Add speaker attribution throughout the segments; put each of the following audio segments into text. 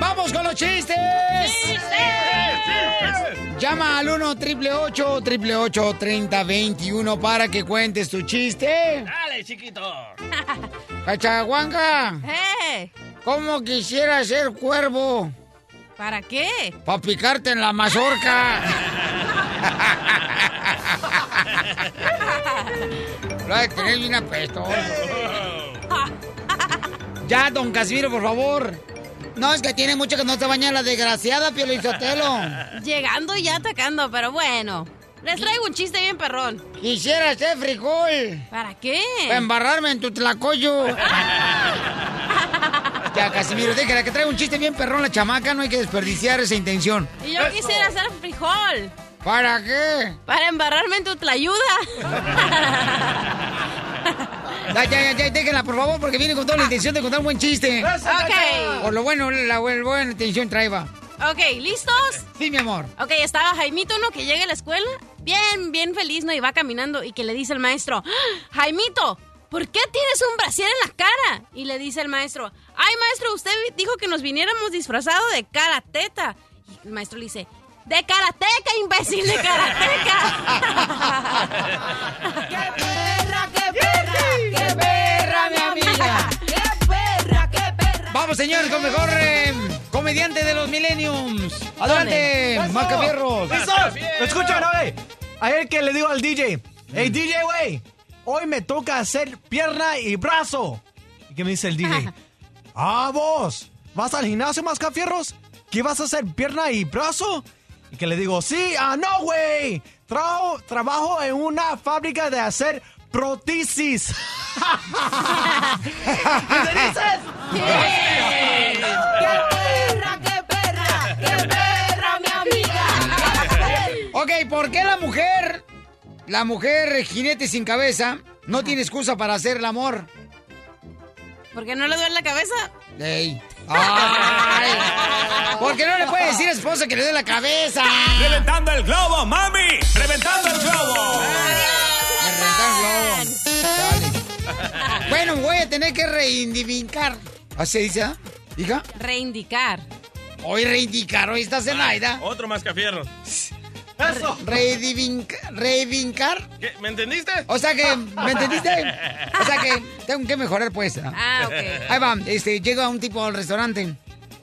Speaker 1: ¡Vamos con los chistes! Llama al 1 888 3021 para que cuentes tu chiste.
Speaker 2: Dale, chiquito.
Speaker 1: ¡Cachaguanga!
Speaker 3: ¡Eh!
Speaker 1: ¿Cómo quisiera ser cuervo?
Speaker 3: ¿Para qué?
Speaker 1: Para picarte en la mazorca. Lo ha de tener bien apestoso. Ya, don Casimiro, por favor. No, es que tiene mucho que no se baña la desgraciada, Pio
Speaker 3: Llegando y ya atacando, pero bueno. Les traigo un chiste bien perrón.
Speaker 1: Quisiera ser frijol.
Speaker 3: ¿Para qué?
Speaker 1: Para embarrarme en tu tlacoyo. ya, Casimiro, déjala que trae un chiste bien perrón la chamaca, no hay que desperdiciar esa intención.
Speaker 3: Y yo quisiera ser frijol.
Speaker 1: ¿Para qué?
Speaker 3: Para embarrarme en tu tlayuda.
Speaker 1: Ya, ya, ya, ya, déjenla, por favor, porque viene con toda la intención de contar un buen chiste.
Speaker 3: Gracias, Ok.
Speaker 1: Por lo bueno, la, bu- buena intención traeba.
Speaker 3: ok, ¿listos?
Speaker 1: Sí, mi amor.
Speaker 3: Ok, estaba Jaimito, ¿no? Que llega a la escuela, bien, bien feliz, ¿no? Y va caminando y que le dice el maestro, "¡Ah! Jaimito, ¿por qué tienes un brasier en la cara? Y le dice el maestro, ay, maestro, usted vi- dijo que nos viniéramos disfrazado de karateta. Y el maestro le dice, de karateca, imbécil, de karateca.
Speaker 1: ¡Qué perra, qué perra, mi amiga!
Speaker 3: ¡Qué perra, qué perra!
Speaker 1: Vamos, señores, con mejor eh, comediante de los millenniums. Adelante,
Speaker 4: ¡Eso!
Speaker 1: Macafierros.
Speaker 4: ¡Eso! Escuchen, güey. Ayer que le digo al DJ, hey DJ, güey, hoy me toca hacer pierna y brazo. ¿Y qué me dice el DJ? ah, vos, ¿vas al gimnasio, Mascafierros? ¿Qué vas a hacer, pierna y brazo? Y que le digo, sí, ah, no, güey. Trao- trabajo en una fábrica de hacer prótesis. ¿Qué te dices?
Speaker 1: Ok, ¿por qué la mujer, la mujer jinete sin cabeza, no tiene excusa para hacer el amor?
Speaker 3: ¿Por qué no le duele la cabeza?
Speaker 1: Ey. Ay. Porque no le puede decir a su esposa que le dé la cabeza.
Speaker 2: ¡Reventando el globo, mami! ¡Reventando el globo!
Speaker 1: Me reventaron el globo. Chale. Bueno, voy a tener que reivindicar. ¿Así se dice? ah? Hija,
Speaker 3: Reindicar.
Speaker 1: hoy reivindicar, hoy estás en Aida.
Speaker 2: Otro mascafierro.
Speaker 4: Eso.
Speaker 1: Reivindicar. Reivindicar.
Speaker 2: ¿Qué? ¿Me entendiste?
Speaker 1: O sea que, ¿me entendiste? O sea que tengo que mejorar, pues. ¿no?
Speaker 3: Ah, ok.
Speaker 1: Ahí va, este, llega un tipo al restaurante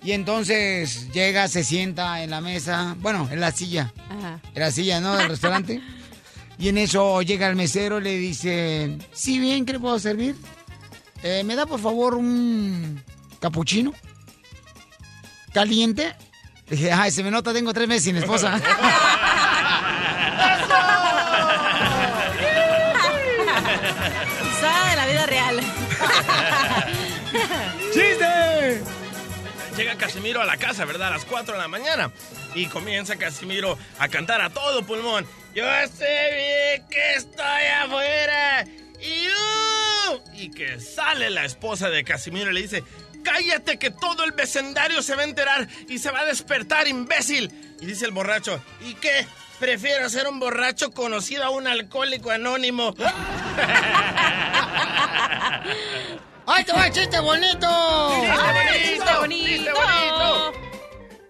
Speaker 1: y entonces llega, se sienta en la mesa, bueno, en la silla,
Speaker 3: Ajá.
Speaker 1: en la silla, ¿no? Del restaurante. Y en eso llega el mesero y le dice, ¿sí bien que le puedo servir? Eh, ¿Me da por favor un capuchino? ¿Caliente? Le dije, ay, se me nota, tengo tres meses sin esposa.
Speaker 3: Sabe de la vida real.
Speaker 1: ¡Chiste!
Speaker 2: Llega Casimiro a la casa, ¿verdad? A las 4 de la mañana. Y comienza Casimiro a cantar a todo pulmón. Yo sé bien que estoy afuera. Y, uh, y que sale la esposa de Casimiro y le dice, cállate que todo el vecindario se va a enterar y se va a despertar, imbécil. Y dice el borracho, ¿y qué? Prefiero ser un borracho conocido a un alcohólico anónimo.
Speaker 1: ¡Ay, te va el chiste
Speaker 5: Oh.
Speaker 1: bonito!
Speaker 3: Ay,
Speaker 2: bonito,
Speaker 3: chiste bonito.
Speaker 2: chiste bonito.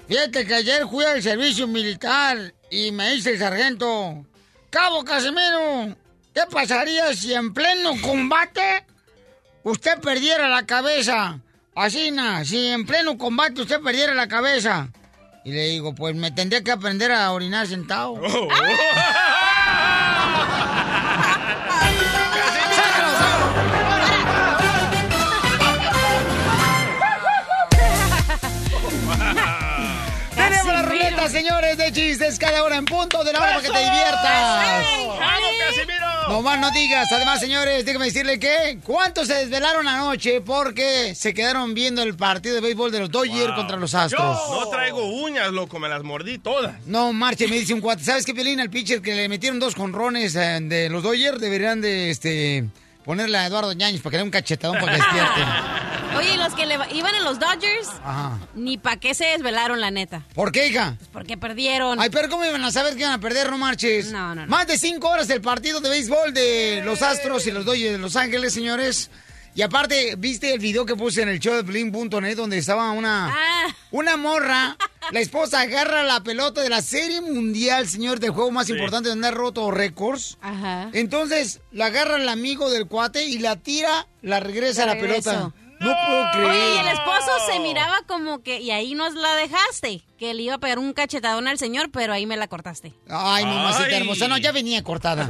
Speaker 1: Fíjate que ayer fui al servicio militar y me dice el sargento, Cabo Casimiro, ¿qué pasaría si en pleno combate usted perdiera la cabeza? Asina, si en pleno combate usted perdiera la cabeza. Y le digo, pues me tendría que aprender a orinar sentado. ¡Sácalo, sácalo! Tenemos la
Speaker 3: Casimiro.
Speaker 1: ruleta, señores, de chistes cada hora en punto de la hora para que te diviertas.
Speaker 2: Pues ¡Vamos, Casimiro!
Speaker 1: No más no digas. Además, señores, déjame decirle que ¿cuántos se desvelaron anoche porque se quedaron viendo el partido de béisbol de los Dodgers contra los Astros?
Speaker 2: No traigo uñas, loco, me las mordí todas.
Speaker 1: No, marche, me dice un cuate. ¿Sabes qué, Piolín? Al pitcher que le metieron dos conrones eh, de los Dodgers deberían de este, ponerle a Eduardo Ñañez para que le dé un cachetadón para que despierte.
Speaker 3: Oye, ¿y los que le va- iban en los Dodgers,
Speaker 1: Ajá.
Speaker 3: ni pa' qué se desvelaron, la neta.
Speaker 1: ¿Por qué, hija?
Speaker 3: Porque perdieron.
Speaker 1: Ay, pero ¿cómo iban a saber que iban a perder? No marches.
Speaker 3: No, no, no.
Speaker 1: Más de cinco horas del partido de béisbol de los Astros y los Dodgers de Los Ángeles, señores. Y aparte, ¿viste el video que puse en el show de Blin.net donde estaba una,
Speaker 3: Ah.
Speaker 1: una morra? La esposa agarra la pelota de la serie mundial, señor, del juego más
Speaker 2: Sí.
Speaker 1: importante donde ha roto récords.
Speaker 3: Ajá.
Speaker 1: Entonces, la agarra el amigo del cuate y la tira, la regresa
Speaker 3: La
Speaker 1: la pelota.
Speaker 3: regreso.
Speaker 1: No puedo
Speaker 3: Oye, y el
Speaker 1: creer.
Speaker 3: esposo se miraba como que, y ahí nos la dejaste, que le iba a pegar un cachetadón al señor, pero ahí me la cortaste.
Speaker 1: Ay, mamacita
Speaker 2: Ay.
Speaker 1: hermosa. No, ya venía cortada.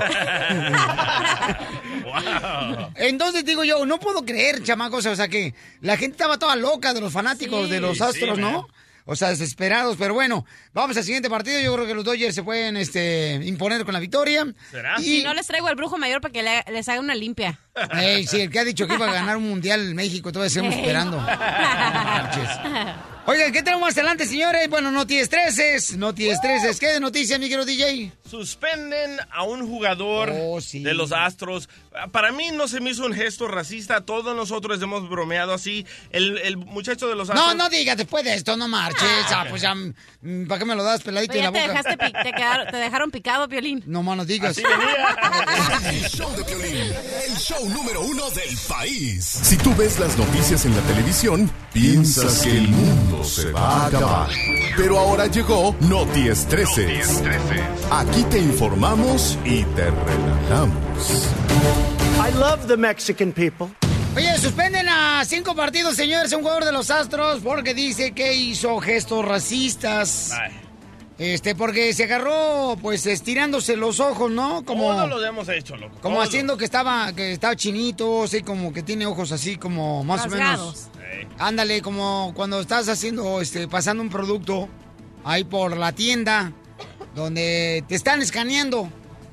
Speaker 2: Wow.
Speaker 1: Entonces digo yo, no puedo creer, chamacos, o sea que la gente estaba toda loca de los fanáticos
Speaker 3: Sí,
Speaker 1: de los
Speaker 2: sí,
Speaker 1: Astros,
Speaker 2: man.
Speaker 1: ¿no? O sea, desesperados, pero bueno, vamos al siguiente partido. Yo creo que los Dodgers se pueden este, imponer con la victoria.
Speaker 2: ¿Será?
Speaker 1: Y,
Speaker 3: Si no, les traigo al brujo mayor para que le- les haga una limpia.
Speaker 1: Ey, sí, el que ha dicho que iba a ganar un mundial en México, todavía seguimos
Speaker 3: Ey.
Speaker 1: esperando. No marches. Oigan, ¿qué tenemos más adelante, señores? Bueno, no tienes treses, no tienes treses. ¿Qué de noticia, mi querido DJ?
Speaker 2: Suspenden a un jugador
Speaker 1: Oh, sí.
Speaker 2: de los Astros. Para mí no se me hizo un gesto racista. Todos nosotros hemos bromeado así. El, el muchacho de los
Speaker 1: No,
Speaker 2: Astros.
Speaker 1: no digas después de esto, no marches. Ah, pues ya, mm, ¿para qué me lo das peladito
Speaker 3: Oye,
Speaker 1: en la
Speaker 3: ya te,
Speaker 1: boca?
Speaker 3: dejaste pi- te, quedaron- te dejaron picado, Piolín.
Speaker 1: No más no digas.
Speaker 2: Así venía.
Speaker 6: El show de Piolín, el show número uno del país. Si tú ves las noticias en la televisión, piensas que el mundo se va a acabar. Pero ahora llegó Noti Estreses. Aquí te informamos y te relajamos.
Speaker 7: I love the Mexican people.
Speaker 1: Oye, suspenden a cinco partidos, señores, a un jugador de los Astros porque dice que hizo gestos racistas.
Speaker 2: Ay,
Speaker 1: Este, porque se agarró, pues, estirándose los ojos, ¿no? Como,
Speaker 2: Todos los hemos hecho, loco.
Speaker 1: como
Speaker 2: Todos.
Speaker 1: haciendo que estaba, que estaba chinito, así como que tiene ojos así, como más
Speaker 3: Rasgados.
Speaker 1: o
Speaker 2: Ey.
Speaker 1: menos. Ándale, como cuando estás haciendo, este, pasando un producto ahí por la tienda donde te están escaneando.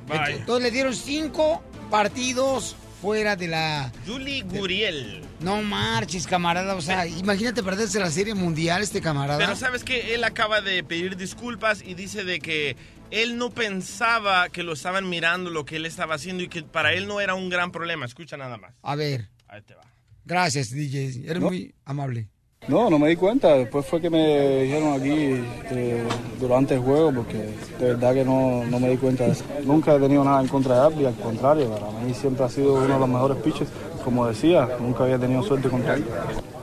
Speaker 2: Vaya.
Speaker 1: Entonces le dieron cinco partidos fuera de la
Speaker 2: Julie Guriel.
Speaker 1: No marches, camarada. O sea, imagínate perderse la serie mundial, este camarada.
Speaker 2: Eh. Pero sabes que él acaba de pedir disculpas y dice de que él no pensaba que lo estaban mirando lo que él estaba haciendo y que para él no era un gran problema. Escucha nada más.
Speaker 1: A ver,
Speaker 2: Ahí te va.
Speaker 1: gracias, DJ. Eres muy amable.
Speaker 8: No, no me di cuenta. Después fue que me dijeron aquí eh, durante el juego, porque de verdad que no, no me di cuenta de eso. Nunca he tenido nada en contra de Arby, al contrario, para mí siempre ha sido uno de los mejores pitches. Como decía, nunca había tenido suerte contra él.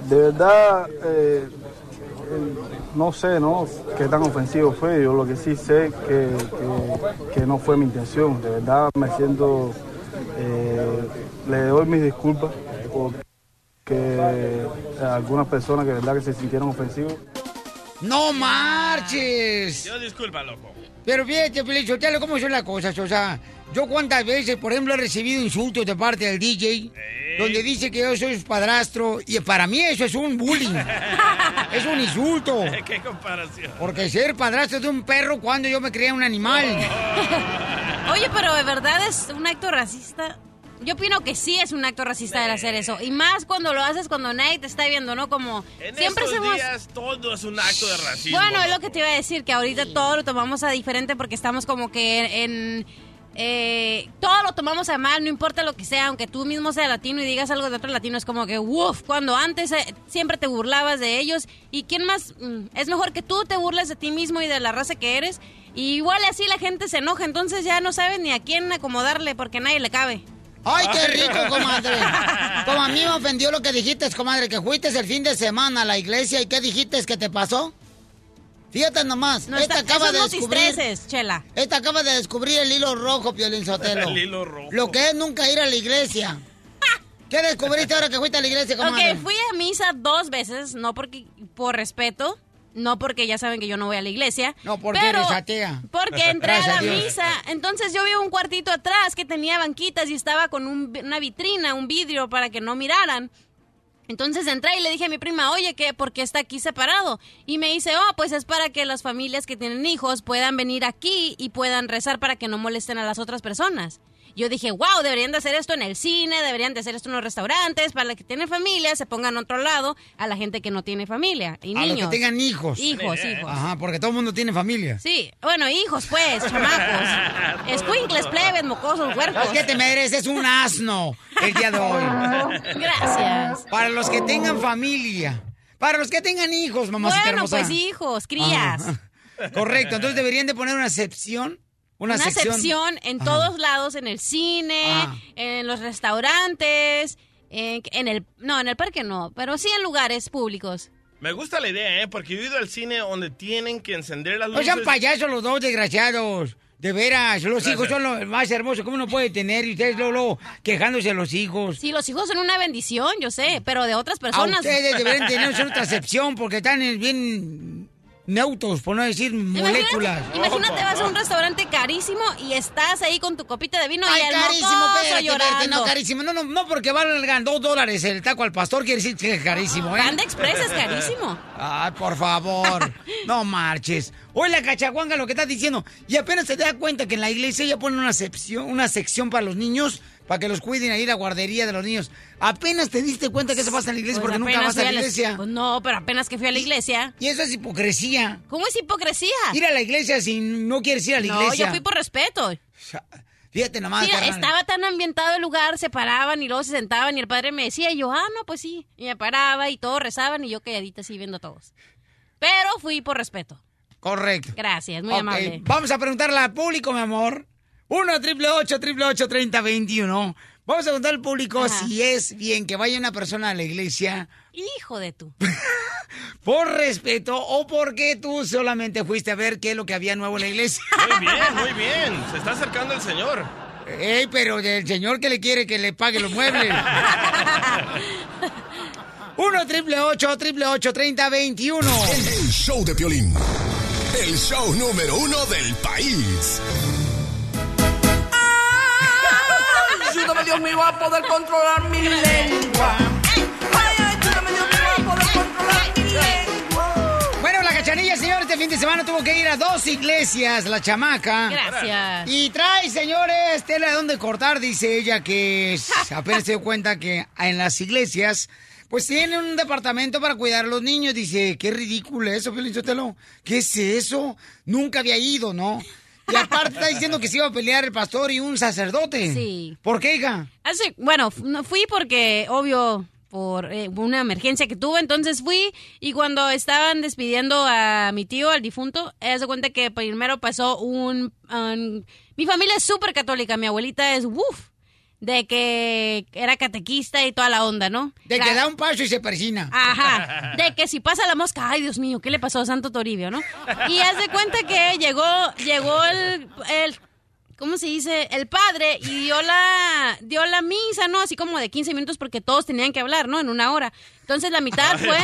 Speaker 8: De verdad, eh, no sé, ¿no? Qué tan ofensivo fue. Yo lo que sí sé que, que- que no fue mi intención. De verdad me siento, eh, le doy mis disculpas porque a algunas personas que de verdad que se sintieron ofensivos.
Speaker 1: No marches.
Speaker 2: Yo disculpa, loco.
Speaker 1: Pero fíjate, Pelichotelo, ¿cómo son las cosas? O sea, yo cuántas veces, por ejemplo, he recibido insultos de parte del DJ, donde dice que yo soy su padrastro, y para mí eso es un bullying. es un insulto.
Speaker 2: Qué comparación.
Speaker 1: Porque ser padrastro de un perro cuando yo me crié un animal.
Speaker 2: Oh.
Speaker 3: Oye, pero de verdad es un acto racista. Yo opino que sí es un acto racista el hacer eso. Y más cuando lo haces cuando nadie te está viendo, ¿no? Como
Speaker 2: En
Speaker 3: siempre
Speaker 2: estos
Speaker 3: hacemos...
Speaker 2: días todo es un acto de racismo.
Speaker 3: Bueno, es lo
Speaker 2: loco.
Speaker 3: que te iba a decir, que ahorita todo lo tomamos a diferente porque estamos como que en... eh, todo lo tomamos a mal, no importa lo que sea, aunque tú mismo seas latino y digas algo de otro latino, es como que, uff, cuando antes eh, siempre te burlabas de ellos. ¿Y quién más? Mm, Es mejor que tú te burles de ti mismo y de la raza que eres. Y igual así la gente se enoja, entonces ya no sabes ni a quién acomodarle porque nadie le cabe.
Speaker 1: ¡Ay, qué rico, comadre! Como a mí me ofendió lo que dijiste, comadre, que fuiste el fin de semana a la iglesia y ¿qué dijiste que te pasó? Fíjate nomás,
Speaker 3: No
Speaker 1: esta
Speaker 3: está-
Speaker 1: acaba
Speaker 3: esos
Speaker 1: de descubrir...
Speaker 3: notistreses, Chela.
Speaker 1: Esta acaba de descubrir el hilo rojo, Piolín Sotelo.
Speaker 2: El hilo rojo.
Speaker 1: Lo que es nunca ir a la iglesia. ¿Qué descubriste ahora que fuiste a la iglesia, comadre?
Speaker 3: Ok, fui a misa dos veces, no porque por respeto, no porque ya saben que yo no voy a la iglesia.
Speaker 1: No, porque
Speaker 3: pero
Speaker 1: eres atea.
Speaker 3: Porque entré a
Speaker 1: Gracias
Speaker 3: la
Speaker 1: a Dios.
Speaker 3: misa. Entonces yo vi un cuartito atrás que tenía banquitas y estaba con un- una vitrina, un vidrio para que no miraran. Entonces entré y le dije a mi prima, oye, ¿qué, ¿por qué está aquí separado? Y me dice, oh, pues es para que las familias que tienen hijos puedan venir aquí y puedan rezar para que no molesten a las otras personas. Yo dije, wow, deberían de hacer esto en el cine, deberían de hacer esto en los restaurantes, para la que tiene familia, se pongan a otro lado a la gente que no tiene familia y
Speaker 1: A los
Speaker 3: niños.
Speaker 1: que tengan hijos.
Speaker 3: Hijos, hijos.
Speaker 1: Ajá, porque todo el mundo tiene familia.
Speaker 3: Sí, bueno, hijos, pues, chamacos. Escuincles, plebes, mocosos, huercos.
Speaker 1: Los que te mereces un asno el día de hoy.
Speaker 3: Gracias.
Speaker 1: Para los que tengan familia. Para los que tengan hijos, mamá.
Speaker 3: Bueno, pues hijos, crías.
Speaker 1: Ah, Correcto, entonces deberían de poner una excepción. Una,
Speaker 3: Una, sección, en
Speaker 1: Ajá.
Speaker 3: todos lados, en el cine,
Speaker 1: Ah.
Speaker 3: en los restaurantes, en, en el... No, en el parque no, pero sí en lugares públicos.
Speaker 2: Me gusta la idea, ¿eh? Porque yo he ido al cine donde tienen que encender las
Speaker 1: No
Speaker 2: luces.
Speaker 1: sean payasos los dos desgraciados. De veras, los hijos son los más hermosos. ¿Cómo no puede tener? Y ustedes luego, luego quejándose de los hijos.
Speaker 3: Sí, los hijos son una bendición, yo sé, pero de otras personas.
Speaker 1: A ustedes deberían tener una otra excepción porque están en- bien neutros, por no decir moléculas.
Speaker 3: Imagínate, imagínate, vas a un restaurante carísimo y estás ahí con tu copita de vino
Speaker 1: Ay,
Speaker 3: y el
Speaker 1: carísimo,
Speaker 3: mocoso
Speaker 1: espérate, espérate,
Speaker 3: llorando.
Speaker 1: no, carísimo. No, no, no, porque valgan dos dólares el taco al pastor, quiere decir que es carísimo, ¿eh?
Speaker 3: Panda Express es carísimo.
Speaker 1: Ay, por favor, no marches. Oye, la cachaguanga lo que estás diciendo. Y apenas se da cuenta que en la iglesia ya ponen una sección, una sección para los niños, para que los cuiden ahí la guardería de los niños. Apenas te diste cuenta que eso pasa en la iglesia
Speaker 3: Pues
Speaker 1: porque nunca
Speaker 3: apenas
Speaker 1: vas a
Speaker 3: fui
Speaker 1: la iglesia.
Speaker 3: pues no, pero apenas que fui a la iglesia.
Speaker 1: Y eso es hipocresía.
Speaker 3: ¿Cómo es hipocresía?
Speaker 1: Ir a la iglesia si no quieres ir a la
Speaker 3: no,
Speaker 1: iglesia.
Speaker 3: yo fui por respeto.
Speaker 1: Fíjate nomás,
Speaker 3: Mira,
Speaker 1: carnal.
Speaker 3: estaba tan ambientado el lugar, se paraban y luego se sentaban y el padre me decía, y yo, ah, no, pues sí. Y me paraba y todos rezaban y yo calladita así viendo a todos. Pero fui por respeto.
Speaker 1: Correcto.
Speaker 3: Gracias, muy
Speaker 1: Ok,
Speaker 3: amable.
Speaker 1: Vamos a preguntarle al público, mi amor. 1 triple 8 triple 8 30 21. Vamos a preguntar al público
Speaker 3: Ajá.
Speaker 1: si es bien que vaya una persona a la iglesia
Speaker 3: Hijo de tú.
Speaker 1: por respeto o porque tú solamente fuiste a ver qué es lo que había nuevo en la iglesia.
Speaker 2: Muy bien, muy bien. Se está acercando el señor.
Speaker 1: Ey, pero del señor que le quiere que le pague los muebles. 1 triple 8 triple 8 30 21.
Speaker 6: El show de Piolín. El show número uno del país.
Speaker 5: Ayúdame Dios mío a poder controlar mi lengua. Ay, ayúdame Dios mío a poder controlar mi lengua.
Speaker 1: Bueno, la cachanilla, señor, este fin de semana tuvo que ir a dos iglesias, la chamaca.
Speaker 3: Gracias.
Speaker 1: Y trae, señores, tela de dónde cortar, dice ella, que s- apenas se dio cuenta que en las iglesias, pues tienen un departamento para cuidar a los niños. Dice, qué ridículo eso, Pelizotelo. ¿Qué es eso? Nunca había ido, ¿no? Y aparte está diciendo que se iba a pelear el pastor y un sacerdote.
Speaker 3: Sí.
Speaker 1: ¿Por qué, hija?
Speaker 3: Hace, Ah, bueno, f- no fui porque, obvio, por eh, una emergencia que tuve, entonces fui y cuando estaban despidiendo a mi tío, al difunto, eh, se cuenta que primero pasó un... un- mi familia es súper católica, mi abuelita es, uff, de que era catequista y toda la onda, ¿no?
Speaker 1: De
Speaker 3: La-
Speaker 1: que da un paso y se persina.
Speaker 3: Ajá, de que si pasa la mosca, ay Dios mío, ¿qué le pasó a Santo Toribio, no? Y haz de cuenta que llegó, llegó el, el- ¿cómo se dice? El padre y dio la, dio la misa, ¿no? Así como de 15 minutos porque todos tenían que hablar, ¿no? En una hora. Entonces la mitad fue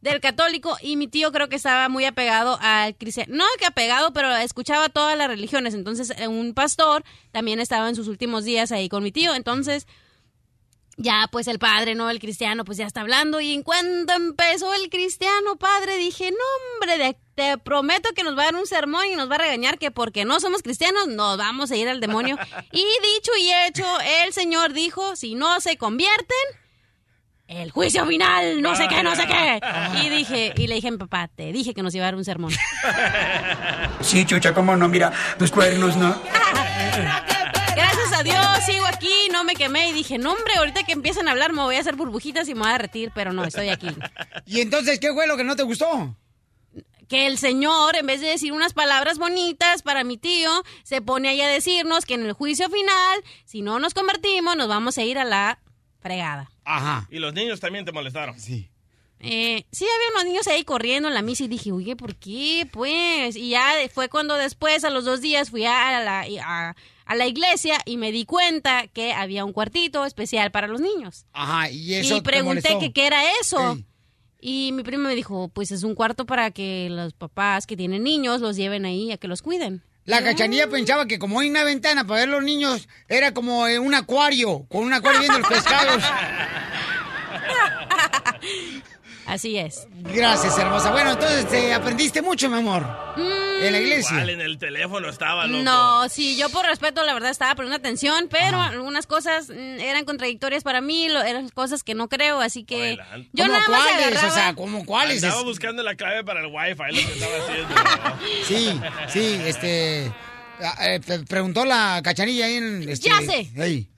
Speaker 3: del católico y mi tío creo que estaba muy apegado al cristiano, no que apegado, pero escuchaba todas las religiones. Entonces eh, un pastor también estaba en sus últimos días ahí con mi tío, entonces ya pues el padre, ¿no? El cristiano, pues ya está hablando. Y en cuanto empezó el cristiano, padre, dije, no, hombre, de- te prometo que nos va a dar un sermón y nos va a regañar que porque no somos cristianos nos vamos a ir al demonio. y dicho y hecho, el Señor dijo, si no se convierten, el juicio final, no sé qué, no sé qué. Y dije, y le dije a mi papá, te dije que nos iba a dar un sermón.
Speaker 5: Sí, chucha, cómo no, mira, tus cuernos no.
Speaker 3: Gracias a Dios, sigo aquí, no me quemé y dije, no, hombre, ahorita que empiezan a hablar me voy a hacer burbujitas y me voy a derretir, pero no, estoy aquí.
Speaker 1: Y entonces, ¿qué fue lo que no te gustó?
Speaker 3: que el señor, en vez de decir unas palabras bonitas para mi tío, se pone ahí a decirnos que en el juicio final, si no nos convertimos, nos vamos a ir a la fregada.
Speaker 1: Ajá.
Speaker 2: Y los niños también te molestaron.
Speaker 4: Sí.
Speaker 3: Eh, sí, había unos niños ahí corriendo en la misa y dije, oye, ¿por qué? Pues, y ya fue cuando después, a los dos días, fui a la, a- a la iglesia y me di cuenta que había un cuartito especial para los niños.
Speaker 1: Ajá, y eso
Speaker 3: y
Speaker 1: te
Speaker 3: pregunté
Speaker 1: molestó.
Speaker 3: que qué era eso.
Speaker 1: Sí.
Speaker 3: Y mi prima me dijo, pues es un cuarto para que los papás que tienen niños los lleven ahí a que los cuiden. "Ah,
Speaker 1: La cachanilla pensaba que como hay una ventana para ver los niños, era como eh, un acuario, con un acuario viendo los pescados.
Speaker 3: Así es.
Speaker 1: Gracias, hermosa. Bueno, entonces te eh, aprendiste mucho, mi amor.
Speaker 3: Mm,
Speaker 1: en la iglesia.
Speaker 2: Igual en el teléfono estaba, loco.
Speaker 3: No, sí, yo por respeto, la verdad, estaba poniendo atención, pero algunas cosas mm, eran contradictorias para mí, lo- eran cosas que no creo, así que yo
Speaker 1: ¿Cómo
Speaker 3: nada más
Speaker 1: cuáles?
Speaker 3: agarraba...
Speaker 1: O sea, ¿cómo cuáles?
Speaker 2: Estaba
Speaker 1: Es-
Speaker 2: buscando la clave para el wifi, lo que estaba haciendo.
Speaker 1: Sí, sí, este. a- eh, pre- preguntó la cachanilla ahí en. este,
Speaker 3: Ya sé.
Speaker 1: ey.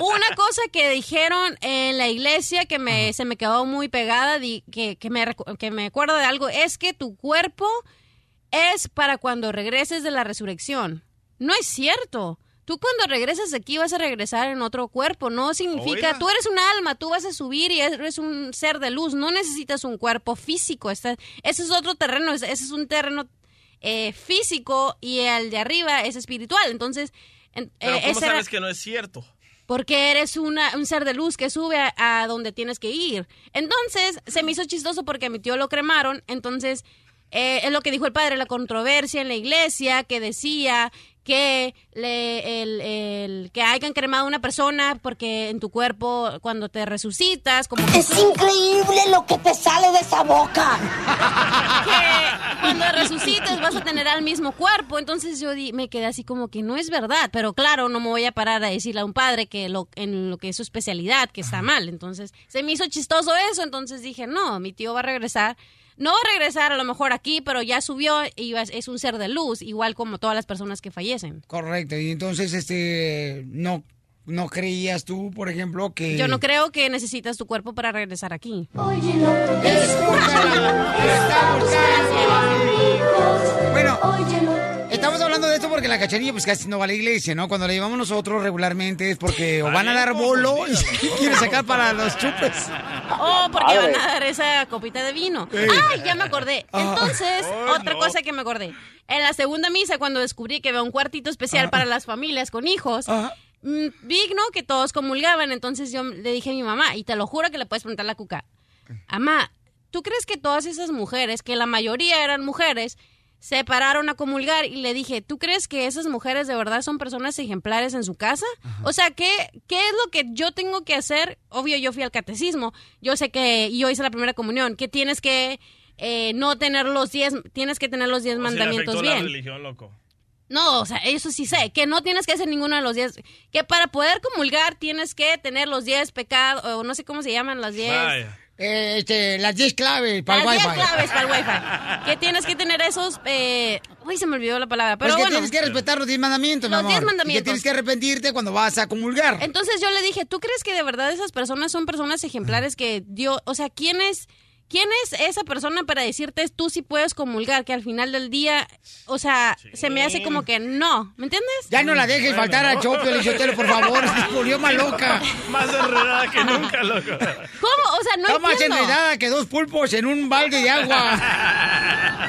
Speaker 3: Una cosa que dijeron en la iglesia que me, se me quedó muy pegada, di- que, que, me, recu- que me acuerdo de algo, es que tu cuerpo es para cuando regreses de la resurrección. No es cierto. Tú cuando regresas de aquí vas a regresar en otro cuerpo. No significa,
Speaker 9: Oiga.
Speaker 3: tú eres un alma, tú vas a subir y eres un ser de luz. No necesitas un cuerpo físico. Está- ese es otro terreno, ese ese es un terreno eh, físico y el de arriba es espiritual. Entonces, en-
Speaker 2: Pero
Speaker 3: eh,
Speaker 2: ¿cómo
Speaker 3: ese era-
Speaker 2: sabes que no es cierto?
Speaker 3: porque eres una, un ser de luz que sube a, a donde tienes que ir. Entonces, se me hizo chistoso porque a mi tío lo cremaron. Entonces, eh, es lo que dijo el padre, la controversia en la iglesia que decía que le, el, el- que hayan cremado a una persona porque en tu cuerpo cuando te resucitas como es increíble lo que te sale de esa boca que cuando resucitas vas a tener al mismo cuerpo. Entonces yo di- me quedé así como que no es verdad, pero claro, no me voy a parar a decirle a un padre que lo, en lo que es su especialidad, que está mal. Entonces se me hizo chistoso eso, entonces dije, no, mi tío va a regresar. No va a regresar a lo mejor aquí, pero ya subió y va- es un ser de luz, igual como todas las personas que fallecen.
Speaker 1: Correcto, y entonces, este. No, no creías tú, por ejemplo, que.
Speaker 3: Yo no creo que necesitas tu cuerpo para regresar aquí.
Speaker 1: Bueno, estamos hablando de esto porque la cachanilla pues casi no va a la iglesia, ¿no? Cuando la llevamos nosotros regularmente es porque o van a
Speaker 3: pues,
Speaker 1: dar bolo y quiere sacar para los chupes.
Speaker 3: Oh, porque
Speaker 1: Padre.
Speaker 3: van a dar esa copita de vino.
Speaker 1: Ey.
Speaker 3: Ay, ya me acordé. Entonces, otra cosa que me acordé. En la segunda misa, cuando descubrí que había un cuartito especial para las familias con hijos, mm, vi, ¿no? Que todos comulgaban. Entonces yo le dije a mi mamá, y te lo juro que le puedes preguntar a la cuca. Amá, ¿tú crees que todas esas mujeres, que la mayoría eran mujeres, se pararon a comulgar y le dije, ¿tú crees que esas mujeres de verdad son personas ejemplares en su casa? O sea, ¿qué, ¿qué es lo que yo tengo que hacer? Obvio, yo fui al catecismo, yo sé que y yo hice la primera comunión, que tienes que eh, no tener los diez, tienes que tener los diez
Speaker 2: O si le
Speaker 3: mandamientos
Speaker 2: afectó la
Speaker 3: bien.
Speaker 2: religión, loco.
Speaker 3: No, o sea, eso sí sé, que no tienes que hacer ninguno de los diez, que para poder comulgar tienes que tener los diez pecados, o no sé cómo se llaman las diez.
Speaker 1: Eh, este, las 10 claves para el
Speaker 3: Las
Speaker 1: wifi.
Speaker 3: 10 claves para el wifi. Que tienes que tener esos. Eh... Uy, se me olvidó la palabra.
Speaker 1: Pero
Speaker 3: Pero
Speaker 1: es que
Speaker 3: bueno.
Speaker 1: Pues, tienes que respetar los 10 mandamientos, mi
Speaker 3: Los
Speaker 1: amor,
Speaker 3: 10
Speaker 1: y
Speaker 3: mandamientos.
Speaker 1: Que tienes que arrepentirte cuando vas a comulgar.
Speaker 3: Entonces yo le dije, ¿tú crees que de verdad esas personas son personas ejemplares que Dios. O sea, ¿quién es. ¿Quién es esa persona para decirte tú si puedes comulgar? Que al final del día, o sea, se me hace como que no, ¿me entiendes?
Speaker 1: Ya no la dejes faltar al show, Piolín Sotelo, por favor. Se volvió más loca.
Speaker 2: Más enredada que nunca, loco.
Speaker 3: ¿Cómo? O sea, no
Speaker 1: Está más
Speaker 3: entiendo.
Speaker 1: enredada que dos pulpos en un balde de agua.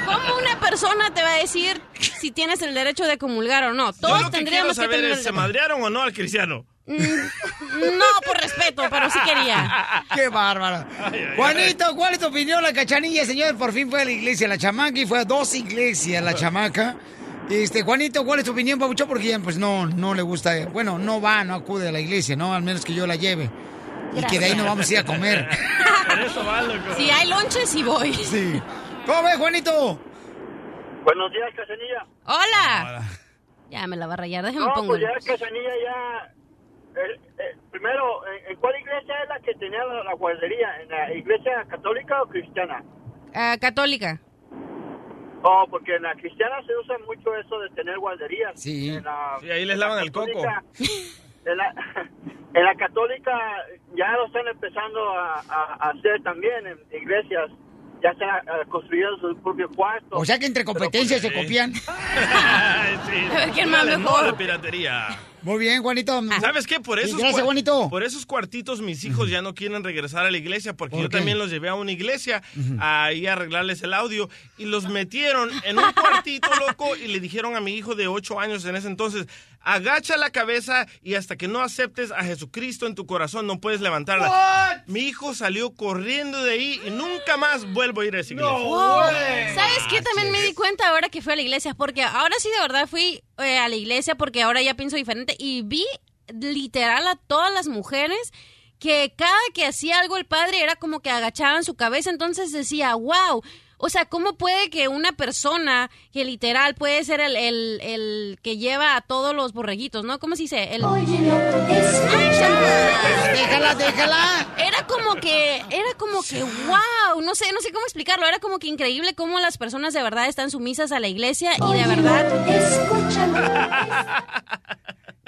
Speaker 3: ¿Cómo una persona te va a decir si tienes el derecho de comulgar o no?
Speaker 2: Yo
Speaker 3: Todos
Speaker 2: lo que quiero
Speaker 3: tendríamos que
Speaker 2: saber
Speaker 3: tener
Speaker 2: es,
Speaker 3: el Mm.
Speaker 2: ¿se
Speaker 3: derecho.
Speaker 2: madrearon o no al cristiano?
Speaker 3: No, por respeto, pero sí quería.
Speaker 1: Qué bárbara. Juanito, ¿cuál es tu opinión? La cachanilla, señor, por fin fue a la iglesia, la chamaca, y fue a dos iglesias, la chamaca. Este, Juanito, ¿cuál es tu opinión, Pabucho? Porque ella, pues no, no le gusta, eh, bueno, no va, no acude a la iglesia, ¿no? Al menos que yo la lleve. Y que de ahí no vamos a ir a comer.
Speaker 2: Por eso va, loco.
Speaker 3: Si hay lonches, sí voy.
Speaker 1: Sí. ¿Cómo ves, Juanito?
Speaker 10: Buenos días, Casanilla.
Speaker 3: Hola. Ya me la va a rayar, déjame
Speaker 10: No,
Speaker 3: pongo.
Speaker 10: pues ya, Casanilla, ya. eh, eh, primero, ¿en, en cuál iglesia es la que tenía la, la guardería? ¿En la iglesia católica o cristiana?
Speaker 3: Ah, católica.
Speaker 10: Oh, porque en la cristiana se usa mucho eso de tener guarderías.
Speaker 1: Sí.
Speaker 10: En la,
Speaker 2: Sí, ahí les lavan el coco.
Speaker 10: católica- en la, en la católica ya lo están empezando a, a- a hacer también en iglesias. Ya están ah, construyendo su propio cuarto.
Speaker 1: O sea que entre competencias
Speaker 5: pues,
Speaker 1: se copian.
Speaker 2: Sí.
Speaker 10: A ver, ¿quién
Speaker 2: Dale,
Speaker 10: más
Speaker 2: no
Speaker 10: mejor?
Speaker 2: la piratería.
Speaker 1: Muy bien, Juanito.
Speaker 2: ¿Sabes qué? Por esos,
Speaker 1: Gracias,
Speaker 2: cua-
Speaker 1: Juanito.
Speaker 2: por esos cuartitos mis hijos ya no quieren regresar a la iglesia porque
Speaker 1: ¿Por
Speaker 2: yo
Speaker 1: qué?
Speaker 2: también los llevé a una iglesia ahí a arreglarles el audio y los metieron en un cuartito loco y le dijeron a mi hijo de 8 años en ese entonces, agacha la cabeza y hasta que no aceptes a Jesucristo en tu corazón no puedes levantarla. Mi hijo salió corriendo de ahí y nunca más vuelvo a ir a
Speaker 1: Oh,
Speaker 2: esa iglesia.
Speaker 3: Wow. ¿Sabes
Speaker 1: Ah,
Speaker 3: qué? También me di cuenta ahora que fui a la iglesia, porque ahora sí de verdad fui eh, a la iglesia porque ahora ya pienso diferente y vi literal a todas las mujeres que cada que hacía algo el padre era como que agachaban su cabeza, entonces decía, wow. O sea, ¿cómo puede que una persona que literal pues, puede ser el, el, el que lleva a todos los borreguitos, ¿no? ¿Cómo se dice? El...
Speaker 1: Déjala, déjala.
Speaker 3: Era como que, era como que, wow, no sé, no sé cómo explicarlo. Era como que increíble cómo las personas de verdad están sumisas a la iglesia y de verdad.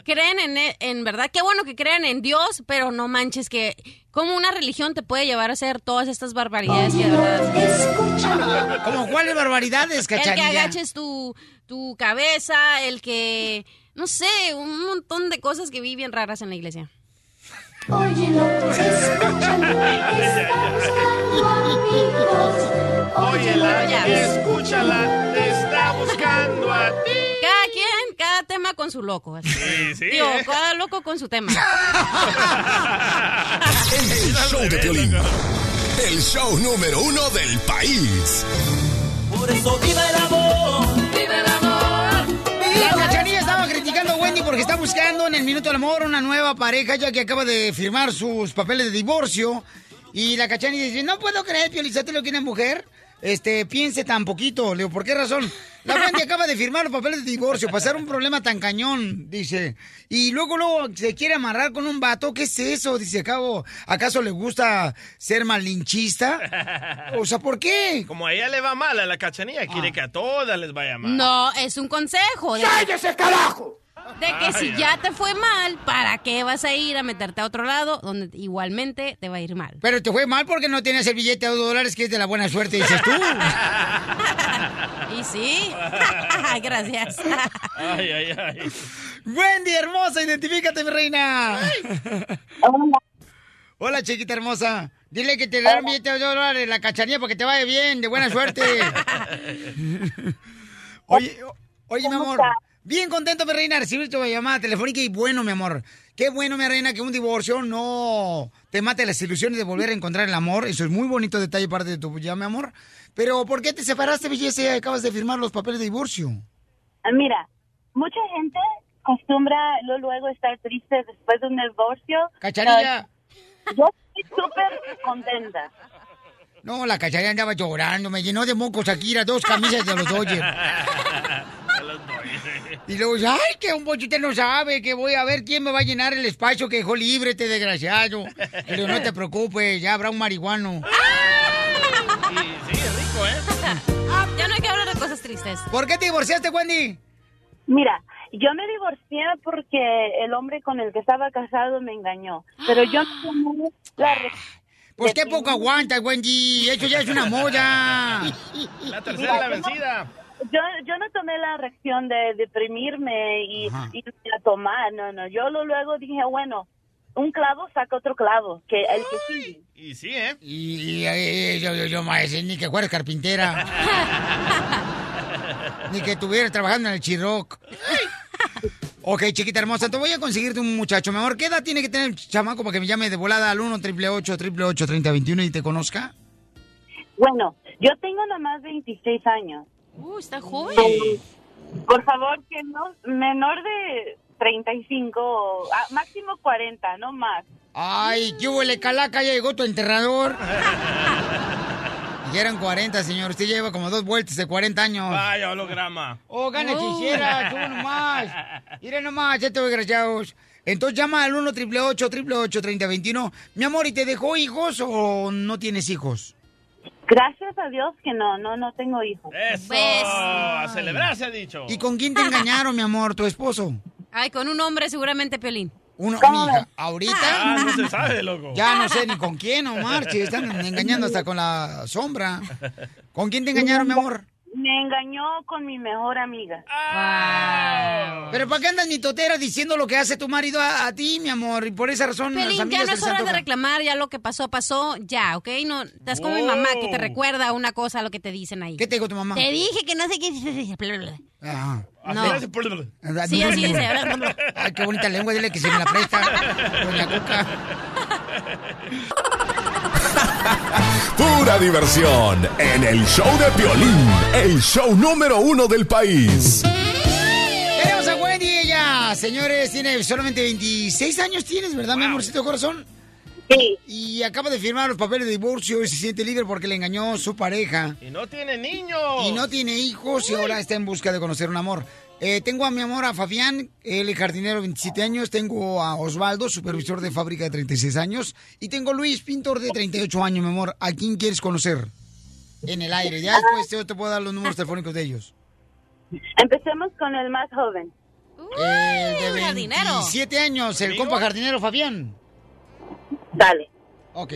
Speaker 3: Creen en, e- en verdad, qué bueno que crean en Dios, pero no manches que cómo una religión te puede llevar a hacer todas estas barbaridades que de verdad.
Speaker 1: ¿Cómo cuáles barbaridades,
Speaker 3: El que
Speaker 1: Cachanilla?
Speaker 3: agaches tu, tu cabeza, el que, no sé, un montón de cosas que vi bien raras en la iglesia.
Speaker 5: Óyelo, escúchalo, estamos buscando amigos.
Speaker 2: Óyela,
Speaker 5: escúchala,
Speaker 2: te está buscando a ti.
Speaker 3: Cada quien, cada tema con su loco. así. Digo,
Speaker 5: ¿eh?
Speaker 3: cada loco con su tema.
Speaker 6: El show de Piolín. El show número uno del país.
Speaker 5: Por eso viva el amor, viva el amor.
Speaker 1: La Cachanilla estaba criticando a Wendy porque está buscando en el Minuto del Amor una nueva pareja ya que acaba de firmar sus papeles de divorcio. Y la Cachanilla dice, no puedo creer, Piolizatelo, que una mujer este, piense tan poquito. Le digo, ¿por qué razón? La Wendy acaba de firmar los papeles de divorcio, pasar un problema tan cañón, dice. Y luego, luego se quiere amarrar con un vato. ¿Qué es eso? Dice, acabo, ¿acaso le gusta ser malinchista? O sea, ¿por qué?
Speaker 2: Como a ella le va mal a la cachanilla, quiere que a todas les vaya mal.
Speaker 3: No, es un consejo. ¡Cállese, carajo! De que si
Speaker 2: Ay,
Speaker 3: ya te fue mal, ¿para qué vas a ir a meterte a otro lado donde igualmente te va a ir mal?
Speaker 1: Pero te fue mal porque no tienes el billete de dos dólares que es de la buena suerte, dices tú.
Speaker 3: Y sí. Gracias.
Speaker 2: Ay, ay, ay.
Speaker 1: Wendy, hermosa, identifícate, mi reina. Hola, chiquita hermosa. Dile que te darán un billete de dos dólares la cachanilla para que te vaya bien, de buena suerte. Oye, o- oye, mi amor. Bien contento, mi reina, de recibir tu llamada telefónica y bueno, mi amor. Qué bueno, mi reina, que un divorcio no te mate las ilusiones de volver a encontrar el amor. Eso es muy bonito detalle parte de tu ya, mi amor. Pero, ¿por qué te separaste, belleza, y acabas de firmar los papeles de divorcio?
Speaker 9: Ah, Mira, mucha gente acostumbra lo- luego estar triste después de un divorcio.
Speaker 1: Cachanilla.
Speaker 9: No, Yo estoy súper contenta.
Speaker 1: No, la cacharilla andaba llorando, me llenó de moco Shakira, dos camisas de los Dodgers. Y luego, dice, ay, que un bochito no sabe, que voy a ver quién me va a llenar el espacio que dejó libre este desgraciado. Pero no te preocupes, ya habrá un marihuano.
Speaker 3: Rico, ¿eh? Ya no hay que hablar de cosas tristes.
Speaker 1: ¿Por qué te divorciaste, Wendy?
Speaker 9: Mira, yo me divorcié porque el hombre con el que estaba casado me engañó. Pero yo no tomé la re-
Speaker 1: Pues qué poco aguantas, Wendy. Eso ya es una moya.
Speaker 2: La
Speaker 9: Mira,
Speaker 2: tercera la
Speaker 9: yo no-
Speaker 2: vencida.
Speaker 9: Yo, yo no tomé la reacción de deprimirme y,
Speaker 2: Ajá.
Speaker 9: y a tomar, no, no. Yo lo- luego dije, bueno, un clavo saca otro clavo, que el que sigue.
Speaker 2: Y sí, ¿eh?
Speaker 1: Y, y- y- yo, yo, yo, maese, ni que fueras carpintera, ni que estuvieras trabajando en el Chiroc. Ok, chiquita hermosa, te voy a conseguirte un muchacho, mi amor. ¿Qué edad tiene que tener el chamaco para que me llame de volada al 1 888 888 3021 y te conozca?
Speaker 9: Bueno, yo tengo nomás 26 años.
Speaker 3: Uh, está joven.
Speaker 9: Por favor, que no, menor de 35, o, ah, máximo 40, no más.
Speaker 1: Ay, qué huele calaca, ya llegó tu enterrador. Ya eran 40, señor. Usted lleva como dos vueltas de 40 años.
Speaker 2: Vaya holograma.
Speaker 1: Oh, gana quisiera, tú nomás. Mira nomás, estos desgraciados. Entonces llama al 1 888 888 3021 Mi amor, ¿y te dejó hijos o no tienes hijos?
Speaker 9: Gracias a Dios que no, no, no tengo hijos.
Speaker 2: Eso. Oh, A celebrar se ha dicho.
Speaker 1: ¿Y con quién te engañaron, mi amor, tu esposo?
Speaker 3: Ay, con un hombre seguramente, Piolín.
Speaker 1: Uno, mija, ahorita.
Speaker 3: Ah, no se
Speaker 2: sabe, loco.
Speaker 1: Ya no sé ni con quién, Omar, si están engañando hasta con la sombra. ¿Con quién te engañaron, mi amor?
Speaker 9: Me engañó con mi mejor amiga.
Speaker 1: Pero ¿para qué andas ni totera diciendo lo que hace tu marido a, a ti, mi amor? Y por esa razón las
Speaker 3: Piolín,
Speaker 1: amigas
Speaker 3: ya no
Speaker 1: se
Speaker 3: es
Speaker 1: les
Speaker 3: hora de
Speaker 1: antoja.
Speaker 3: reclamar, ya lo que pasó, pasó, ya, ¿ok? No, estás como mi mamá que
Speaker 1: Wow.
Speaker 3: te recuerda una cosa a lo que te dicen ahí.
Speaker 1: ¿Qué te dijo tu mamá?
Speaker 3: Te dije que no sé qué dices. bla, bla, bla.
Speaker 1: Ajá.
Speaker 3: No. Sí, así dice.
Speaker 1: Ah, Ay, qué bonita lengua, dile que si me la presta. Doña Cuca.
Speaker 6: Pura diversión en el show de Piolín. El show número uno del país.
Speaker 1: Tenemos a Wendy, ella, señores, tiene solamente 26 años tienes, ¿verdad, mi amorcito corazón?
Speaker 9: Sí.
Speaker 1: Y acaba de firmar los papeles de divorcio y se siente libre porque le engañó su pareja.
Speaker 2: Y no tiene niños.
Speaker 1: Y no tiene hijos y ahora está en busca de conocer un amor. Eh, tengo a mi amor a Fabián, él es jardinero, 27 años. Tengo a Osvaldo, supervisor de fábrica de 36 años. Y tengo a Luis, pintor de 38 años, mi amor. ¿A quién quieres conocer? En el aire. Ya después yo te puedo dar los números telefónicos de ellos.
Speaker 9: Empecemos con el más joven.
Speaker 1: el de 27 años, el compa jardinero Fabián.
Speaker 9: Dale.
Speaker 1: Ok.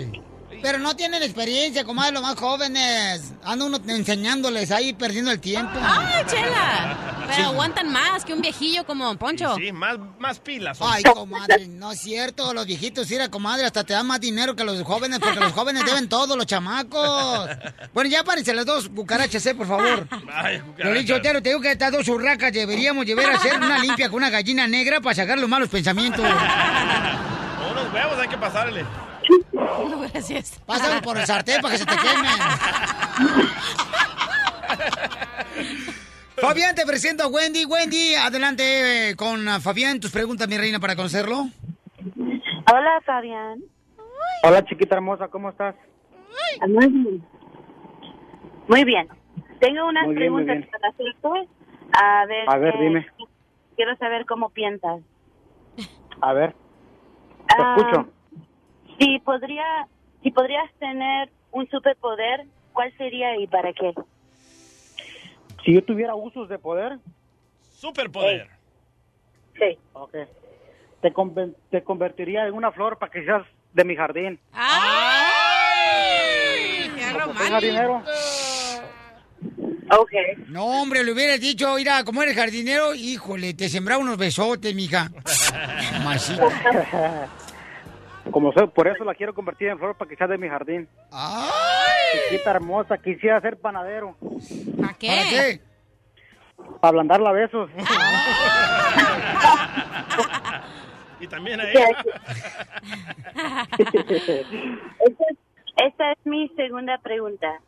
Speaker 1: Pero no tienen experiencia, comadre, los más jóvenes. Anda uno enseñándoles ahí, perdiendo el tiempo.
Speaker 3: ¡Ay, chela! Pero aguantan más que un viejillo como Poncho.
Speaker 2: Sí, más, más pilas. son.
Speaker 1: Ay, comadre, no es cierto. Los viejitos, mira, comadre, hasta te dan más dinero que los jóvenes, porque los jóvenes deben todo, los chamacos. Bueno, ya párense las dos cucarachas, eh, por favor.
Speaker 2: Ay,
Speaker 1: Violín Sotelo, te digo que estas dos urracas deberíamos llevar a hacer una limpia con una gallina negra para sacar los malos pensamientos.
Speaker 2: Unos huevos hay que pasarle.
Speaker 3: No, gracias.
Speaker 1: Pásalo por el sartén para que se te Fabián, te presento a Wendy. Wendy, adelante eh, con ah, Fabián. Tus preguntas, mi reina, para conocerlo.
Speaker 9: Hola, Fabián.
Speaker 11: Hola chiquita hermosa, ¿cómo estás?
Speaker 9: Muy bien. Muy bien. Tengo unas
Speaker 11: Muy bien, muy
Speaker 9: preguntas
Speaker 11: bien.
Speaker 9: para hacerte. A ver,
Speaker 11: A ver,
Speaker 9: eh,
Speaker 11: dime.
Speaker 9: Quiero saber cómo piensas.
Speaker 11: A ver, te
Speaker 9: Ah,
Speaker 11: escucho.
Speaker 9: Si, podría, si podrías tener un superpoder, ¿cuál sería y para qué?
Speaker 11: Si yo tuviera usos de poder,
Speaker 2: Superpoder.
Speaker 9: Sí.
Speaker 11: Ok. te, conven- te convertiría en una flor para que seas de mi jardín.
Speaker 1: Ah. Tenga
Speaker 11: dinero.
Speaker 9: Ok.
Speaker 1: No, hombre, le hubieras dicho, mira, como eres jardinero, híjole, te sembraba unos besotes, mija. Masita.
Speaker 11: Como soy, por eso la quiero convertir en flor para que sea de mi jardín. Chiquita hermosa, quisiera ser panadero.
Speaker 3: ¿Para qué? Ah.
Speaker 11: ¿Para qué? Para ablandarla a besos.
Speaker 2: Y también a
Speaker 9: Sí,
Speaker 2: ella.
Speaker 9: Esta, esta es mi segunda pregunta.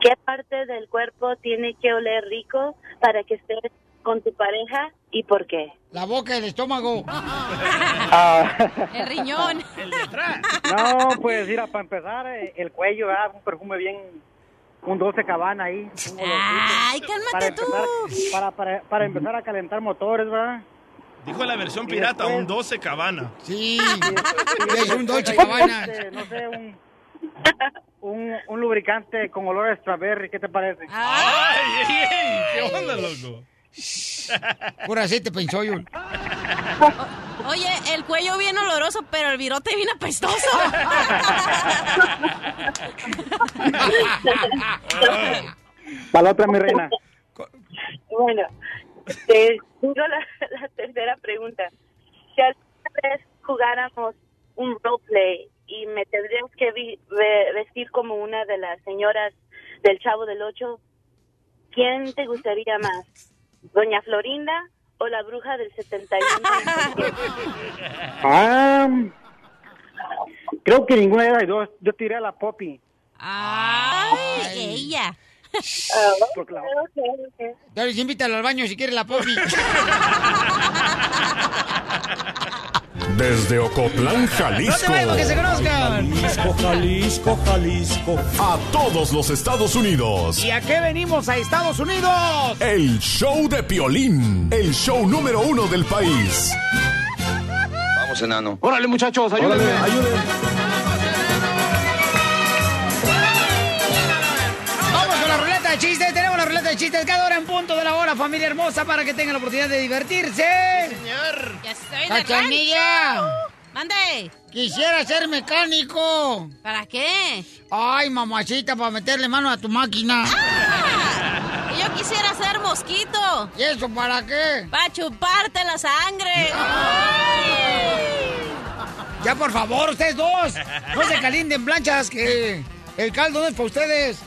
Speaker 9: ¿Qué parte del cuerpo tiene que oler rico para que estés con tu pareja y por qué?
Speaker 1: La boca, el estómago.
Speaker 11: Ah.
Speaker 3: El riñón. El
Speaker 11: No, pues mira, para empezar, eh, el cuello, ¿verdad? un perfume bien, un 12 cabana ahí. un olorcito.
Speaker 3: Ay, cálmate
Speaker 11: para empezar, Para, para, para empezar a calentar motores, ¿verdad?
Speaker 2: Dijo la versión pirata, un 12 cabana.
Speaker 1: Sí.
Speaker 2: es un Dolce
Speaker 11: cabana.
Speaker 2: Gabbana.
Speaker 11: Este, No sé, un, un, un lubricante con olor a strawberry, ¿qué te parece?
Speaker 2: ¡Ay, ey, ey! ¿Qué onda, loco?
Speaker 1: Por aceite pensó yo.
Speaker 3: Oye, el cuello bien oloroso, pero el virote bien apestoso.
Speaker 11: Para la otra, mi reina.
Speaker 9: Bueno, te digo la, la tercera pregunta. Si alguna vez jugáramos un roleplay y me tendrías que vi- ve- vestir como una de las señoras del Chavo del Ocho, ¿quién te gustaría más? ¿Doña Florinda o la bruja del 71?
Speaker 11: Ah, creo que ninguna de las dos. Yo tiré a la Poppy.
Speaker 3: Ah, Ay, ella.
Speaker 9: Ah,
Speaker 11: Porque la-
Speaker 1: Dale, invítalo al baño si quieres la popi.
Speaker 6: Desde Ocotlán, Jalisco.
Speaker 1: No te vayas, que se conozcan.
Speaker 6: Jalisco, Jalisco, Jalisco. A todos los Estados Unidos.
Speaker 1: ¿Y a qué venimos a Estados Unidos?
Speaker 6: El show de Piolín. El show número uno del país.
Speaker 12: Vamos, enano.
Speaker 6: Órale, muchachos,
Speaker 12: ayúdenme.
Speaker 1: Vamos con la ruleta de chistes. Tenemos la ruleta de chistes cada hora en punto de la hora, familia hermosa, para que tengan la oportunidad de divertirse.
Speaker 2: Señor.
Speaker 3: Ya estoy de
Speaker 1: ¡Cachanilla!
Speaker 3: ¡Mande!
Speaker 1: Quisiera ser mecánico.
Speaker 3: ¿Para qué?
Speaker 1: Ay, mamacita, para meterle mano a tu máquina.
Speaker 3: rancho. Y Ah, Yo quisiera ser mosquito.
Speaker 1: ¿Y eso para qué?
Speaker 3: Para chuparte la sangre.
Speaker 1: Ya, por favor, ustedes dos. No se calienten planchas, que el caldo no es para ustedes.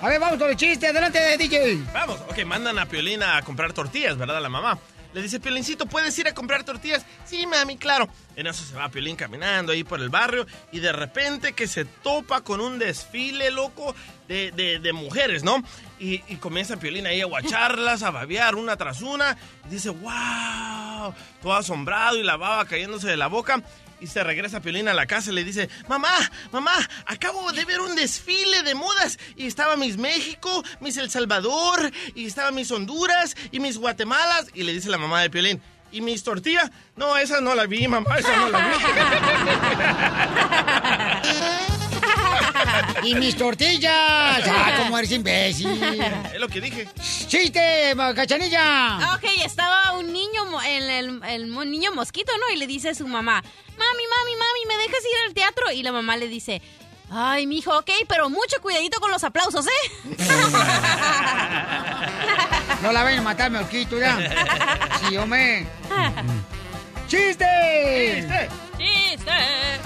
Speaker 1: A ver, vamos con el chiste. Adelante, DJ.
Speaker 2: Vamos, ok, mandan a Piolina a comprar tortillas, ¿verdad? La mamá. Le dice, Piolincito, ¿puedes ir a comprar tortillas? Sí, mami, claro. En eso se va Piolín caminando ahí por el barrio y de repente que se topa con un desfile, loco, de, de- de mujeres, ¿no? Y, y comienza Piolín ahí a guacharlas, a babear una tras una. Y dice, wow, todo asombrado y la baba cayéndose de la boca. Y se regresa Piolín a la casa y le dice, mamá, mamá, acabo de ver un desfile de modas. Y estaba Miss México, Miss El Salvador, y estaba Miss Honduras, y Miss Guatemalas. Y le dice la mamá de Piolín, ¿y mis tortillas? No, esa no la vi, mamá, esa no la
Speaker 1: ¡Y mis tortillas! ¡Ah, cómo eres imbécil!
Speaker 2: vi. es lo que dije.
Speaker 1: ¡Chiste, ma- cachanilla!
Speaker 3: Ah, Ok, estaba un niño, mo- el, el- el mo- niño mosquito, ¿no? Y le dice a su mamá, mami, mami, mami, ¿me dejas ir al teatro? Y la mamá le dice, ay, mijo, ok, pero mucho cuidadito con los aplausos, ¿eh?
Speaker 1: No la ven a matar, me quito ya. Sí, hombre. ¡Chiste!
Speaker 2: ¡Chiste!
Speaker 3: ¡Chiste!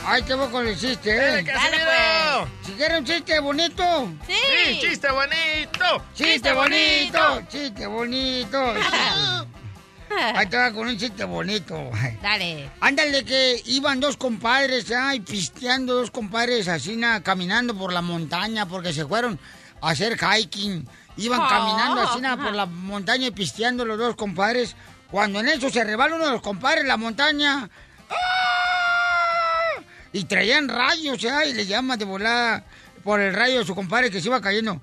Speaker 1: Ay, qué con el chiste, ¿eh?
Speaker 3: Dale, Casimiro. Dale,
Speaker 1: Si quieres un chiste bonito.
Speaker 3: Sí. Sí,
Speaker 2: chiste bonito.
Speaker 1: Chiste bonito. Chiste bonito. Ahí te va con un chiste bonito.
Speaker 3: Dale.
Speaker 1: Ándale que iban dos compadres, ay, pisteando dos compadres así, na, caminando por la montaña porque se fueron a hacer hiking. Iban
Speaker 5: Oh.
Speaker 1: caminando así na, por la montaña y pisteando los dos compadres. Cuando en eso se rebala uno de los compadres la montaña. ¡ah! Y traían rayos, ay, y le llama de volada por el rayo de su compadre que se iba cayendo.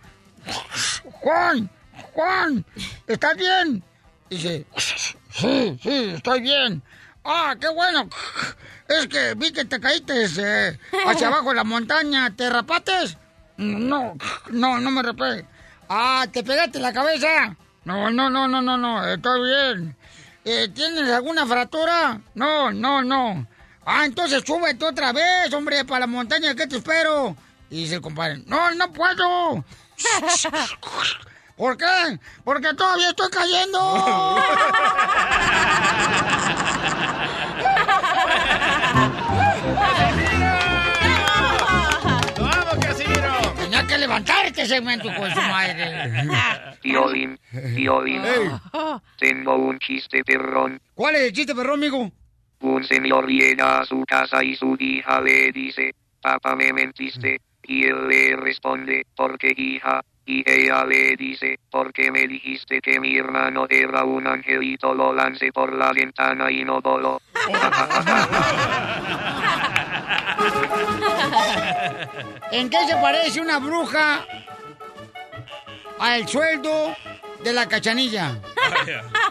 Speaker 1: Juan, Juan, ¿estás bien? Dice, sí, sí, estoy bien. Ah, qué bueno. Es que vi que te caíste eh, hacia abajo en la montaña. ¿Te rapates? No, no, no me rapé. Ah, ¿te pegaste la cabeza? No, no, no, no, no, no, estoy bien. Eh, ¿Tienes alguna fractura? No, no, no. Ah, entonces súbete otra vez, hombre, para la montaña, ¿qué te espero? Y dice el compadre, no, no puedo. ¿Por qué? Porque todavía estoy cayendo.
Speaker 2: ¡Vamos, Casimiro!
Speaker 1: Tenía que levantar este segmento con su madre.
Speaker 13: Piolín, Piolín. Tengo un chiste perrón.
Speaker 1: ¿Cuál es el chiste, perro, amigo?
Speaker 13: Un señor llega a su casa y su hija le dice, papá me mentiste. Y él le responde, ¿por qué hija? Y ella le dice, porque me dijiste que mi hermano era un angelito, lo lancé por la ventana y no voló.
Speaker 1: ¿En qué se parece una bruja al sueldo de la cachanilla?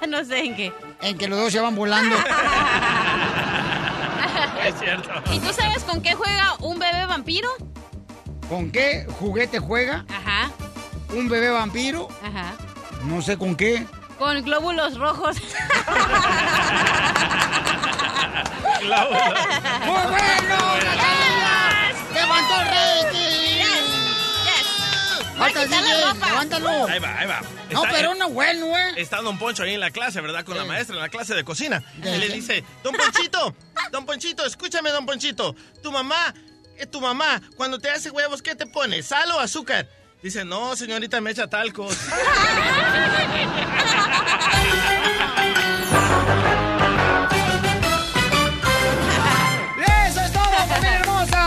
Speaker 3: no sé en qué.
Speaker 1: En que los dos se van volando.
Speaker 2: Es cierto.
Speaker 3: ¿Y tú sabes con qué juega un bebé vampiro?
Speaker 1: ¿Con qué juguete juega?
Speaker 3: Ajá,
Speaker 1: ¿Un bebé vampiro?
Speaker 3: ajá.
Speaker 1: No sé con qué.
Speaker 3: Con glóbulos rojos.
Speaker 1: ¡Muy bueno, Natalia! ¡Levantó el rating! Hasta el DJ, levántalo.
Speaker 2: Ahí va, ahí va.
Speaker 1: No, pero no bueno, ¿eh?
Speaker 2: Está Don Poncho ahí en la clase, ¿verdad? Con la maestra, en la clase de cocina.
Speaker 1: Ya,
Speaker 2: Y le
Speaker 1: ya.
Speaker 2: dice, Don Ponchito, Don Ponchito, escúchame, Don Ponchito. Tu mamá, eh, tu mamá, cuando te hace huevos, ¿qué te pone? ¿Sal o azúcar? Dice, no, señorita, me echa talco.
Speaker 1: ¡Eso es todo, familia hermosa!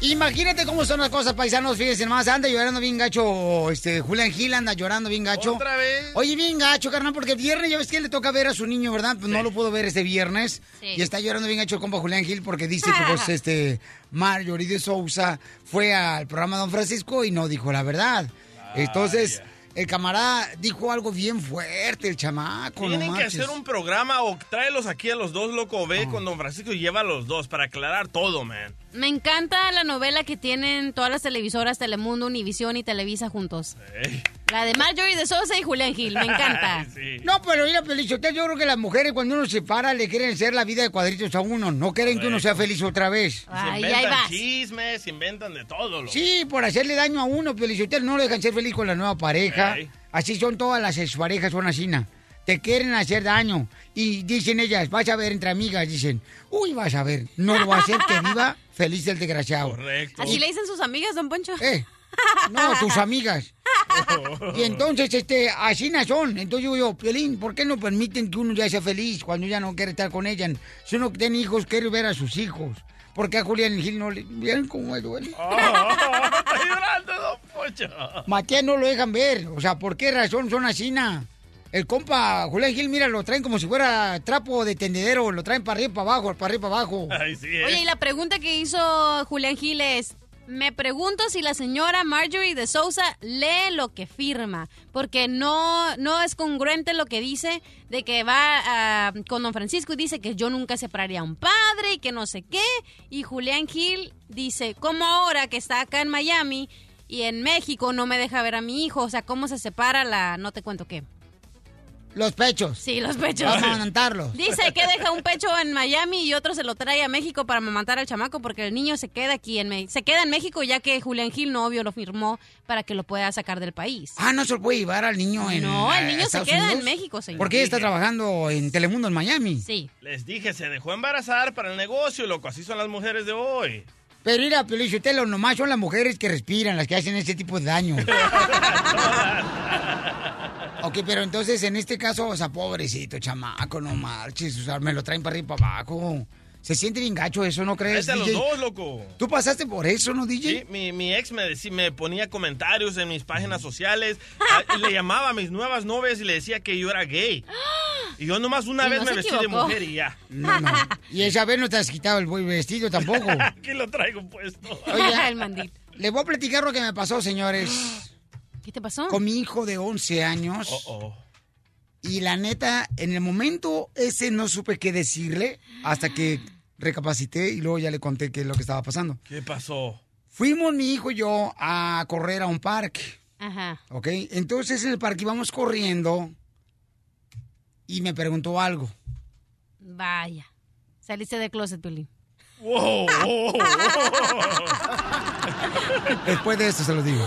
Speaker 1: Imagínate cómo son las cosas, paisanos. Fíjense nomás, anda llorando bien gacho. Este, Julián Gil anda llorando bien gacho.
Speaker 2: ¿Otra vez?
Speaker 1: Oye, bien gacho, carnal, porque viernes ya ves que le toca ver a su niño, ¿verdad? Pues no lo pudo ver este viernes.
Speaker 5: Sí.
Speaker 1: Y está llorando bien gacho el compa Julián Gil porque dice que pues este Marjorie de Sousa fue al programa Don Francisco y no dijo la verdad.
Speaker 2: Ah,
Speaker 1: Entonces, el camarada dijo algo bien fuerte, el chamaco. no
Speaker 2: Tienen que
Speaker 1: marches.
Speaker 2: hacer un programa o tráelos aquí a los dos, loco. Ve con Don Francisco y lleva a los dos para aclarar todo, man.
Speaker 3: Me encanta la novela que tienen todas las televisoras, Telemundo, Univisión y Televisa juntos.
Speaker 2: Ey.
Speaker 3: La de Marjorie de Sosa y Julián Gil, me encanta.
Speaker 1: No, pero mira, Pelizotelo, yo creo que las mujeres cuando uno se para le quieren hacer la vida de cuadritos a uno. No quieren que uno sea feliz otra vez.
Speaker 2: Se inventan chismes, se inventan de todo, loco.
Speaker 1: Sí, por hacerle daño a uno, Pelizotelo, no lo dejan ser feliz con la nueva pareja.
Speaker 2: Ey.
Speaker 1: Así son todas las exparejas, son así. na. Te quieren hacer daño. Y dicen ellas, vas a ver entre amigas, dicen, uy, vas a ver, no lo va a hacer que viva feliz el desgraciado.
Speaker 3: Así le dicen sus amigas, don Poncho.
Speaker 1: No, tus amigas. Y entonces, este, así na son. Entonces digo yo, Piolín, ¿por qué no permiten que uno ya sea feliz cuando ya no quiere estar con ella? Si uno tiene hijos, quiere ver a sus hijos. Porque a Julián Gil no le... ¿Vieron cómo me duele? Matías no lo dejan ver. O sea, ¿por qué razón son así, na? El compa Julián Gil, mira, lo traen como si fuera trapo de tendedero. Lo traen para arriba, para abajo, para arriba, para abajo.
Speaker 3: Oye, y la pregunta que hizo Julián Gil es, me pregunto si la señora Marjorie de Sousa lee lo que firma, porque no, no es congruente lo que dice de que va ah, con don Francisco y dice que yo nunca separaría a un padre y que no sé qué, y Julián Gil dice, como ahora que está acá en Miami y en México no me deja ver a mi hijo, o sea, cómo se separa la, no te cuento qué.
Speaker 1: Los pechos.
Speaker 3: Sí, los pechos.
Speaker 1: Vamos a amamantarlos.
Speaker 3: Dice que deja un pecho en Miami y otro se lo trae a México para mamantar al chamaco porque el niño se queda aquí en México. Se queda en México ya que Julián Gil no obvio lo firmó para que lo pueda sacar del país.
Speaker 1: Ah, no se lo puede llevar al niño en
Speaker 3: No, el
Speaker 1: eh,
Speaker 3: niño se
Speaker 1: Estados
Speaker 3: queda en
Speaker 1: Unidos?
Speaker 2: Oh,
Speaker 3: México, señor.
Speaker 1: Porque ella está trabajando en Telemundo en Miami.
Speaker 3: Sí.
Speaker 2: Les dije, se dejó embarazar para el negocio, loco. Así son las mujeres de hoy.
Speaker 1: Pero mira, Pelichotelo, nomás son las mujeres que respiran las que hacen este tipo de daño. ok, pero entonces en este caso, o sea, pobrecito chamaco, no marches, o sea, me lo traen para arriba y para abajo. Se siente bien gacho eso, ¿no crees?
Speaker 2: Es a los
Speaker 1: DJ?
Speaker 2: dos, loco.
Speaker 1: ¿Tú pasaste por eso, no, DJ?
Speaker 2: Sí, mi, mi ex me, decí- me ponía comentarios en mis páginas sociales. a- y le llamaba a mis nuevas novias y le decía que yo era gay. Y yo nomás una
Speaker 1: Y
Speaker 2: vez
Speaker 1: no
Speaker 2: me
Speaker 1: se
Speaker 2: vestí de
Speaker 1: equivocó.
Speaker 2: mujer y ya.
Speaker 1: No, no. Y esa vez no te has quitado el buen vestido tampoco.
Speaker 2: Aquí lo traigo puesto.
Speaker 1: Oye,
Speaker 3: el mandil.
Speaker 1: Les voy a platicar lo que me pasó, señores.
Speaker 3: ¿Qué te pasó?
Speaker 1: Con mi hijo de 11 años.
Speaker 2: Oh,
Speaker 1: Y la neta, en el momento ese no supe qué decirle hasta que recapacité y luego ya le conté qué es lo que estaba pasando.
Speaker 2: ¿Qué pasó?
Speaker 1: Fuimos mi hijo y yo a correr a un parque,
Speaker 3: Ajá.
Speaker 1: ¿ok? Entonces en el parque íbamos corriendo y me preguntó algo.
Speaker 3: Vaya. Saliste de closet, Piolín.
Speaker 2: Wow.
Speaker 1: Después de esto se lo digo.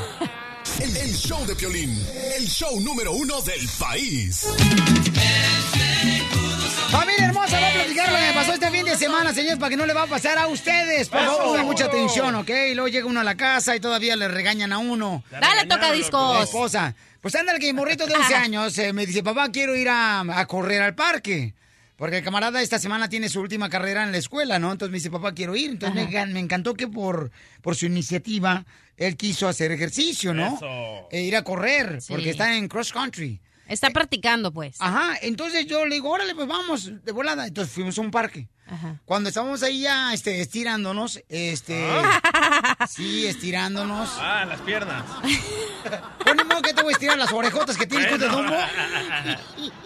Speaker 6: El, el show de Piolín, el show número uno del país.
Speaker 1: Familia hermosa, voy a platicar lo que me pasó este fin de semana, señores, para que no le va a pasar a ustedes. Por favor,
Speaker 3: Eso.
Speaker 1: pongan mucha atención, ¿ok? Y luego llega uno a la casa y todavía le regañan a uno.
Speaker 3: Dale, toca
Speaker 1: Mi
Speaker 3: discos.
Speaker 1: esposa. Pues ándale que mi morrito de 11 años eh, me dice, papá, quiero ir a, a correr al parque. Porque el camarada esta semana tiene su última carrera en la escuela, ¿no? Entonces me dice, papá, quiero ir. Entonces me, encan- me encantó que por, por su iniciativa él quiso hacer ejercicio, ¿no?
Speaker 3: Eso.
Speaker 1: E ir a correr,
Speaker 3: Sí.
Speaker 1: porque está en cross country.
Speaker 3: Está practicando, pues.
Speaker 1: Ajá, entonces yo le digo, órale, pues vamos, de volada. Entonces fuimos a un parque.
Speaker 3: Ajá.
Speaker 1: Cuando estábamos ahí ya este, estirándonos, este.
Speaker 3: Ah.
Speaker 1: Sí, estirándonos.
Speaker 2: Ah, las piernas.
Speaker 1: Bueno, no, que te voy a estirar las orejotas que tienes tú de
Speaker 2: Bueno.
Speaker 1: Dumbo.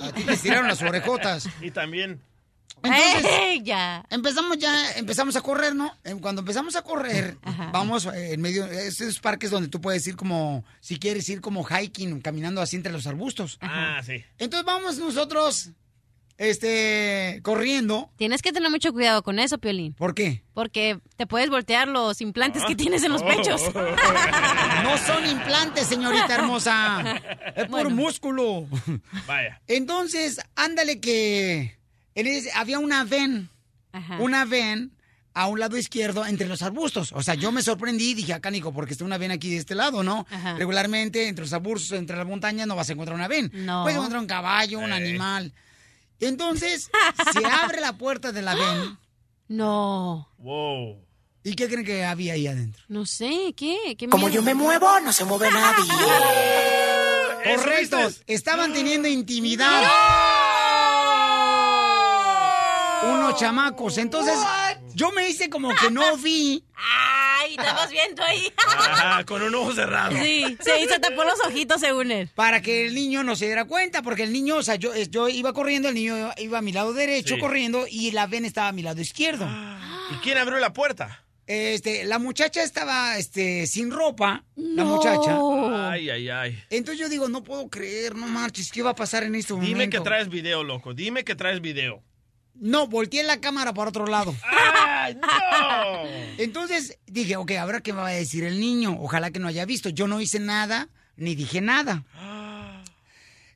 Speaker 1: A ti te estiraron las orejotas.
Speaker 2: Y también.
Speaker 1: Entonces,
Speaker 3: ¡Ey, ya!
Speaker 1: empezamos ya, empezamos a correr, ¿no? Em, Cuando empezamos a correr, vamos eh, en medio, esos parques donde tú puedes ir como, si quieres ir como hiking, caminando así entre los arbustos.
Speaker 2: Ah, sí.
Speaker 1: Entonces vamos nosotros, este, corriendo.
Speaker 3: Tienes que tener mucho cuidado con eso, Piolín.
Speaker 1: ¿Por qué?
Speaker 3: Porque te puedes voltear los implantes
Speaker 2: Ah.
Speaker 3: que tienes
Speaker 2: Oh.
Speaker 3: en los pechos.
Speaker 1: No son implantes, señorita hermosa. Es eh, por músculo.
Speaker 2: Vaya.
Speaker 1: Entonces, ándale que en ese- había una ven, una ven a un lado izquierdo entre los arbustos. O sea, yo me sorprendí y dije, acá, Nico, porque está una ven aquí de este lado, ¿no?
Speaker 3: Ajá.
Speaker 1: Regularmente entre los arbustos, entre las montañas, no vas a encontrar una ven.
Speaker 3: No.
Speaker 1: Puedes encontrar un caballo, un
Speaker 3: Ey.
Speaker 1: animal. Entonces, se abre la puerta de la ven.
Speaker 3: No.
Speaker 2: Wow.
Speaker 1: ¿Y qué creen que había ahí adentro?
Speaker 3: No sé, ¿qué? ¿Qué
Speaker 1: Como
Speaker 3: miedo?
Speaker 1: yo me muevo, no se mueve nadie.
Speaker 3: ¿Eso
Speaker 1: Correcto,
Speaker 3: dices?
Speaker 1: estaban teniendo intimidad. Unos chamacos. Entonces, yo me hice como que no vi.
Speaker 3: ¡Ay, te vas viendo ahí!
Speaker 2: Ajá, Ah, con un ojo cerrado.
Speaker 3: Sí, sí, se tapó los ojitos según él.
Speaker 1: Para que el niño no se diera cuenta, porque el niño, o sea, yo, yo iba corriendo, el niño iba a mi lado derecho
Speaker 2: Sí.
Speaker 1: corriendo y la ven estaba a mi lado izquierdo.
Speaker 2: ¿Y quién abrió la puerta?
Speaker 1: Este, la muchacha estaba este, sin ropa, la
Speaker 2: No.
Speaker 1: muchacha.
Speaker 2: Ay, ay, ay.
Speaker 1: Entonces yo digo, no puedo creer, no marches, ¿qué va a pasar en este momento?
Speaker 2: Dime que traes video, loco. Dime que traes video.
Speaker 1: No, volteé la cámara para otro lado. Entonces dije, ok, ahora qué me va a decir el niño. Ojalá que no haya visto. Yo no hice nada, ni dije nada.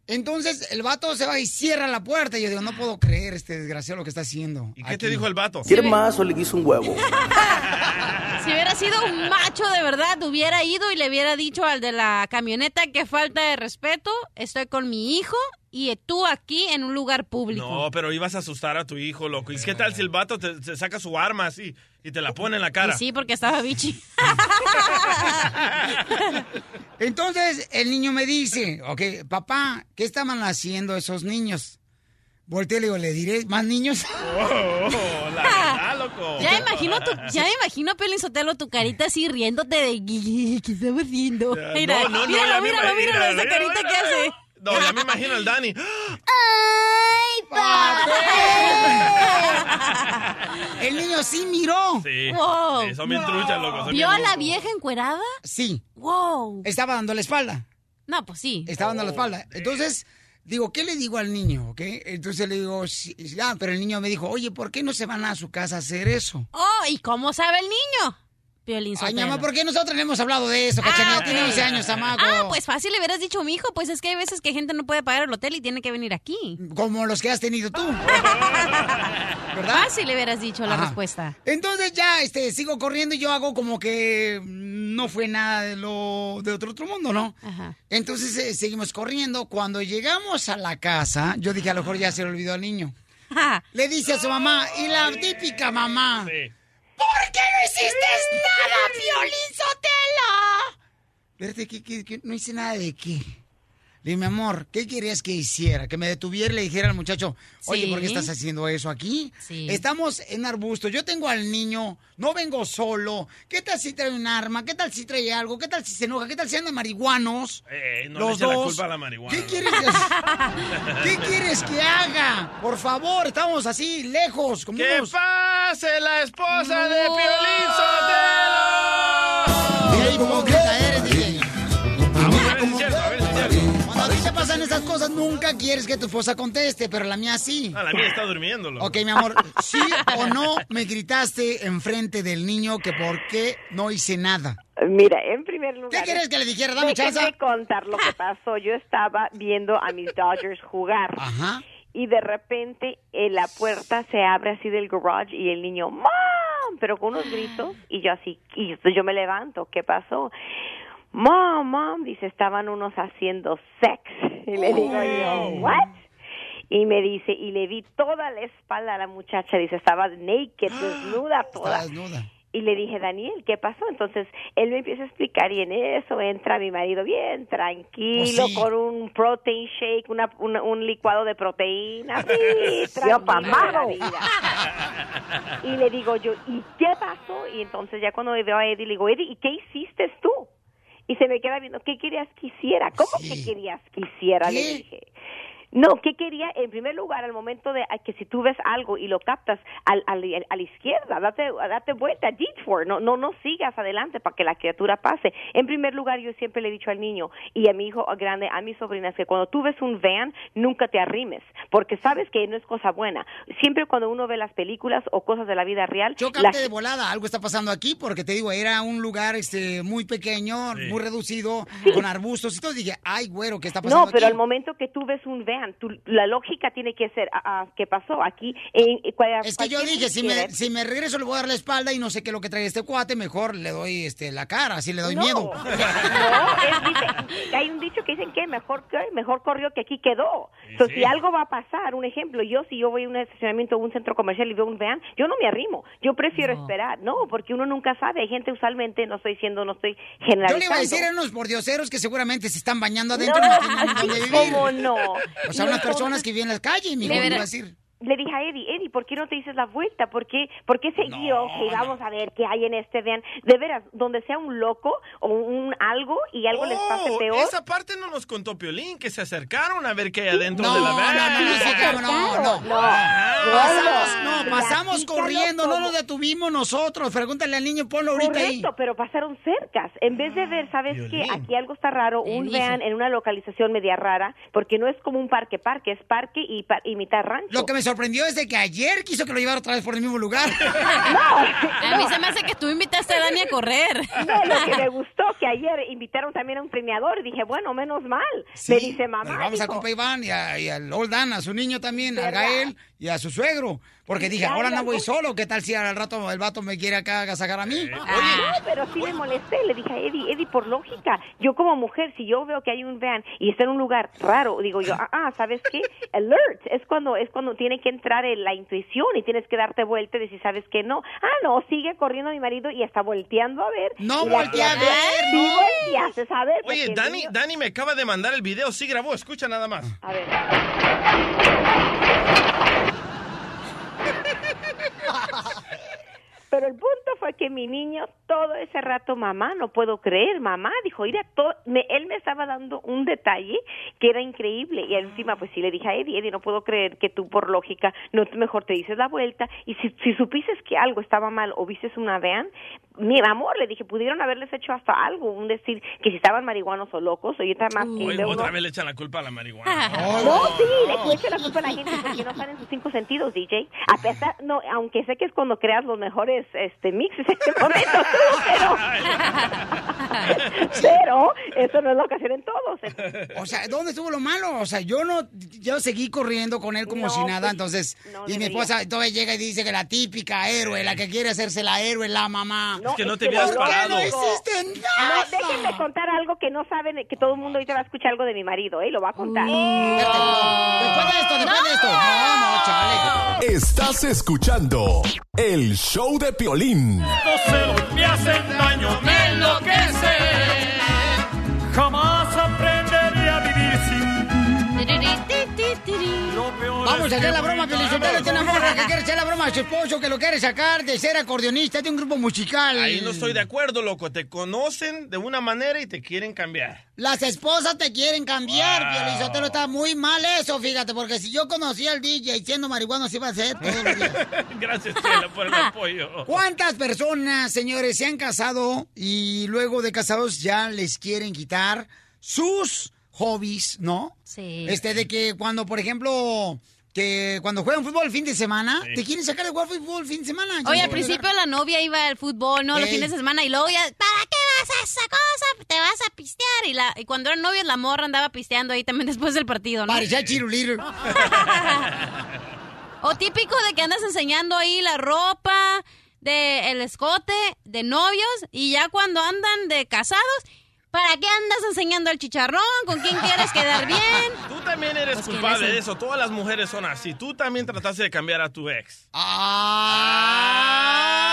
Speaker 1: Entonces el vato se va y cierra la puerta. Y yo digo, no puedo creer este desgraciado lo que está haciendo.
Speaker 2: ¿Y qué te dijo el vato?
Speaker 1: ¿Quiere
Speaker 7: más o le quiso un huevo?
Speaker 2: Ah.
Speaker 3: Si hubiera sido un macho de verdad, hubiera ido y le hubiera dicho al de la camioneta que falta de respeto, estoy con mi hijo y tú aquí en un lugar público.
Speaker 2: No, pero ibas a asustar a tu hijo, loco. ¿Y qué tal si el vato te, te saca su arma así y te la pone en la cara?
Speaker 3: Y sí, porque estaba bichi.
Speaker 1: Entonces el niño me dice, ok, papá, ¿qué estaban haciendo esos niños? Volteo y le digo, ¿le diré más niños?
Speaker 2: Oh,
Speaker 3: Ya me imagino, tu, ya me imagino, Pelín Sotelo, tu carita así riéndote de "¿Qué- qué estamos haciendo?
Speaker 2: Ya,
Speaker 3: Mira,
Speaker 2: Eh, no, no, no,
Speaker 3: míralo,
Speaker 2: ya me
Speaker 3: míralo,
Speaker 2: imagino,
Speaker 3: míralo, esa
Speaker 2: mira,
Speaker 3: carita
Speaker 2: mira,
Speaker 3: que hace.
Speaker 2: No, ya me imagino el Dani.
Speaker 3: ¡Ay,
Speaker 1: El niño sí miró.
Speaker 2: Sí, sí, son bien
Speaker 1: No.
Speaker 2: truchas, loco. son
Speaker 3: ¿Vio
Speaker 2: bien-
Speaker 3: a la vieja encuerada?
Speaker 1: Sí.
Speaker 3: Wow.
Speaker 1: Estaba dando la espalda.
Speaker 3: No, pues sí.
Speaker 1: Estaba
Speaker 2: Oh,
Speaker 1: dando la espalda. Entonces, digo, ¿qué le digo al niño? ¿Ok? Entonces le digo, sí, sí, ah, pero el niño me dijo, oye, ¿por qué no se van a su casa a hacer eso?
Speaker 3: Oh, ¿y cómo sabe el niño? Piolín
Speaker 1: Ay, mi
Speaker 3: Sotelo.
Speaker 1: amor, ¿por qué nosotros no hemos hablado de eso, cachanilla?
Speaker 3: Ah, ok.
Speaker 1: Tiene 11 años, amago.
Speaker 3: Ah, pues fácil le hubieras dicho, mi hijo, pues es que hay veces que gente no puede pagar el hotel y tiene que venir aquí.
Speaker 1: Como los que has tenido tú.
Speaker 3: ¿Verdad? Fácil le hubieras dicho la
Speaker 1: Ajá.
Speaker 3: respuesta.
Speaker 1: Entonces ya, este, sigo corriendo y yo hago como que no fue nada de lo de otro, otro mundo, ¿no?
Speaker 3: Ajá.
Speaker 1: Entonces eh, seguimos corriendo. Cuando llegamos a la casa, yo dije, a lo mejor ya se le olvidó al niño. Le dice a su mamá, y la típica mamá, ¿por qué no hiciste nada, Piolín Sotelo? Espérate, ¿qué, qué- qué? no hice nada de qué. Le dije, mi amor, ¿qué querías que hiciera? Que me detuviera y le dijera al muchacho, oye,
Speaker 14: Sí.
Speaker 1: ¿por qué estás haciendo eso aquí?
Speaker 14: Sí.
Speaker 1: Estamos en arbusto, yo tengo al niño, no vengo solo. ¿Qué tal si trae un arma? ¿Qué tal si trae algo? ¿Qué tal si se enoja? ¿Qué tal si andan marihuanos?
Speaker 2: Eh, eh, no
Speaker 1: Los
Speaker 2: le eche la
Speaker 1: dos.
Speaker 2: culpa a la marihuana.
Speaker 1: ¿Qué quieres, ¿Qué quieres que haga? Por favor, estamos así, lejos. Como ¡Que
Speaker 2: pase la esposa de Piolín
Speaker 1: Sotelo! hipócrita eres, DJ!
Speaker 2: A ver si es cierto.
Speaker 1: Cuando a ti te pasan estas cosas, nunca quieres que tu esposa conteste, pero la mía sí.
Speaker 2: Ah, la mía está durmiendo, loco.
Speaker 1: Ok, mi amor, ¿sí o no me gritaste enfrente del niño que por qué no hice nada?
Speaker 15: Mira, em, en primer lugar.
Speaker 1: ¿Qué quieres que le dijera? Dame
Speaker 15: déjenme
Speaker 1: chance. Ah.
Speaker 15: contar lo que pasó. Yo estaba viendo a mis Dodgers jugar. Y de repente eh, la puerta se abre así del garage y el niño, ¡Mom! Pero con unos gritos. Y yo así, y yo me levanto. ¿Qué pasó? Mom, mom, dice, estaban unos haciendo sex. Y le digo yo,
Speaker 1: Oh.
Speaker 15: ¿what? Y me dice, y le vi toda la espalda a la muchacha, dice, estaba naked, desnuda toda. Y le dije, Daniel, ¿qué pasó? Entonces él me empieza a explicar y en eso entra mi marido bien tranquilo,
Speaker 16: Oh, sí.
Speaker 15: con un protein shake, una, una- un licuado de proteína, así,
Speaker 16: Yo pa'
Speaker 15: tranquilo de la
Speaker 16: mago.
Speaker 15: vida. Y le digo yo, ¿y qué pasó? Y entonces ya cuando veo a Eddie, le digo, Eddie, ¿y qué hiciste tú? Y se me queda viendo, ¿qué querías que hiciera? ¿Cómo que querías que hiciera? Le
Speaker 16: ¿Qué?
Speaker 15: dije. No, ¿qué quería? En primer lugar, al momento de a que si tú ves algo y lo captas al, al- al- a la izquierda, date, date vuelta, detour, no, no, no sigas adelante para que la criatura pase. En primer lugar, yo siempre le he dicho al niño y a mi hijo grande, a mis sobrinas, que cuando tú ves un van, nunca te arrimes, porque sabes que no es cosa buena. Siempre cuando uno ve las películas o cosas de la vida real,
Speaker 1: Yo
Speaker 15: la
Speaker 1: capté de volada, algo está pasando aquí, porque te digo, era un lugar este muy pequeño, muy reducido, con arbustos y todo. Dije, ay, güero, ¿qué está pasando
Speaker 15: No, pero
Speaker 1: aquí?
Speaker 15: al momento que tú ves un van, tú- la lógica tiene que ser, ah, ah, ¿qué pasó aquí? En- en- cual-
Speaker 1: Es que yo
Speaker 15: cualquier
Speaker 1: dije, si me,
Speaker 15: izquierda-
Speaker 1: si me regreso le voy a dar la espalda y no sé qué es lo que trae este cuate, mejor le doy este la cara, así le doy miedo.
Speaker 15: No, es- dice- hay un dicho que dicen que mejor que- mejor corrió que aquí quedó. So,
Speaker 1: sí.
Speaker 15: Si algo va a pasar, un ejemplo, yo si yo voy a un estacionamiento o un centro comercial y veo un van, yo no me arrimo. Yo prefiero esperar. No, porque uno nunca sabe. Hay gente usualmente, no estoy diciendo, no estoy generalizando.
Speaker 1: Yo le iba a decir a unos pordioseros que seguramente se están bañando adentro
Speaker 15: No,
Speaker 1: y no tienen dónde
Speaker 15: así
Speaker 1: vivir.
Speaker 15: como no.
Speaker 1: O sea, unas
Speaker 15: No,
Speaker 1: personas que viven en la calle, mi
Speaker 15: De
Speaker 1: hijo, iba a
Speaker 15: veras.
Speaker 1: decir.
Speaker 15: Le dije a Eddie, Eddie, ¿por qué no te dices la vuelta? ¿Por qué, por qué seguido? Ok, vamos a ver qué hay en este van. De veras, donde sea un loco o un algo y algo les pase
Speaker 2: Oh,
Speaker 15: peor.
Speaker 2: Esa parte no nos contó Piolín, que se acercaron a ver qué hay adentro
Speaker 1: No,
Speaker 2: de la Ah.
Speaker 1: no,
Speaker 2: van.
Speaker 1: no, no, se acercaron, no, no. No. Pasamos, no, pasamos
Speaker 15: Platícalo
Speaker 1: corriendo, no
Speaker 15: como-
Speaker 1: lo detuvimos nosotros. Pregúntale al niño, ponlo ahorita ahí. Ah,
Speaker 15: Correcto, pero pasaron cercas. En vez de ver, ¿sabes qué? Aquí algo está raro, un vean en una localización media rara, porque no es como un parque, parque, es parque y, pa- y mitad rancho.
Speaker 1: Lo que me sorprendió es de que ayer quiso que lo llevara otra vez por el mismo lugar.
Speaker 3: A mí se me hace que tú invitaste a Dani a correr.
Speaker 15: No, lo que me gustó que ayer invitaron también a un premiador y dije, bueno, menos mal.
Speaker 1: Sí,
Speaker 15: Me dice mamá.
Speaker 1: nos Vamos al
Speaker 15: dijo,
Speaker 1: compa Iván y, a, y al Old Dan, a su niño también, a
Speaker 15: ¿Verdad?
Speaker 1: Gael y a su suegro. Porque dije,
Speaker 15: Ya,
Speaker 1: ahora
Speaker 15: ya,
Speaker 1: no voy
Speaker 15: ya.
Speaker 1: solo. ¿Qué tal si al rato el vato me quiere acá agasajar a mí?
Speaker 15: Ah, no, pero sí me molesté. Le dije a Eddie, Eddie, por lógica, yo como mujer, si yo veo que hay un van y está en un lugar raro, digo yo, ah, ah, ¿sabes qué? Alert, es cuando es cuando tiene que entrar en la intuición y tienes que darte vuelta y decir, ¿sabes qué? No, ah, no, sigue corriendo mi marido y está volteando a ver.
Speaker 2: No
Speaker 15: Y la
Speaker 2: voltea a
Speaker 15: tía,
Speaker 2: ver,
Speaker 15: Sí,
Speaker 2: no.
Speaker 15: volteaste, a ver. porque
Speaker 2: Oye,
Speaker 15: el
Speaker 2: Dani,
Speaker 15: niño-
Speaker 2: Dani me acaba de mandar el video, sí grabó, escucha nada más.
Speaker 15: A ver. Pero el punto fue que mi niño todo ese rato, mamá, no puedo creer, mamá, dijo, mira, to- me- él me estaba dando un detalle que era increíble. Y encima, pues sí le dije a Eddie, Eddie, no puedo creer que tú por lógica, no mejor te dices la vuelta. Y si, si supieses que algo estaba mal o viste una vean, mi amor, le dije, pudieron haberles hecho hasta algo, un decir que si estaban marihuanos o locos, o yo estaba más que...
Speaker 2: Oye,
Speaker 15: de uno-
Speaker 2: otra vez le echan la culpa a la marihuana.
Speaker 15: no, sí, le tú echa la culpa a la gente porque no están en sus cinco sentidos, DJ. A pesar, no, aunque sé que es cuando creas los mejores este, mixes en este momento, pero, pero eso no es la ocasión en todos.
Speaker 1: O sea, ¿dónde estuvo lo malo? O sea, yo no, yo seguí corriendo con él como
Speaker 15: No,
Speaker 1: si nada,
Speaker 15: pues,
Speaker 1: entonces,
Speaker 15: no
Speaker 1: y mi
Speaker 15: debería.
Speaker 1: esposa entonces llega y dice que la típica héroe, la que quiere hacerse la héroe, la mamá.
Speaker 15: No, es que lo
Speaker 1: ¿Por qué no
Speaker 15: lógico-
Speaker 1: hiciste nada?
Speaker 15: No, déjenme contar algo que no saben, que todo el mundo ahorita va a escuchar algo de mi marido, ¿eh? Lo va a contar.
Speaker 1: Después de esto, después de esto. No, no, chale.
Speaker 6: Estás escuchando el show de Piolín.
Speaker 5: me hacen daño, me enloquece. Jamás aprenderé a vivir sin
Speaker 1: Vamos a hacer la broma, Felicitero. Tiene una morra que quiere hacer la broma a su esposo, que lo quiere sacar de ser acordeonista de un grupo musical.
Speaker 2: Ahí no estoy de acuerdo, loco. Te conocen de una manera y te quieren cambiar.
Speaker 1: Las esposas te quieren cambiar,
Speaker 2: Wow.
Speaker 1: Piolizotelo. Está muy mal eso, fíjate, porque si yo conocía al DJ siendo marihuano, se iba a hacer todo.
Speaker 2: Gracias, Chela, por el apoyo.
Speaker 1: ¿Cuántas personas, señores, se han casado y luego de casados ya les quieren quitar sus hobbies, ¿no?
Speaker 3: Sí.
Speaker 1: Este, de que cuando, por ejemplo, que cuando juegan fútbol el fin de semana, te quieren sacar de jugar fútbol el fin de semana.
Speaker 3: Oye, al principio la novia iba al fútbol, ¿no? Los
Speaker 1: Ey.
Speaker 3: fines de semana y luego ya, ¿para qué vas a esa cosa? Te vas a pistear. Y, la, y cuando eran novios, la morra andaba pisteando ahí también después del partido, ¿no?
Speaker 1: Parecía chiruliro.
Speaker 3: O típico de que andas enseñando ahí la ropa, de el escote, de novios, y ya cuando andan de casados, ¿para qué andas enseñando el chicharrón? ¿Con quién quieres quedar bien?
Speaker 2: Tú también eres
Speaker 3: Pues, ¿quién
Speaker 2: culpable
Speaker 3: es el-
Speaker 2: de eso. Todas las mujeres son así. Tú también trataste de cambiar a tu ex.
Speaker 3: Ah.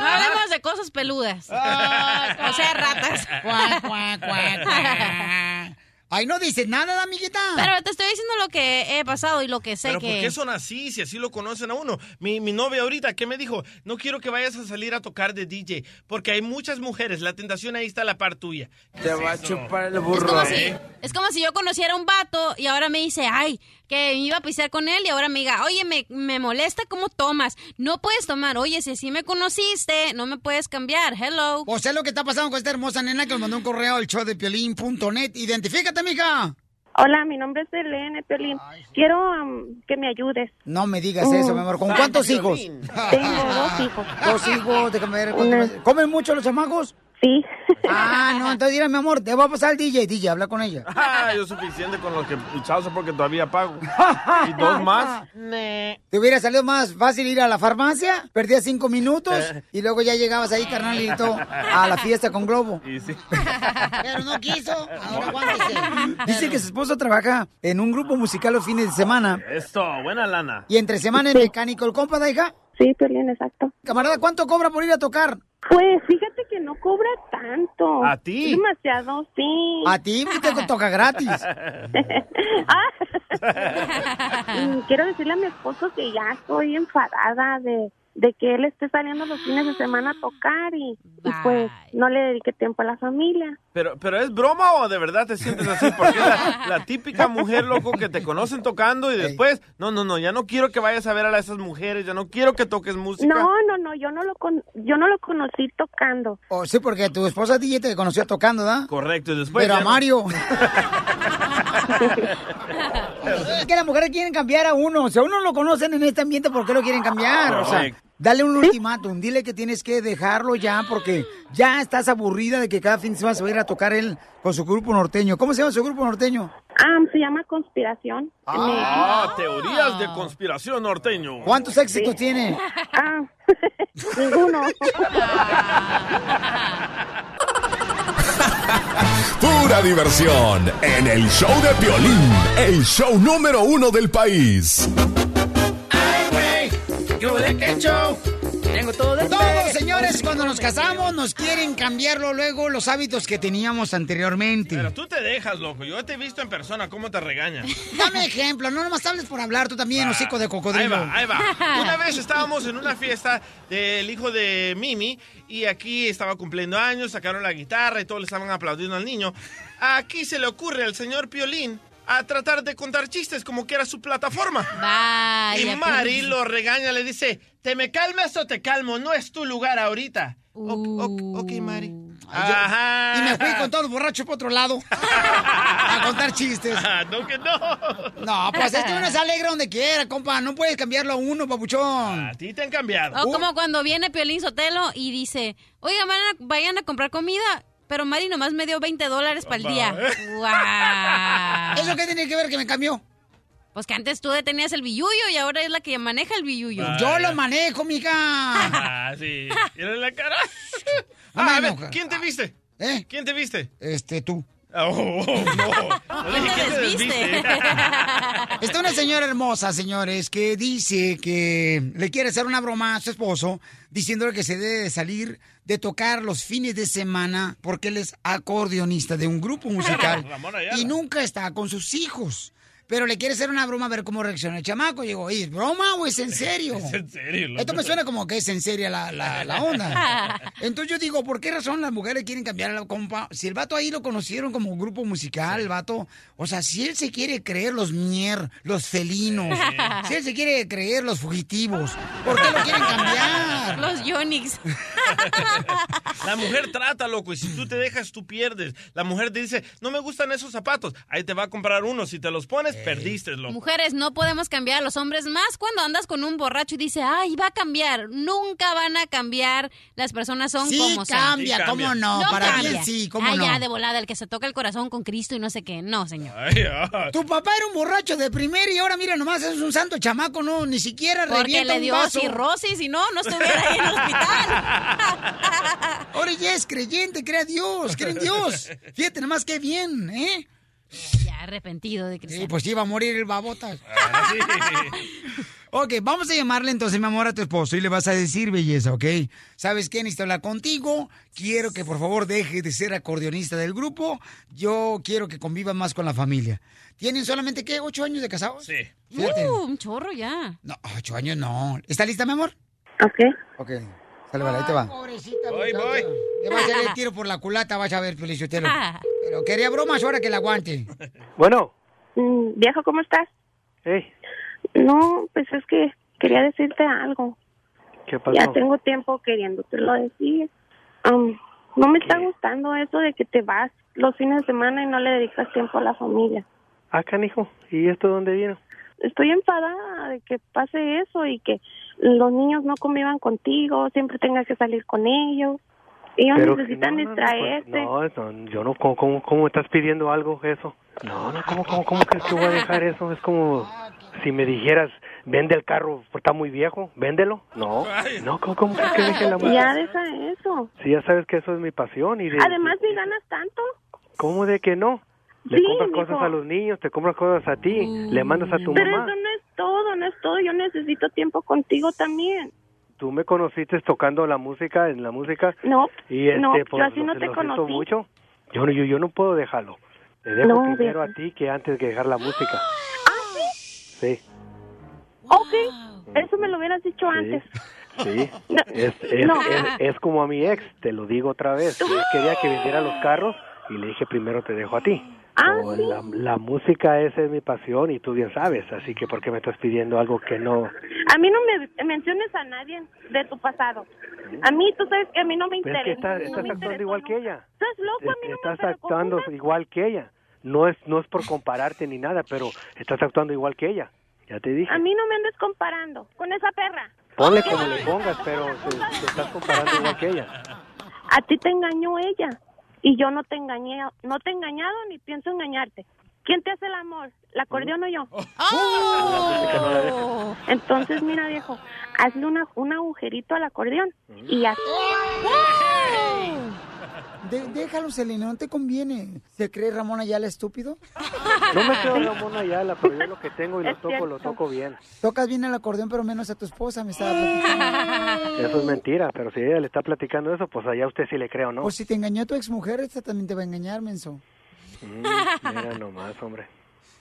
Speaker 3: No hablemos de cosas peludas.
Speaker 2: Ah.
Speaker 3: o sea, ratas.
Speaker 1: Cuac, cuac, cuac, cuac. Ay, no dices nada, amiguita.
Speaker 3: Pero te estoy diciendo lo que he pasado y lo que sé
Speaker 2: Pero
Speaker 3: que...
Speaker 2: ¿por qué son así? Si así lo conocen a uno. Mi, mi novia ahorita, ¿qué me dijo? No quiero que vayas a salir a tocar de DJ, porque hay muchas mujeres. La tentación ahí está a la par tuya. Te va a chupar el ¿eh?
Speaker 3: Es como, si, es como si yo conociera a un vato y ahora me dice, ay, que me iba a pisar con él y ahora me diga, oye, me, me molesta cómo tomas. No puedes tomar. Oye, si así me conociste, no me puedes cambiar. Hello.
Speaker 1: O sea, lo que está pasando con esta hermosa nena que nos mandó un correo al show de piolín.net. Identifícate, mija.
Speaker 14: Hola, mi nombre es Elena Piolín. Quiero am, que me ayudes.
Speaker 1: No me digas eso, mi amor. ¿Con
Speaker 14: Ah,
Speaker 1: cuántos hijos?
Speaker 14: Piolín. Tengo dos hijos.
Speaker 1: Dos hijos, déjame ver. ¿cuántos más? ¿Comen mucho los chamacos?
Speaker 14: Sí.
Speaker 1: Ah, no, entonces dile, mi amor, te va a pasar el DJ. DJ, habla con ella.
Speaker 16: Ah, yo suficiente con lo que pichazo porque todavía pago. Y dos más.
Speaker 1: Te hubiera salido más fácil ir a la farmacia, perdías cinco minutos y luego ya llegabas ahí, carnalito, a la fiesta con Globo.
Speaker 16: Y sí.
Speaker 1: Pero no quiso, ahora aguántese. Dice que su esposo trabaja en un grupo musical los fines de semana
Speaker 16: Esto, buena lana.
Speaker 1: y entre semana en mecánico. ¿El compa da hija?
Speaker 14: Sí, Piolín, exacto.
Speaker 1: Camarada, ¿cuánto cobra por ir a tocar?
Speaker 14: Pues fíjate que no cobra tanto.
Speaker 1: ¿A ti?
Speaker 14: Es demasiado, sí.
Speaker 1: A ti pues, te toca gratis.
Speaker 14: Mm, Ah. Quiero decirle a mi esposo que ya estoy enfadada de, de que él esté saliendo los fines de semana a tocar y, y, pues no le dedique tiempo a la familia.
Speaker 16: Pero, pero es broma o de verdad te sientes así? Porque es la, la típica mujer, loco, que te conocen tocando y después, no, no, no, ya no quiero que vayas a ver a esas mujeres, ya no quiero que toques música.
Speaker 14: No, no, no, yo no lo con- yo no lo conocí tocando.
Speaker 1: Oh, sí, porque tu esposa DJ te conoció tocando, ¿da?
Speaker 16: Correcto, y
Speaker 2: Pues
Speaker 16: después.
Speaker 1: Pero a
Speaker 16: ya no-
Speaker 1: Mario. Es que las mujeres quieren cambiar a uno. Si a uno lo conocen en este ambiente, ¿por qué lo quieren cambiar? O sea,
Speaker 16: Correcto.
Speaker 17: Dale un ultimátum, dile que tienes que dejarlo ya porque ya estás aburrida de que cada fin de semana se va a ir a tocar él con su grupo norteño. ¿Cómo se llama su grupo norteño?
Speaker 14: Ah, se llama Conspiración.
Speaker 2: Ah, teorías de conspiración norteño.
Speaker 17: ¿Cuántos éxitos tiene?
Speaker 14: Ah, ninguno.
Speaker 6: Pura diversión en el show de Piolín, el show número uno del país.
Speaker 1: Tengo todo Todos, señores, cuando nos casamos nos quieren cambiarlo luego los hábitos que teníamos anteriormente.
Speaker 2: Pero tú te dejas, loco. Yo te he visto en persona cómo te regañas.
Speaker 1: Dame ejemplo, no nomás hables por hablar, tú también, hocico de cocodrilo.
Speaker 2: Ahí va, ahí va. Una vez estábamos en una fiesta del hijo de Mimi y aquí estaba cumpliendo años, sacaron la guitarra y todos le estaban aplaudiendo al niño. Aquí se le ocurre al señor Piolín a tratar de contar chistes como que era su plataforma.
Speaker 3: Vaya,
Speaker 2: y Mari
Speaker 3: Piolín.
Speaker 2: lo regaña, le dice, ¿te me calmas o te calmo? No es tu lugar ahorita. Ok, ok, ok, Mari. Ajá.
Speaker 1: Y me fui con todos los borrachos por otro lado a contar chistes.
Speaker 2: Ah, no, que no.
Speaker 1: No, pues es que uno se alegra donde quiera, compa. No puedes cambiarlo a uno, papuchón. Oh, A
Speaker 2: ti te han cambiado.
Speaker 3: O como cuando viene Piolín Sotelo y dice, oiga, van a- vayan a comprar comida, pero Mari nomás me dio 20 dólares para el día. ¡Wow!
Speaker 1: ¿Eso qué tiene que ver que me cambió?
Speaker 3: Pues que antes tú detenías el billuyo y ahora es la que maneja el billuyo.
Speaker 2: Vaya. Yo lo
Speaker 1: manejo, mija.
Speaker 2: Ah, sí. Mira la cara.
Speaker 1: me
Speaker 2: Ah, a ver,
Speaker 1: enoja.
Speaker 2: ¿quién te viste?
Speaker 1: ¿Eh?
Speaker 2: ¿Quién te viste?
Speaker 1: Este, tú.
Speaker 2: Oh, no. No dije, ¿quién te desviste?
Speaker 1: Está una señora hermosa, señores, que dice que le quiere hacer una broma a su esposo, diciéndole que se debe de salir de tocar los fines de semana porque él es acordeonista de un grupo musical
Speaker 5: Ramón Ayala.
Speaker 1: y nunca está con sus hijos. Pero le quiere hacer una broma a ver cómo reacciona el chamaco. Y digo, "Ey, ¿es broma o es en serio?
Speaker 5: Es en serio, loco.
Speaker 1: Esto me suena como que es en serio la, la- la onda. Entonces yo digo, ¿por qué razón las mujeres quieren cambiar a la compa? Si el vato ahí lo conocieron como un grupo musical, el vato. O sea, si él se quiere creer los mier, los felinos,
Speaker 3: Sí.
Speaker 1: si él se quiere creer los fugitivos, ¿por qué lo quieren cambiar?
Speaker 3: Los Yonix.
Speaker 2: La mujer trata, loco, y si tú te dejas, tú pierdes. La mujer te dice, no me gustan esos zapatos. Ahí te va a comprar uno. Si te los pones, perdiste, loco.
Speaker 3: Mujeres, no podemos cambiar a los hombres más cuando andas con un borracho y dice, ay, va a cambiar. Nunca van a cambiar. Las personas son
Speaker 1: Sí
Speaker 3: como son.
Speaker 1: cambia, Sí cómo cambia. no, para bien sí, cómo
Speaker 3: Ah,
Speaker 1: no.
Speaker 3: ya, de volada, el que se toca el corazón con Cristo y no sé qué. No, señor.
Speaker 2: ah.
Speaker 1: Tu papá era un borracho de primera y ahora mira nomás es un santo chamaco, no, ni siquiera
Speaker 3: Porque
Speaker 1: revienta
Speaker 3: le
Speaker 1: un
Speaker 3: dio
Speaker 1: vaso.
Speaker 3: cirrosis y no, no estuviera ahí en el hospital.
Speaker 1: Ahora ya es creyente, crea a Dios, cree en Dios. Fíjate nomás qué bien, ¿eh?
Speaker 3: Ya arrepentido de Cristo.
Speaker 1: Sí, pues iba a morir el babotas. Ok, vamos a llamarle entonces, mi amor, a tu esposo y le vas a decir, belleza, ¿ok? ¿Sabes qué? Necesito hablar contigo. Quiero que por favor deje de ser acordeonista del grupo. Yo quiero que conviva más con la familia. ¿Tienen solamente qué? ¿Ocho años de casados?
Speaker 2: Sí.
Speaker 1: Fíjate.
Speaker 3: Uh, un chorro ya.
Speaker 1: No, ocho años no. ¿Está lista, mi amor?
Speaker 14: Ok.
Speaker 1: Ok. Sale, vale, ahí te va.
Speaker 5: Pobrecita,
Speaker 1: Voy, voy. Te va a hacer el tiro por la culata, vas a ver, Felicitelo. Pero quería bromas ahora que la aguante.
Speaker 14: Bueno. Mm, viejo, ¿cómo estás? No, pues es que quería decirte algo.
Speaker 11: ¿Qué
Speaker 14: Ya tengo tiempo queriéndotelo decir. Am, no me está gustando eso de que te vas los fines de semana y no le dedicas tiempo a la familia.
Speaker 11: Ah, canijo. ¿Y esto dónde vino?
Speaker 14: Estoy enfadada de que pase eso y que los niños no convivan contigo, siempre tengas que salir con ellos. Ellos
Speaker 11: Pero que
Speaker 14: necesitan este.
Speaker 11: no, no, no, pues,
Speaker 14: distraerse.
Speaker 11: No, no, yo no, ¿cómo, cómo, cómo estás pidiendo algo eso? No, no, ¿cómo, cómo, cómo crees que voy a dejar eso? Es como si me dijeras, vende el carro, está muy viejo, véndelo. No, no, ¿cómo, cómo crees que deje
Speaker 14: ya
Speaker 11: la música?
Speaker 14: deja eso.
Speaker 11: Si ya sabes que eso es mi pasión y de,
Speaker 14: Además, si ganas tanto,
Speaker 11: ¿cómo de que no? Le
Speaker 14: Sí,
Speaker 11: compras
Speaker 14: mijo.
Speaker 11: cosas a los niños, te compras cosas a ti, le mandas a tu
Speaker 14: pero
Speaker 11: mamá.
Speaker 14: eso no es todo, no es todo. Yo necesito tiempo contigo también.
Speaker 11: Tú me conociste tocando la música, en la música.
Speaker 14: No,
Speaker 11: y este,
Speaker 14: no, yo
Speaker 11: pues,
Speaker 14: así no
Speaker 11: lo-
Speaker 14: te
Speaker 11: lo siento
Speaker 14: conocí.
Speaker 11: mucho. Yo, no- yo, yo no puedo dejarlo. Te dejo
Speaker 14: No, ¿Ah,
Speaker 11: primero a ti que antes que dejar la música. Sí,
Speaker 14: Ok, eso me lo hubieras dicho antes.
Speaker 11: sí. Es, es,
Speaker 14: No.
Speaker 11: es, es como a mi ex, te lo digo otra vez. Yo quería que vendiera los carros y le dije primero te dejo a ti.
Speaker 14: Ah,
Speaker 11: Pues la, la música esa es mi pasión y tú bien sabes, así que ¿por qué me estás pidiendo algo que no?
Speaker 14: A mí no me menciones a nadie de tu pasado. A mí, tú sabes que a mí no me
Speaker 11: Pero
Speaker 14: interesa.
Speaker 11: es que estás-
Speaker 14: no
Speaker 11: estás
Speaker 14: me
Speaker 11: actuando
Speaker 14: interesó
Speaker 11: igual que
Speaker 14: nunca.
Speaker 11: ella.
Speaker 14: Estás loco, a mí no
Speaker 11: estás
Speaker 14: me pero
Speaker 11: actuando
Speaker 14: confundas.
Speaker 11: igual que ella. No es no es por compararte ni nada, pero estás actuando igual que ella. Ya te dije.
Speaker 14: A mí no me andes comparando con esa perra.
Speaker 11: Ponle como le pongas, pero te, te estás comparando igual que ella.
Speaker 14: A ti te engañó ella y yo no te engañé, no te he engañado ni pienso engañarte. ¿Quién te hace el amor? ¿La acordeón o yo?
Speaker 17: Oh.
Speaker 11: Oh.
Speaker 14: Entonces, mira, viejo, hazle una, un agujerito al acordeón y ya.
Speaker 17: De- déjalo, Selena, no te conviene. ¿Se cree Ramón Ayala estúpido?
Speaker 11: No me creo Ramón Ayala, pero yo lo que tengo y lo
Speaker 17: Es
Speaker 11: toco, lo
Speaker 17: cierto.
Speaker 11: toco bien.
Speaker 17: Tocas bien el acordeón, pero menos a tu esposa, me estaba platicando.
Speaker 11: Eso es mentira, pero si ella le está platicando eso, pues allá usted sí le creo, ¿no?
Speaker 17: O si te engañó tu exmujer, esta también te va a engañar, menso.
Speaker 11: Mm, mira nomás, hombre.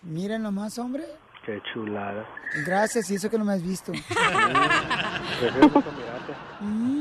Speaker 17: Mira nomás, hombre.
Speaker 11: Qué chulada.
Speaker 17: Gracias, y eso que no me has visto.
Speaker 11: Prefiero nunca mirarte.
Speaker 17: Mm,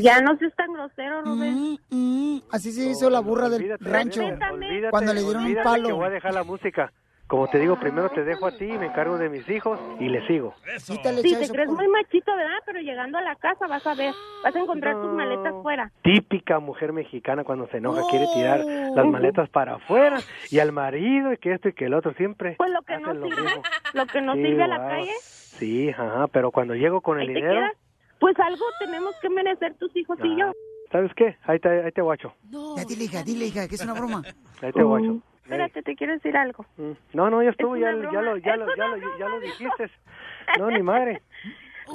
Speaker 17: ya
Speaker 14: no seas tan grosero,
Speaker 17: Robert. Mm, así se hizo la burra del rancho
Speaker 11: Olvídate,
Speaker 17: cuando le dieron un
Speaker 11: olvídate que voy a
Speaker 17: palo.
Speaker 11: dejar la música. Como te digo, primero te dejo a ti, me encargo de mis hijos y le sigo.
Speaker 17: Quítale,
Speaker 14: Sí,
Speaker 17: echa
Speaker 14: te
Speaker 17: eso,
Speaker 14: crees
Speaker 11: pues.
Speaker 17: por-
Speaker 14: muy machito, ¿verdad? Pero llegando a la casa vas a ver, vas a encontrar tus maletas fuera.
Speaker 11: Típica mujer mexicana cuando se enoja quiere
Speaker 14: Oh.
Speaker 11: tirar las maletas para afuera y al marido y que esto y que el otro siempre.
Speaker 14: Pues lo que no sirve, lo que no
Speaker 11: Sí,
Speaker 14: sirve a la
Speaker 11: guau.
Speaker 14: calle,
Speaker 11: Sí, ajá, pero cuando llego con el
Speaker 14: ahí te
Speaker 11: dinero,
Speaker 14: quedas. Pues algo tenemos que merecer tus hijos y yo.
Speaker 11: ¿sabes qué? Ahí te, ahí te guacho.
Speaker 17: Ya dile, hija, dile, hija, que es una broma.
Speaker 11: Ahí te guacho. Mm.
Speaker 14: Espérate, te quiero decir algo.
Speaker 11: No, no, ya estuvo,
Speaker 14: Uh. Es
Speaker 11: ya,
Speaker 14: una
Speaker 11: ya lo,
Speaker 14: broma,
Speaker 11: ya
Speaker 14: es
Speaker 11: lo,
Speaker 14: una
Speaker 11: ya lo,
Speaker 14: broma,
Speaker 11: ya lo dijiste. No, ni madre.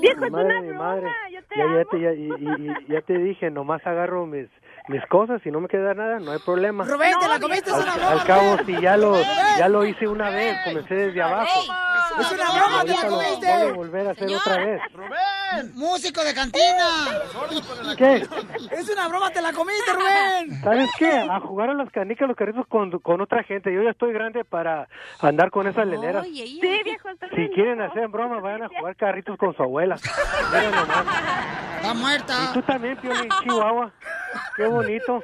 Speaker 14: Viejo,
Speaker 11: ni
Speaker 14: es
Speaker 11: madre,
Speaker 14: una
Speaker 11: ni
Speaker 14: broma,
Speaker 11: madre.
Speaker 14: yo te
Speaker 11: ya, ya
Speaker 14: amo.
Speaker 11: te, ya, y, y- y- ya te dije, nomás agarro mis, mis cosas y no me queda nada, no hay problema.
Speaker 5: Rubén, te la comiste, es
Speaker 11: al,
Speaker 5: una
Speaker 11: al
Speaker 5: broma,
Speaker 11: cabo,
Speaker 5: Rubén.
Speaker 11: si ya lo,
Speaker 5: Rubén.
Speaker 11: ya lo hice una vez, comencé desde abajo.
Speaker 5: Es una este.
Speaker 11: broma,
Speaker 5: te la
Speaker 11: Ahorita lo
Speaker 5: comiste.
Speaker 11: voy a volver a hacer otra vez.
Speaker 17: ¡Músico de cantina!
Speaker 11: ¿Qué?
Speaker 17: ¡Es una broma, te la comiste, Rubén!
Speaker 11: ¿Sabes qué? A jugar a las canicas, los carritos con, con otra gente. Yo ya estoy grande para andar con esas leneras.
Speaker 14: Sí, viejo, está
Speaker 11: Si quieren hacer broma, vayan a jugar carritos con su abuela. Mira nomás.
Speaker 1: Está muerta.
Speaker 11: Y tú también, Piolín, Chihuahua. Qué bonito.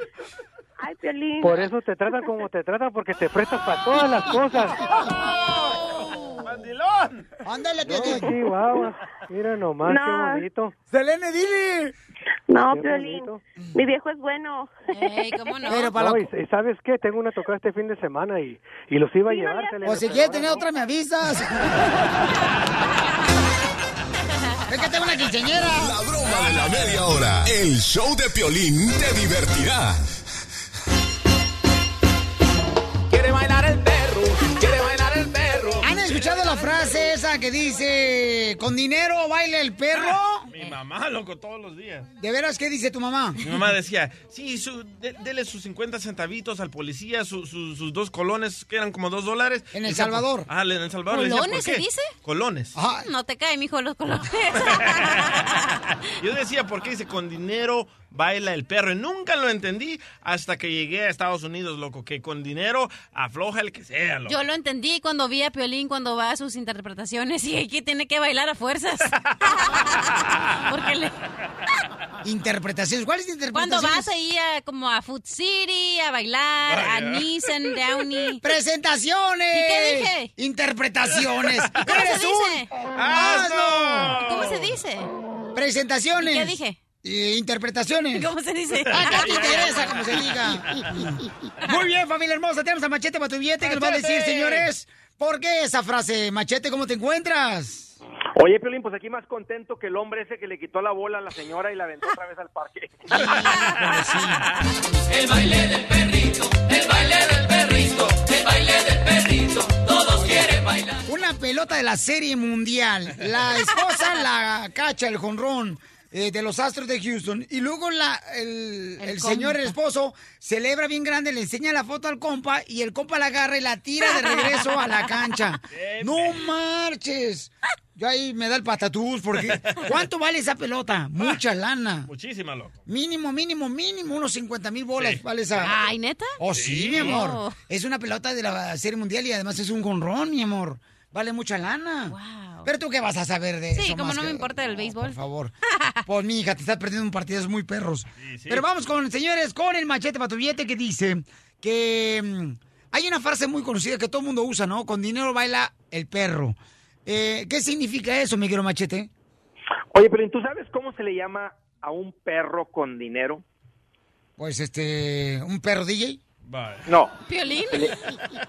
Speaker 14: Ay, Piolín.
Speaker 11: Por eso te tratan como te tratan, porque te prestas para todas las cosas.
Speaker 3: Oh.
Speaker 16: ¡Mandilón!
Speaker 1: ¡Ándale,
Speaker 11: No, Chihuahua. Mira nomás,
Speaker 14: No.
Speaker 11: qué bonito.
Speaker 17: ¡Selene, dile!
Speaker 14: No,
Speaker 11: Qué
Speaker 14: Piolín,
Speaker 11: bonito.
Speaker 14: mi viejo es bueno.
Speaker 11: No, y, y ¿sabes qué? Tengo una tocada este fin de semana y, y los iba a llevar.
Speaker 17: O si quieres tener otra, me avisas.
Speaker 1: Es que tengo una quinceañera.
Speaker 6: La broma de la media hora. El show de Piolín te divertirá.
Speaker 5: Quiere bailar el perro, quiere bailar el perro.
Speaker 1: ¿Han escuchado la frase esa que dice, con dinero baila el
Speaker 5: Ah,
Speaker 1: perro? Ah.
Speaker 2: Mi mamá, loco, todos los días.
Speaker 1: ¿De veras qué dice tu mamá?
Speaker 2: Mi mamá decía, sí, su, de- dele sus 50 centavitos al policía, su- su- sus dos colones, que eran como dos dólares.
Speaker 1: En El
Speaker 2: Decía, "Por-"
Speaker 1: Salvador.
Speaker 2: Ah, en El Salvador. le decía,
Speaker 3: ¿Colones
Speaker 2: "¿Por
Speaker 3: se
Speaker 2: qué?"
Speaker 3: dice? Ah.
Speaker 2: Colones.
Speaker 3: No te cae, mijo, los colores.
Speaker 2: Yo decía, ¿por qué dice con dinero baila el perro? Y nunca lo entendí hasta que llegué a Estados Unidos, loco, que con dinero afloja el que sea, loco.
Speaker 3: Yo lo entendí cuando vi a Piolín cuando va a sus interpretaciones y que tiene que bailar a fuerzas.
Speaker 1: Pues
Speaker 3: Porque le-
Speaker 1: Interpretaciones. ¿Cuáles
Speaker 3: cuando
Speaker 1: interpretaciones?
Speaker 3: vas ahí a, como a Food City a bailar, a
Speaker 1: Vaya.
Speaker 3: Nissan, Downey.
Speaker 1: ¡Presentaciones!
Speaker 3: ¿Y qué dije?
Speaker 1: Interpretaciones.
Speaker 3: ¿Y cómo se
Speaker 1: ¡Eres
Speaker 3: dice?
Speaker 1: un
Speaker 3: ¡Asno!
Speaker 1: asno!
Speaker 3: ¿Cómo se dice?
Speaker 1: Presentaciones.
Speaker 3: ¿Y qué dije?
Speaker 1: Eh, interpretaciones.
Speaker 3: ¿Cómo se dice?
Speaker 1: Ah, ya te interesa cómo se diga. Muy bien, familia hermosa. Tenemos a Machete para tu billete que nos va a decir,
Speaker 18: ¡Machete!
Speaker 1: señores. ¿Por qué esa frase? Machete, ¿cómo te encuentras?
Speaker 18: Oye, Piolín, pues aquí más contento que el hombre ese que le quitó la bola a la señora y la aventó otra vez al parque.
Speaker 5: El baile del perrito, el baile del perrito, el baile del perrito, todos quieren bailar.
Speaker 1: Una pelota de la serie mundial. La esposa la cacha, el jonrón. eh, de los astros de Houston. Y luego la, el, el señor, el esposo, celebra bien grande, le enseña la foto al compa y el compa la agarra y la tira de regreso a la cancha. ¡No marches! Yo ahí me da el patatús porque... ¿Cuánto vale esa pelota? Mucha lana.
Speaker 2: Muchísima, loco.
Speaker 1: Mínimo, mínimo, mínimo, unos 50 mil bolas vale esa.
Speaker 3: Ay, ¿neta?
Speaker 1: Oh, sí,
Speaker 3: Sí.
Speaker 1: mi amor.
Speaker 3: Oh.
Speaker 1: Es una pelota de la Serie Mundial y además es un jonrón, mi amor. Vale mucha lana. Pero tú qué vas a saber de eso.
Speaker 3: Sí, como
Speaker 1: más
Speaker 3: no
Speaker 1: que-
Speaker 3: me importa el béisbol.
Speaker 1: Por favor. Pues, mi hija, te estás perdiendo un partido muy perros.
Speaker 3: sí.
Speaker 1: Pero vamos con, señores, con el machete para tu billete que dice que mm, hay una frase muy conocida que todo el mundo usa, ¿no? Con dinero baila el perro. Eh, ¿Qué significa eso, mi querido machete?
Speaker 18: Oye, Piolín, ¿tú sabes cómo se le llama a un perro con dinero?
Speaker 1: Pues, este, un perro DJ.
Speaker 18: No.
Speaker 3: ¿Piolín?
Speaker 18: Se le-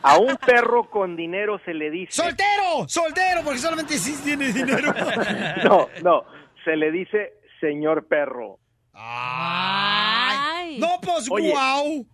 Speaker 18: A un perro con dinero se le dice.
Speaker 1: ¡Soltero! ¡Soltero! Porque solamente sí tiene dinero.
Speaker 18: No, no. Se le dice señor perro.
Speaker 1: No, pues
Speaker 18: Oye,
Speaker 1: guau.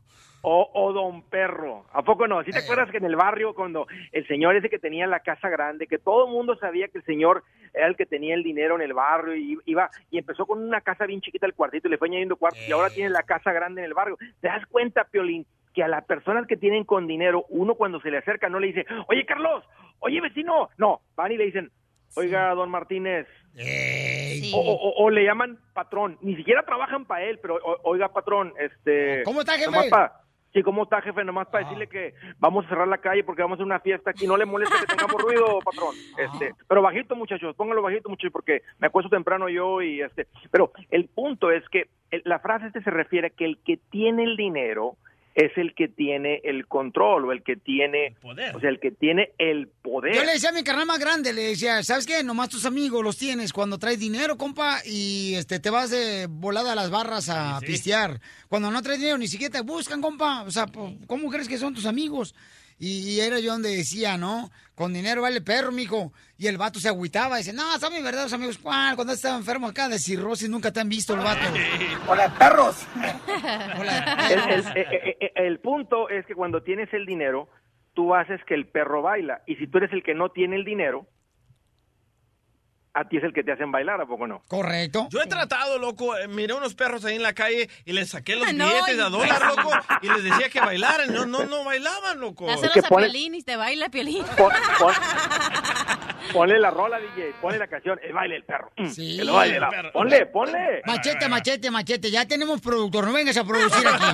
Speaker 18: O, o don perro. ¿A poco no? ¿Sí te acuerdas que en el barrio cuando el señor ese que tenía la casa grande, que todo el mundo sabía que el señor era el que tenía el dinero en el barrio y iba y empezó con una casa bien chiquita el cuartito y le fue añadiendo cuartos y ahora tiene la casa grande en el barrio? ¿Te das cuenta, Piolín, que a las personas que tienen con dinero, uno cuando se le acerca no le dice, oye Carlos, oye vecino, no, van y le dicen, oiga don Martínez. O, o- o le llaman patrón, ni siquiera trabajan para él, pero o- oiga patrón, este...
Speaker 1: ¿Cómo está, jefe?
Speaker 18: nomás pa- Sí, ¿cómo está, jefe? Nomás para decirle que vamos a cerrar la calle porque vamos a hacer una fiesta aquí. No le molesta que tengamos ruido, patrón.
Speaker 1: Ah.
Speaker 18: Este, pero bajito, muchachos, póngalo bajito, muchachos, porque me acuesto temprano yo y este. Pero el punto es que el- la frase este se refiere a que el que tiene el dinero es el que tiene el control o el que tiene, o sea, el que tiene el poder.
Speaker 1: Yo le decía a mi carnal más grande, le decía, ¿sabes qué? Nomás tus amigos los tienes cuando traes dinero, compa, y este te vas de volada a las barras a pistear. Cuando no traes dinero, ni siquiera te buscan, compa. O sea, po- ¿cómo crees que son tus amigos? Y, y era yo donde decía, ¿no? Con dinero vale perro, mijo. Y el vato se agüitaba, dice, no, son mis verdaderos amigos. ¿Cuál? Cuando estaba enfermo acá de cirrosis, nunca te han visto el vato.
Speaker 18: Hola, perros. El, el-
Speaker 1: Hola.
Speaker 18: el- el- el punto es que cuando tienes el dinero, tú haces que el perro baila. Y si tú eres el que no tiene el dinero, a ti es el que te hacen bailar, ¿a poco no?
Speaker 1: Correcto.
Speaker 2: Yo he tratado, loco. eh, miré unos perros ahí en la calle y les saqué los
Speaker 3: Ah, no,
Speaker 2: billetes de a
Speaker 3: y-
Speaker 2: dólar, loco. Y les decía que bailaran. No, no, no bailaban, loco.
Speaker 3: Dáselos a Piolín y te baila Piolín.
Speaker 18: Ponle la rola, DJ, ponle la canción, el baile el perro. Mm,
Speaker 1: Sí.
Speaker 18: Que lo baile, la- ponle, ponle.
Speaker 1: Machete, machete, machete. Ya tenemos productor. No vengas a producir aquí.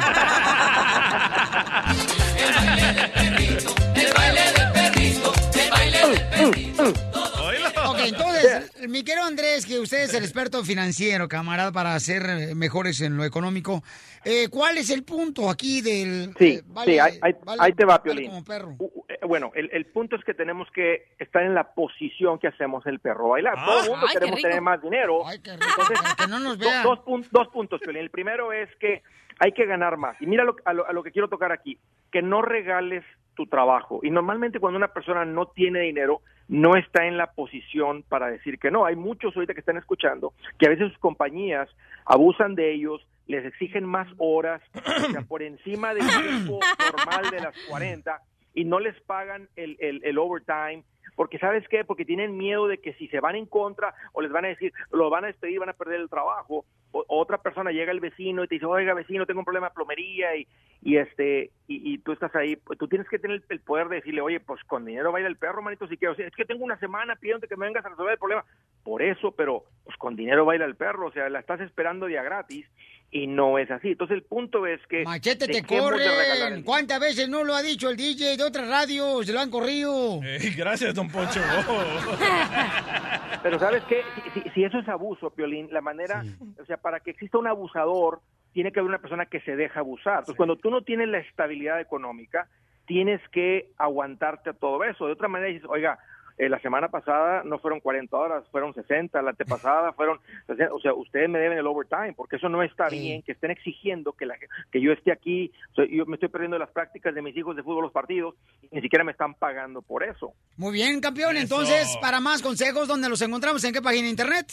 Speaker 1: Ok, entonces, mi querido Andrés, que usted es el experto financiero, camarada, para ser eh, mejores en lo económico. eh, ¿Cuál es el punto aquí del...
Speaker 18: Sí,
Speaker 1: eh, vale-
Speaker 18: sí, ahí, ahí-
Speaker 1: vale-
Speaker 18: ahí te va,
Speaker 1: vale
Speaker 18: Piolín.
Speaker 1: como perro?
Speaker 18: U- u- eh, Bueno, el, el punto es que tenemos que estar en la posición que hacemos el perro bailar. Todo el mundo
Speaker 1: Ah, Ay, qué
Speaker 18: queremos
Speaker 1: rico.
Speaker 18: tener más dinero. Entonces, do-
Speaker 1: vean.
Speaker 18: dos, pun- dos puntos, Piolín. El primero es que hay que ganar más. Y mira lo- a, lo, a lo que quiero tocar aquí, que no regales tu trabajo. Y normalmente cuando una persona no tiene dinero, no está en la posición para decir que no. Hay muchos ahorita que están escuchando que a veces sus compañías abusan de ellos, les exigen más horas, o sea, por encima del tiempo normal de las 40 y no les pagan el, el, el overtime. Porque, ¿sabes qué? Porque tienen miedo de que si se van en contra o les van a decir, lo van a despedir, van a perder el trabajo. O, o otra persona llega el vecino y te dice, oiga, vecino, tengo un problema de plomería y, y este y, y tú estás ahí. Pues, tú tienes que tener el, el poder de decirle, oye, pues con dinero baila el perro, manito, si quiero. O sea, es que tengo una semana pidiéndote que me vengas a resolver el problema. Por eso, pero pues con dinero baila el perro. O sea, la estás esperando ya gratis y no es así. Entonces, el punto es que.
Speaker 1: Machete, te
Speaker 18: dejemos de regalar el
Speaker 1: corren. ¿Cuántas veces no lo ha dicho el DJ de otras radios? Se lo han corrido.
Speaker 2: Eh, gracias, don Poncho.
Speaker 18: Pero ¿sabes qué? Si, si- si eso es abuso, Piolín, la manera, o sea, para que exista un abusador, tiene que haber una persona que se deja abusar. Entonces, cuando tú no tienes la estabilidad económica, tienes que aguantarte a todo eso. De otra manera dices, oiga, eh, la semana pasada no fueron 40 horas, fueron 60, la antepasada fueron, 60. o sea, ustedes me deben el overtime, porque eso no está bien, que estén exigiendo que, la, que yo esté aquí, O sea, yo me estoy perdiendo las prácticas de mis hijos de fútbol, los partidos, y ni siquiera me están pagando por eso.
Speaker 1: Muy bien, campeón. Entonces, para más consejos, ¿dónde los encontramos? ¿En qué página de internet?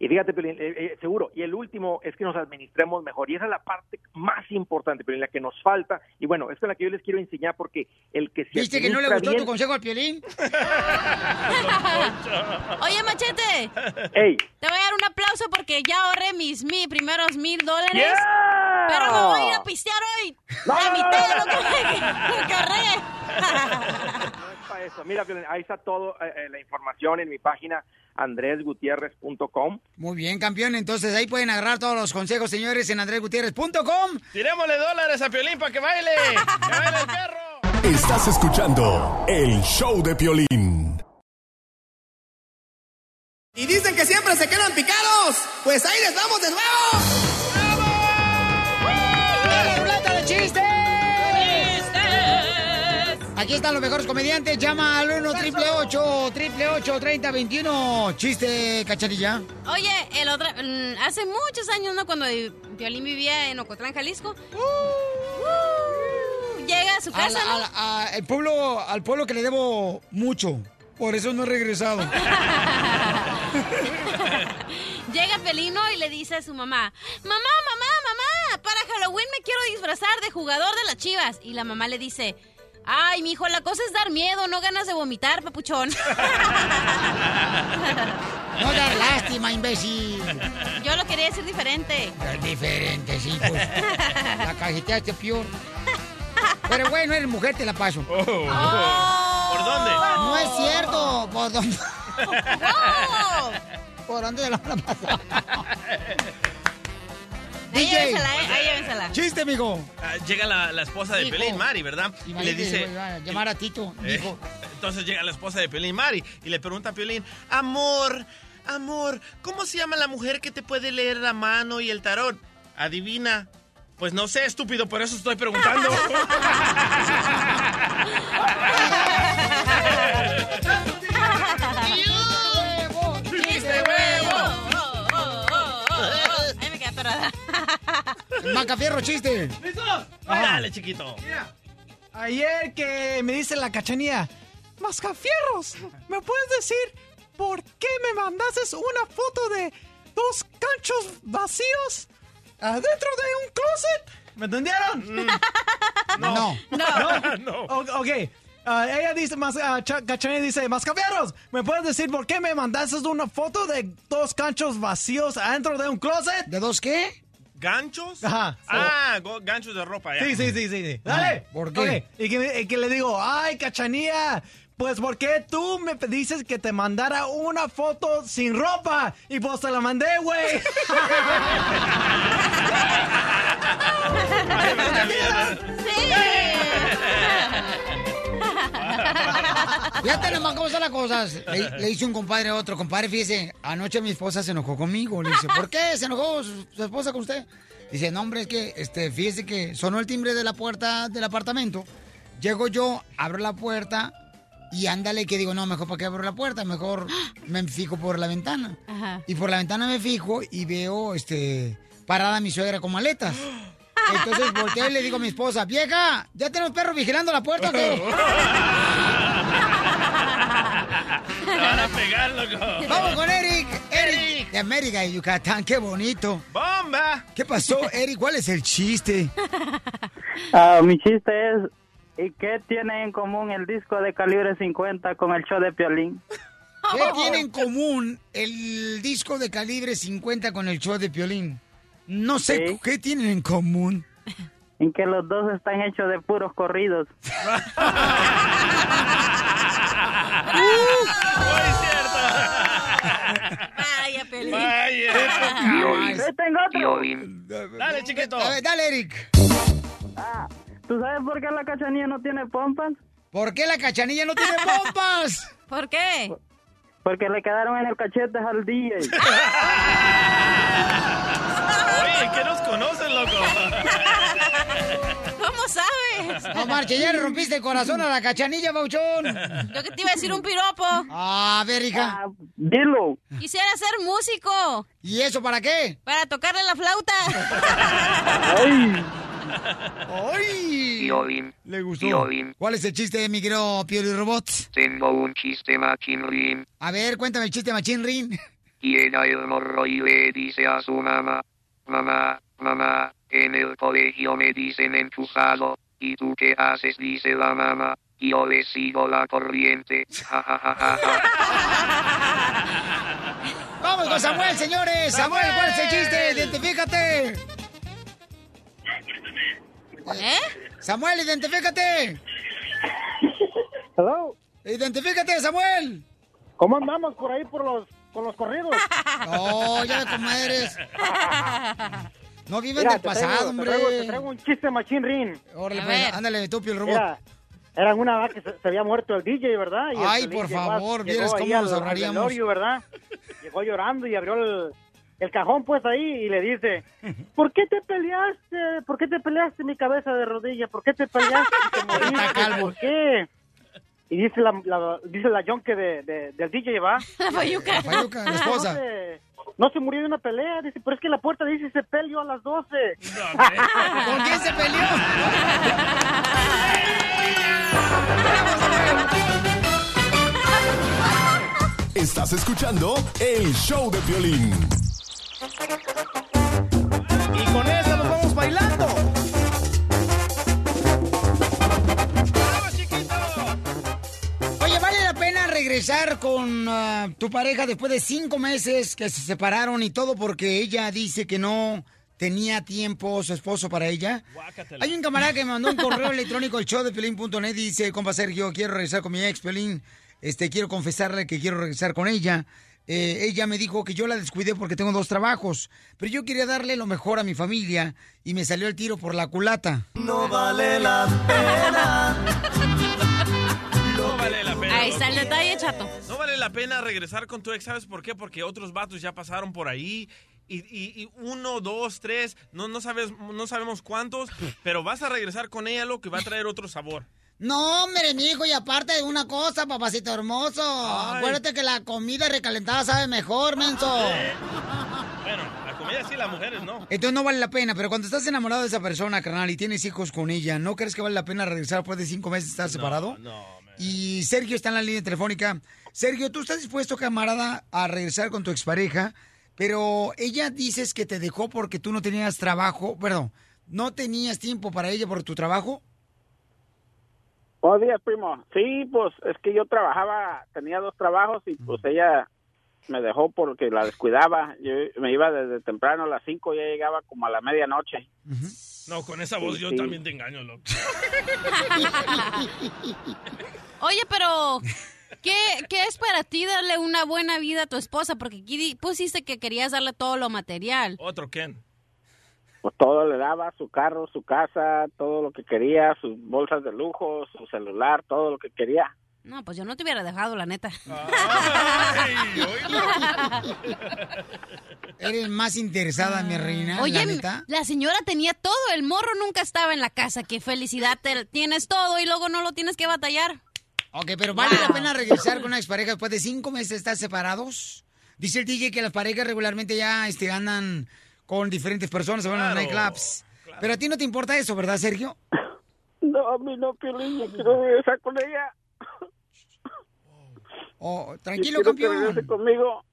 Speaker 18: Y fíjate, Piolín, eh, eh, seguro. Y el último es que nos administremos mejor. Y esa es la parte más importante, Piolín, la que nos falta. Y bueno, esta es la que yo les quiero enseñar porque el que se
Speaker 1: ¿Viste que no le
Speaker 18: administra
Speaker 1: gustó tu
Speaker 18: bien-
Speaker 1: consejo al Piolín?
Speaker 3: Oye, Machete,
Speaker 18: ¡Ey!
Speaker 3: te voy a dar un aplauso porque ya ahorré mis mi primeros mil dólares.
Speaker 5: Yeah.
Speaker 3: Pero me voy a ir a pistear hoy. La mitad de lo que lo que ahorré.
Speaker 18: para eso. Mira, Piolín, ahí está todo eh, eh, la información en mi página andresgutierrez.com.
Speaker 1: Muy bien, campeón. Entonces, ahí pueden agarrar todos los consejos, señores, en andresgutierrez.com.
Speaker 2: Tirémosle dólares a Piolín para que baile. Que baile el perro.
Speaker 6: Estás escuchando el show de Piolín.
Speaker 5: Y dicen que siempre se quedan picados. Pues ahí les vamos de nuevo.
Speaker 1: ¡Dale, plata de chistes! Aquí están los mejores comediantes. Llama al 1 888 888 3021 Chiste, cacharilla.
Speaker 3: Oye, el otro, mm, hace muchos años, ¿no? Cuando Violín vivía en Ocotlán, Jalisco. Uh, a su casa,
Speaker 1: la-
Speaker 3: ¿no?
Speaker 1: a la- a- el pueblo, al pueblo que le debo mucho. Por eso no he regresado.
Speaker 3: Llega Pelino y le dice a su mamá, mamá, mamá, mamá, para Halloween me quiero disfrazar de jugador de las chivas. Y la mamá le dice, ay, mijo, la cosa es dar miedo, no ganas de vomitar, papuchón.
Speaker 1: No dar lástima, imbécil.
Speaker 3: Yo lo quería decir diferente.
Speaker 1: Es diferente, sí, pues. La cajeteaste peor. Pero bueno, eres mujer, te la paso.
Speaker 2: Oh.
Speaker 3: Oh.
Speaker 5: ¿Por dónde?
Speaker 1: No es cierto. ¿Por dónde? ¿Por dónde te la van a pasar?
Speaker 3: Ahí
Speaker 1: DJ.
Speaker 3: llévensela, ¿eh? Ahí llévensela.
Speaker 1: Chiste, mijo.
Speaker 2: Ah, llega la, la esposa de
Speaker 1: Hijo.
Speaker 2: Pelín Mari, ¿verdad? Y
Speaker 1: Imagínate,
Speaker 2: le dice.
Speaker 1: voy a Llamar a Tito,
Speaker 2: Eh,
Speaker 1: dijo.
Speaker 2: entonces llega la esposa de Pelín Mari y le pregunta a Pelín: Amor, amor, ¿cómo se llama la mujer que te puede leer la mano y el tarot? Adivina. Pues no sé, estúpido, por eso estoy preguntando.
Speaker 5: ¡Chiste huevo!
Speaker 3: Ahí me quedé atorada.
Speaker 1: Macafierro, chiste.
Speaker 4: ¿Listo?
Speaker 2: Dale, chiquito.
Speaker 4: Ayer que me dice la cachanía, Mascafierros, ¿me puedes decir por qué me mandases una foto de dos canchos vacíos adentro de un closet? ¿Me entendieron?
Speaker 5: Mm. No.
Speaker 4: No.
Speaker 5: No. No.
Speaker 4: O- ok. Ah, ella dice, mas, ah, Cha- Cachanía dice, Mascafierros, ¿me puedes decir por qué me mandases una foto de dos canchos vacíos adentro de un closet?
Speaker 1: ¿De dos qué?
Speaker 2: ¿Ganchos?
Speaker 4: Ajá.
Speaker 2: Ah, go- ganchos de ropa. ya. Ah,
Speaker 4: Sí, sí, sí, sí, sí. Dale.
Speaker 2: ¿por qué?
Speaker 4: Ok, Y, que, y que le digo, ay, cachanía, pues ¿por qué tú me dices que te mandara una foto sin ropa? Y pues te la mandé, güey.
Speaker 1: Ya tenemos cómo son las cosas. Le, le hice un compadre a otro. Compadre, fíjese, anoche mi esposa se enojó conmigo. Le dice, ¿por qué se enojó su, su esposa con usted? Dice, no, hombre, es que, este, fíjese que sonó el timbre de la puerta del apartamento. Llego yo, abro la puerta y ándale que digo, no, mejor para qué abro la puerta, mejor me fijo por la ventana. Y por la ventana me fijo y veo, este, parada mi suegra con maletas. Entonces volteé y le digo a mi esposa, vieja, ¿ya tenemos perros vigilando la puerta o qué?
Speaker 5: Te van a pegar, loco.
Speaker 1: Vamos con Eric. Eric de América y Yucatán, qué bonito.
Speaker 2: ¡Bomba!
Speaker 1: ¿Qué pasó, Eric? ¿Cuál es el chiste?
Speaker 19: Ah, mi chiste es, ¿y qué tiene en común el disco de calibre 50 con el show de Piolín?
Speaker 1: ¿Qué tiene en común el disco de calibre 50 con el show de Piolín? No sé qué tienen en común.
Speaker 19: En que los dos están hechos de puros corridos.
Speaker 3: Vaya, Pelín.
Speaker 2: eh.
Speaker 19: Piolín. Yo tengo otro.
Speaker 5: Piolín.
Speaker 2: Dale, chiquito.
Speaker 1: A ver, dale, Eric.
Speaker 19: Ah, ¿Tú sabes por qué la cachanilla no tiene pompas?
Speaker 1: ¿Por qué la cachanilla no tiene pompas?
Speaker 3: ¿Por qué?
Speaker 19: Porque le quedaron en el cachete al DJ.
Speaker 2: Oye, ¿qué nos conocen, loco?
Speaker 3: ¿Cómo sabes?
Speaker 1: No marche, ya le rompiste el corazón a la cachanilla, Bauchón.
Speaker 3: Yo que te iba a decir un piropo.
Speaker 1: A ver, hija.
Speaker 19: Dilo.
Speaker 3: Quisiera ser músico.
Speaker 1: Ah. ¿Y eso para qué?
Speaker 3: Para tocarle la flauta.
Speaker 1: ¡Ay!
Speaker 13: Piolín.
Speaker 1: Le gustó.
Speaker 13: Piolín.
Speaker 1: ¿Cuál es el chiste de mi querido Pioli Robot?
Speaker 13: Tengo un chiste machinrín.
Speaker 1: A ver, cuéntame el chiste, Machín Rin.
Speaker 13: Llega el morro y le dice a su mamá, mamá, mamá, en el colegio me dicen enchufado, ¿y tú qué haces? dice la mamá, yo le sigo la corriente, ja ja ja ja ja.
Speaker 1: Vamos con Samuel, señores. Samuel, ¿cuál es el chiste? Identifícate. ¿Eh? Samuel, identifícate.
Speaker 20: Hello.
Speaker 1: Identifícate, Samuel.
Speaker 20: ¿Cómo andamos por ahí por los, con los corridos?
Speaker 1: No, ya me comadres. No viven
Speaker 20: Mira,
Speaker 1: del
Speaker 20: te
Speaker 1: pasado,
Speaker 20: traigo- te
Speaker 1: hombre.
Speaker 20: traigo- te traigo un chiste machín rin.
Speaker 1: Órale, pues, ándale, tú, el robot.
Speaker 20: Era, era una vaca que se, se había muerto el DJ, ¿verdad? el
Speaker 1: Ay,
Speaker 20: Piolín
Speaker 1: por
Speaker 20: llegó a-
Speaker 1: favor,
Speaker 20: llegó
Speaker 1: vieras
Speaker 20: ahí
Speaker 1: cómo
Speaker 20: al-
Speaker 1: nos
Speaker 20: al
Speaker 1: ahorraríamos.
Speaker 20: velorio, ¿verdad? Llegó llorando y abrió el, el cajón pues ahí y le dice, ¿por qué te peleaste? ¿Por qué te peleaste mi cabeza de rodilla? ¿Por qué te peleaste? y te moriste? ¿Por qué? Y dice la, la- dice la yonque de, de- del DJ, ¿va?
Speaker 3: La fayuca. La fayuca, la esposa.
Speaker 20: No se, no se murió de una pelea, dice, pero es que la puerta dice se peleó a las 12.
Speaker 1: ¿Con quién se peleó?
Speaker 6: Estás escuchando el show de violín.
Speaker 4: Y con eso nos vamos bailando.
Speaker 1: Oye, ¿vale la pena regresar con ah, tu pareja después de cinco meses que se separaron y todo porque ella dice que no tenía tiempo su esposo para ella? Hay un camarada que me mandó un correo electrónico al show de Piolín.net y dice, compa Sergio, quiero regresar con mi ex Piolín. Este, quiero confesarle que quiero regresar con ella. Eh, ella me dijo que yo la descuidé porque tengo dos trabajos, pero yo quería darle lo mejor a mi familia y me salió el tiro por la culata.
Speaker 5: No vale la pena.
Speaker 2: No vale la pena.
Speaker 3: Ahí está el detalle, chato.
Speaker 2: No vale la pena regresar con tu ex, ¿sabes por qué? Porque otros vatos ya pasaron por ahí. Y, y- y uno, dos, tres, no, no, sabes, no sabemos cuántos, pero vas a regresar con ella, lo que va a traer otro sabor.
Speaker 1: No, hombre, mijo, y aparte de una cosa, papacito hermoso. Acuérdate que la comida recalentada sabe mejor, menso.
Speaker 2: Bueno, la comida sí, las mujeres no.
Speaker 1: Entonces no vale la pena, pero cuando estás enamorado de esa persona, carnal, y tienes hijos con ella, ¿no crees que vale la pena regresar después de cinco meses de estar separado?
Speaker 2: No,
Speaker 1: Y Sergio está en la línea telefónica. Sergio, ¿tú estás dispuesto, camarada, a regresar con tu expareja? Pero ella dices que te dejó porque tú no tenías trabajo, perdón, no tenías tiempo para ella por tu trabajo.
Speaker 21: Buenos días, "Oh, primo. Sí, pues es que yo trabajaba, tenía dos trabajos y pues ella me dejó porque la descuidaba. Yo me iba desde temprano a las 5 y ya llegaba como a la medianoche.
Speaker 2: No, con esa voz
Speaker 21: Sí,
Speaker 2: yo
Speaker 21: sí.
Speaker 2: también te engaño, loco.
Speaker 3: Oye, pero ¿qué, ¿qué es para ti darle una buena vida a tu esposa? Porque aquí di- pusiste que querías darle todo lo material.
Speaker 2: Otro Ken.
Speaker 21: Pues todo le daba, su carro, su casa, todo lo que quería, sus bolsas de lujo, su celular, todo lo que quería.
Speaker 3: No, pues yo no te hubiera dejado, la neta.
Speaker 1: Eres más interesada, mi reina.
Speaker 3: Oye,
Speaker 1: la
Speaker 3: m-
Speaker 1: neta.
Speaker 3: la, señora tenía todo, el morro nunca estaba en la casa. Qué felicidad, te- tienes todo y luego no lo tienes que batallar.
Speaker 1: Ok, pero ¿vale la pena regresar con una expareja después de cinco meses de estar separados? Dice el DJ que las parejas regularmente ya este, andan con diferentes personas, se van a
Speaker 21: Claro,
Speaker 1: nightclubs. Pero a ti no te importa eso, ¿verdad, Sergio?
Speaker 21: No, a mí no, Piolín, yo quiero regresar con ella.
Speaker 1: Oh,
Speaker 21: Yo
Speaker 1: tranquilo,
Speaker 21: quiero que
Speaker 1: campeón.
Speaker 21: regrese conmigo.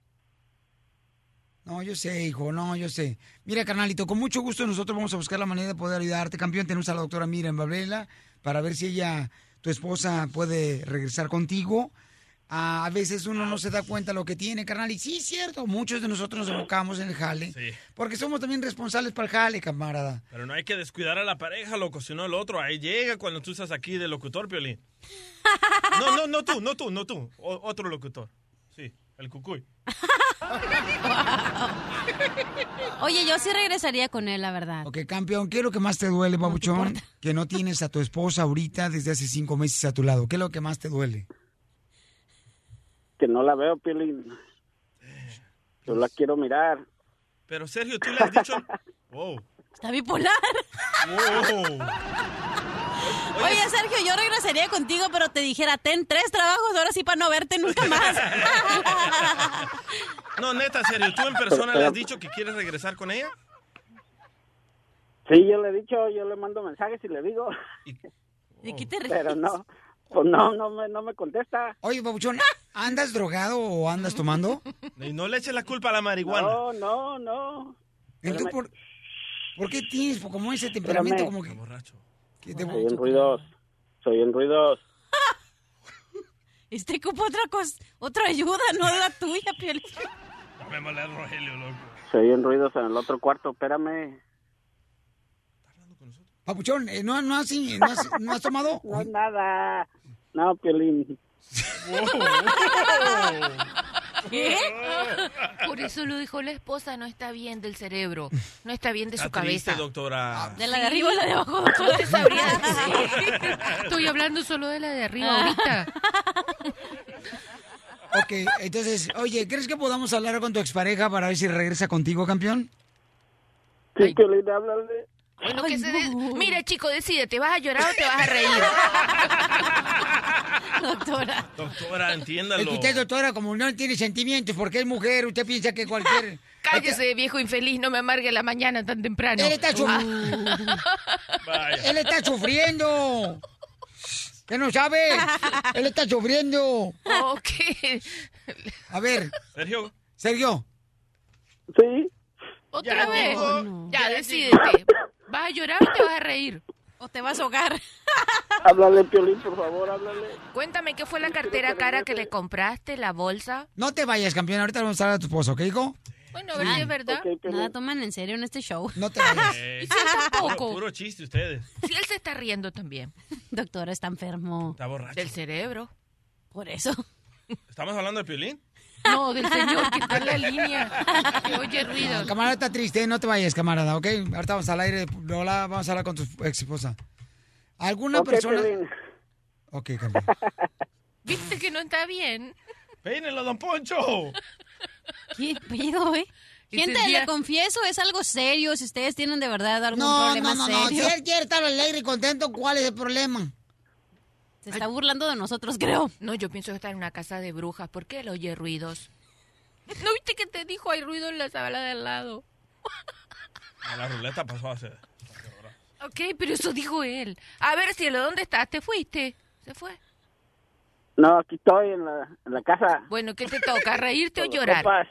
Speaker 1: No, yo sé, hijo, no, yo sé. Mira, carnalito, con mucho gusto nosotros vamos a buscar la manera de poder ayudarte, campeón. Tenemos a la doctora Miriam Babela para ver si ella, tu esposa, puede regresar contigo. Ah, A veces uno no se da cuenta lo que tiene, carnal. Y sí, es cierto, muchos de nosotros nos enfocamos en el jale.
Speaker 2: Sí.
Speaker 1: Porque somos también responsables para el jale, camarada.
Speaker 2: Pero no hay que descuidar a la pareja, loco, sino el otro. Ahí llega cuando tú estás aquí de locutor, Piolín. No, no, no tú, no tú, no tú. O- otro locutor. Sí, el cucuy.
Speaker 3: Oye, yo sí regresaría con él, la verdad.
Speaker 1: Ok, campeón, ¿qué es lo que más te duele, babuchón? que no tienes a tu esposa ahorita desde hace cinco meses a tu lado. ¿Qué es lo que más te duele?
Speaker 21: Que no la veo, Piolín. Yo la quiero mirar.
Speaker 2: Pero Sergio, tú le has dicho. Wow.
Speaker 3: Está bipolar.
Speaker 2: Wow.
Speaker 3: Oye, Sergio, yo regresaría contigo, pero te dijera, ten tres trabajos ahora sí para no verte nunca más.
Speaker 2: No, neta, Sergio, ¿tú en persona le has dicho que quieres regresar con ella?
Speaker 21: Sí, yo le he dicho, yo le mando mensajes y le digo.
Speaker 3: ¿De qué te ríes?
Speaker 21: Pero no, pues no, no me, no me contesta.
Speaker 1: Oye, babuchón, ¿andas drogado o andas tomando?
Speaker 2: Y no le eches la culpa a la marihuana.
Speaker 21: No, no, no.
Speaker 1: Entonces,
Speaker 21: Pero
Speaker 1: ¿por, por qué tienes como ese temperamento?
Speaker 21: Espérame.
Speaker 1: Como que, que te-
Speaker 21: Soy en ruidos, soy en ruidos.
Speaker 3: Este ocupa otra cosa, otra ayuda, no la tuya, Piolín.
Speaker 2: Llamémosle a Rogelio, loco.
Speaker 21: Soy en ruidos en el otro cuarto, espérame.
Speaker 1: Papuchón, eh, no, no, has, no, has, no has tomado?
Speaker 21: No, nada. No, Piolín.
Speaker 22: ¿Qué? Por eso lo dijo la esposa, no está bien del cerebro, no está bien de su
Speaker 2: Está triste,
Speaker 22: cabeza.
Speaker 2: doctora.
Speaker 22: ¿De la de arriba o la de abajo, doctora? Yo te sabría decir. Estoy hablando solo de la de arriba ahorita.
Speaker 1: Ok, entonces, oye, ¿crees que podamos hablar con tu expareja para ver si regresa contigo, campeón?
Speaker 21: Sí, Piolín, háblale.
Speaker 22: Bueno, que se de- Mira, chico, decide, ¿te vas a llorar o te vas a reír?
Speaker 3: Doctora.
Speaker 2: Doctora,
Speaker 1: Es
Speaker 2: entiéndalo.
Speaker 1: que usted, doctora, como no tiene sentimientos porque es mujer, usted piensa que cualquier...
Speaker 22: Cállese, viejo infeliz, no me amargue la mañana tan temprano.
Speaker 1: Él está, su-
Speaker 22: Ah.
Speaker 1: Él está sufriendo. ¿Qué no sabe? Él está sufriendo.
Speaker 22: Ok.
Speaker 1: A ver,
Speaker 2: Sergio.
Speaker 1: Sergio.
Speaker 21: Sí.
Speaker 22: Otra
Speaker 5: Ya
Speaker 22: vez.
Speaker 5: llegó,
Speaker 22: ya, decídete. ¿Vas a llorar o te vas a reír? O te vas a ahogar.
Speaker 21: Háblale, Piolín, por favor, háblale.
Speaker 22: Cuéntame, ¿qué fue la cartera cara que le compraste? ¿La bolsa?
Speaker 1: No te vayas, campeón. Ahorita vamos a hablar a tu esposo, ¿ok, hijo?
Speaker 22: Bueno, a ver si es verdad.
Speaker 3: Nada toman en serio en este show.
Speaker 1: No te
Speaker 2: Eh,
Speaker 22: Y si él
Speaker 2: Puro,
Speaker 22: tampoco.
Speaker 2: puro chiste ustedes.
Speaker 22: Si él se está riendo también.
Speaker 3: Doctor, está enfermo.
Speaker 2: Está borracho.
Speaker 22: Del cerebro.
Speaker 3: Por eso.
Speaker 2: ¿Estamos hablando de Piolín?
Speaker 22: No, del señor que está en la línea. Que oye ruido.
Speaker 1: Ah, Camarada está triste, no te vayas, camarada, ¿ok? Ahorita vamos al aire, luego la- vamos a hablar con tu ex esposa. ¿Alguna
Speaker 22: Ok,
Speaker 1: persona...?
Speaker 22: Piolín.
Speaker 1: Ok, campeón.
Speaker 22: Viste que no está bien.
Speaker 2: Peínelo, don Poncho.
Speaker 3: ¿Qué pedo, eh?
Speaker 22: Ese
Speaker 3: Gente,
Speaker 22: día-
Speaker 3: le confieso, es algo serio. Si ustedes tienen de verdad algún
Speaker 1: No,
Speaker 3: problema
Speaker 1: no, no, no. Si
Speaker 3: serio.
Speaker 1: él quiere estar alegre y contento, ¿cuál es el problema?
Speaker 3: Se está burlando de nosotros, creo.
Speaker 22: No, yo pienso que está en una casa de brujas. ¿Por qué él oye ruidos? ¿No viste que te dijo hay ruido en la sala de al lado?
Speaker 2: A la ruleta pasó hace.
Speaker 22: Ok, pero eso dijo él. A ver, cielo, ¿dónde estás? ¿Te fuiste? ¿Se fue?
Speaker 21: No, aquí estoy en la, en la casa.
Speaker 22: Bueno, ¿qué te toca? ¿Reírte o
Speaker 21: Con los
Speaker 22: llorar?
Speaker 21: compas.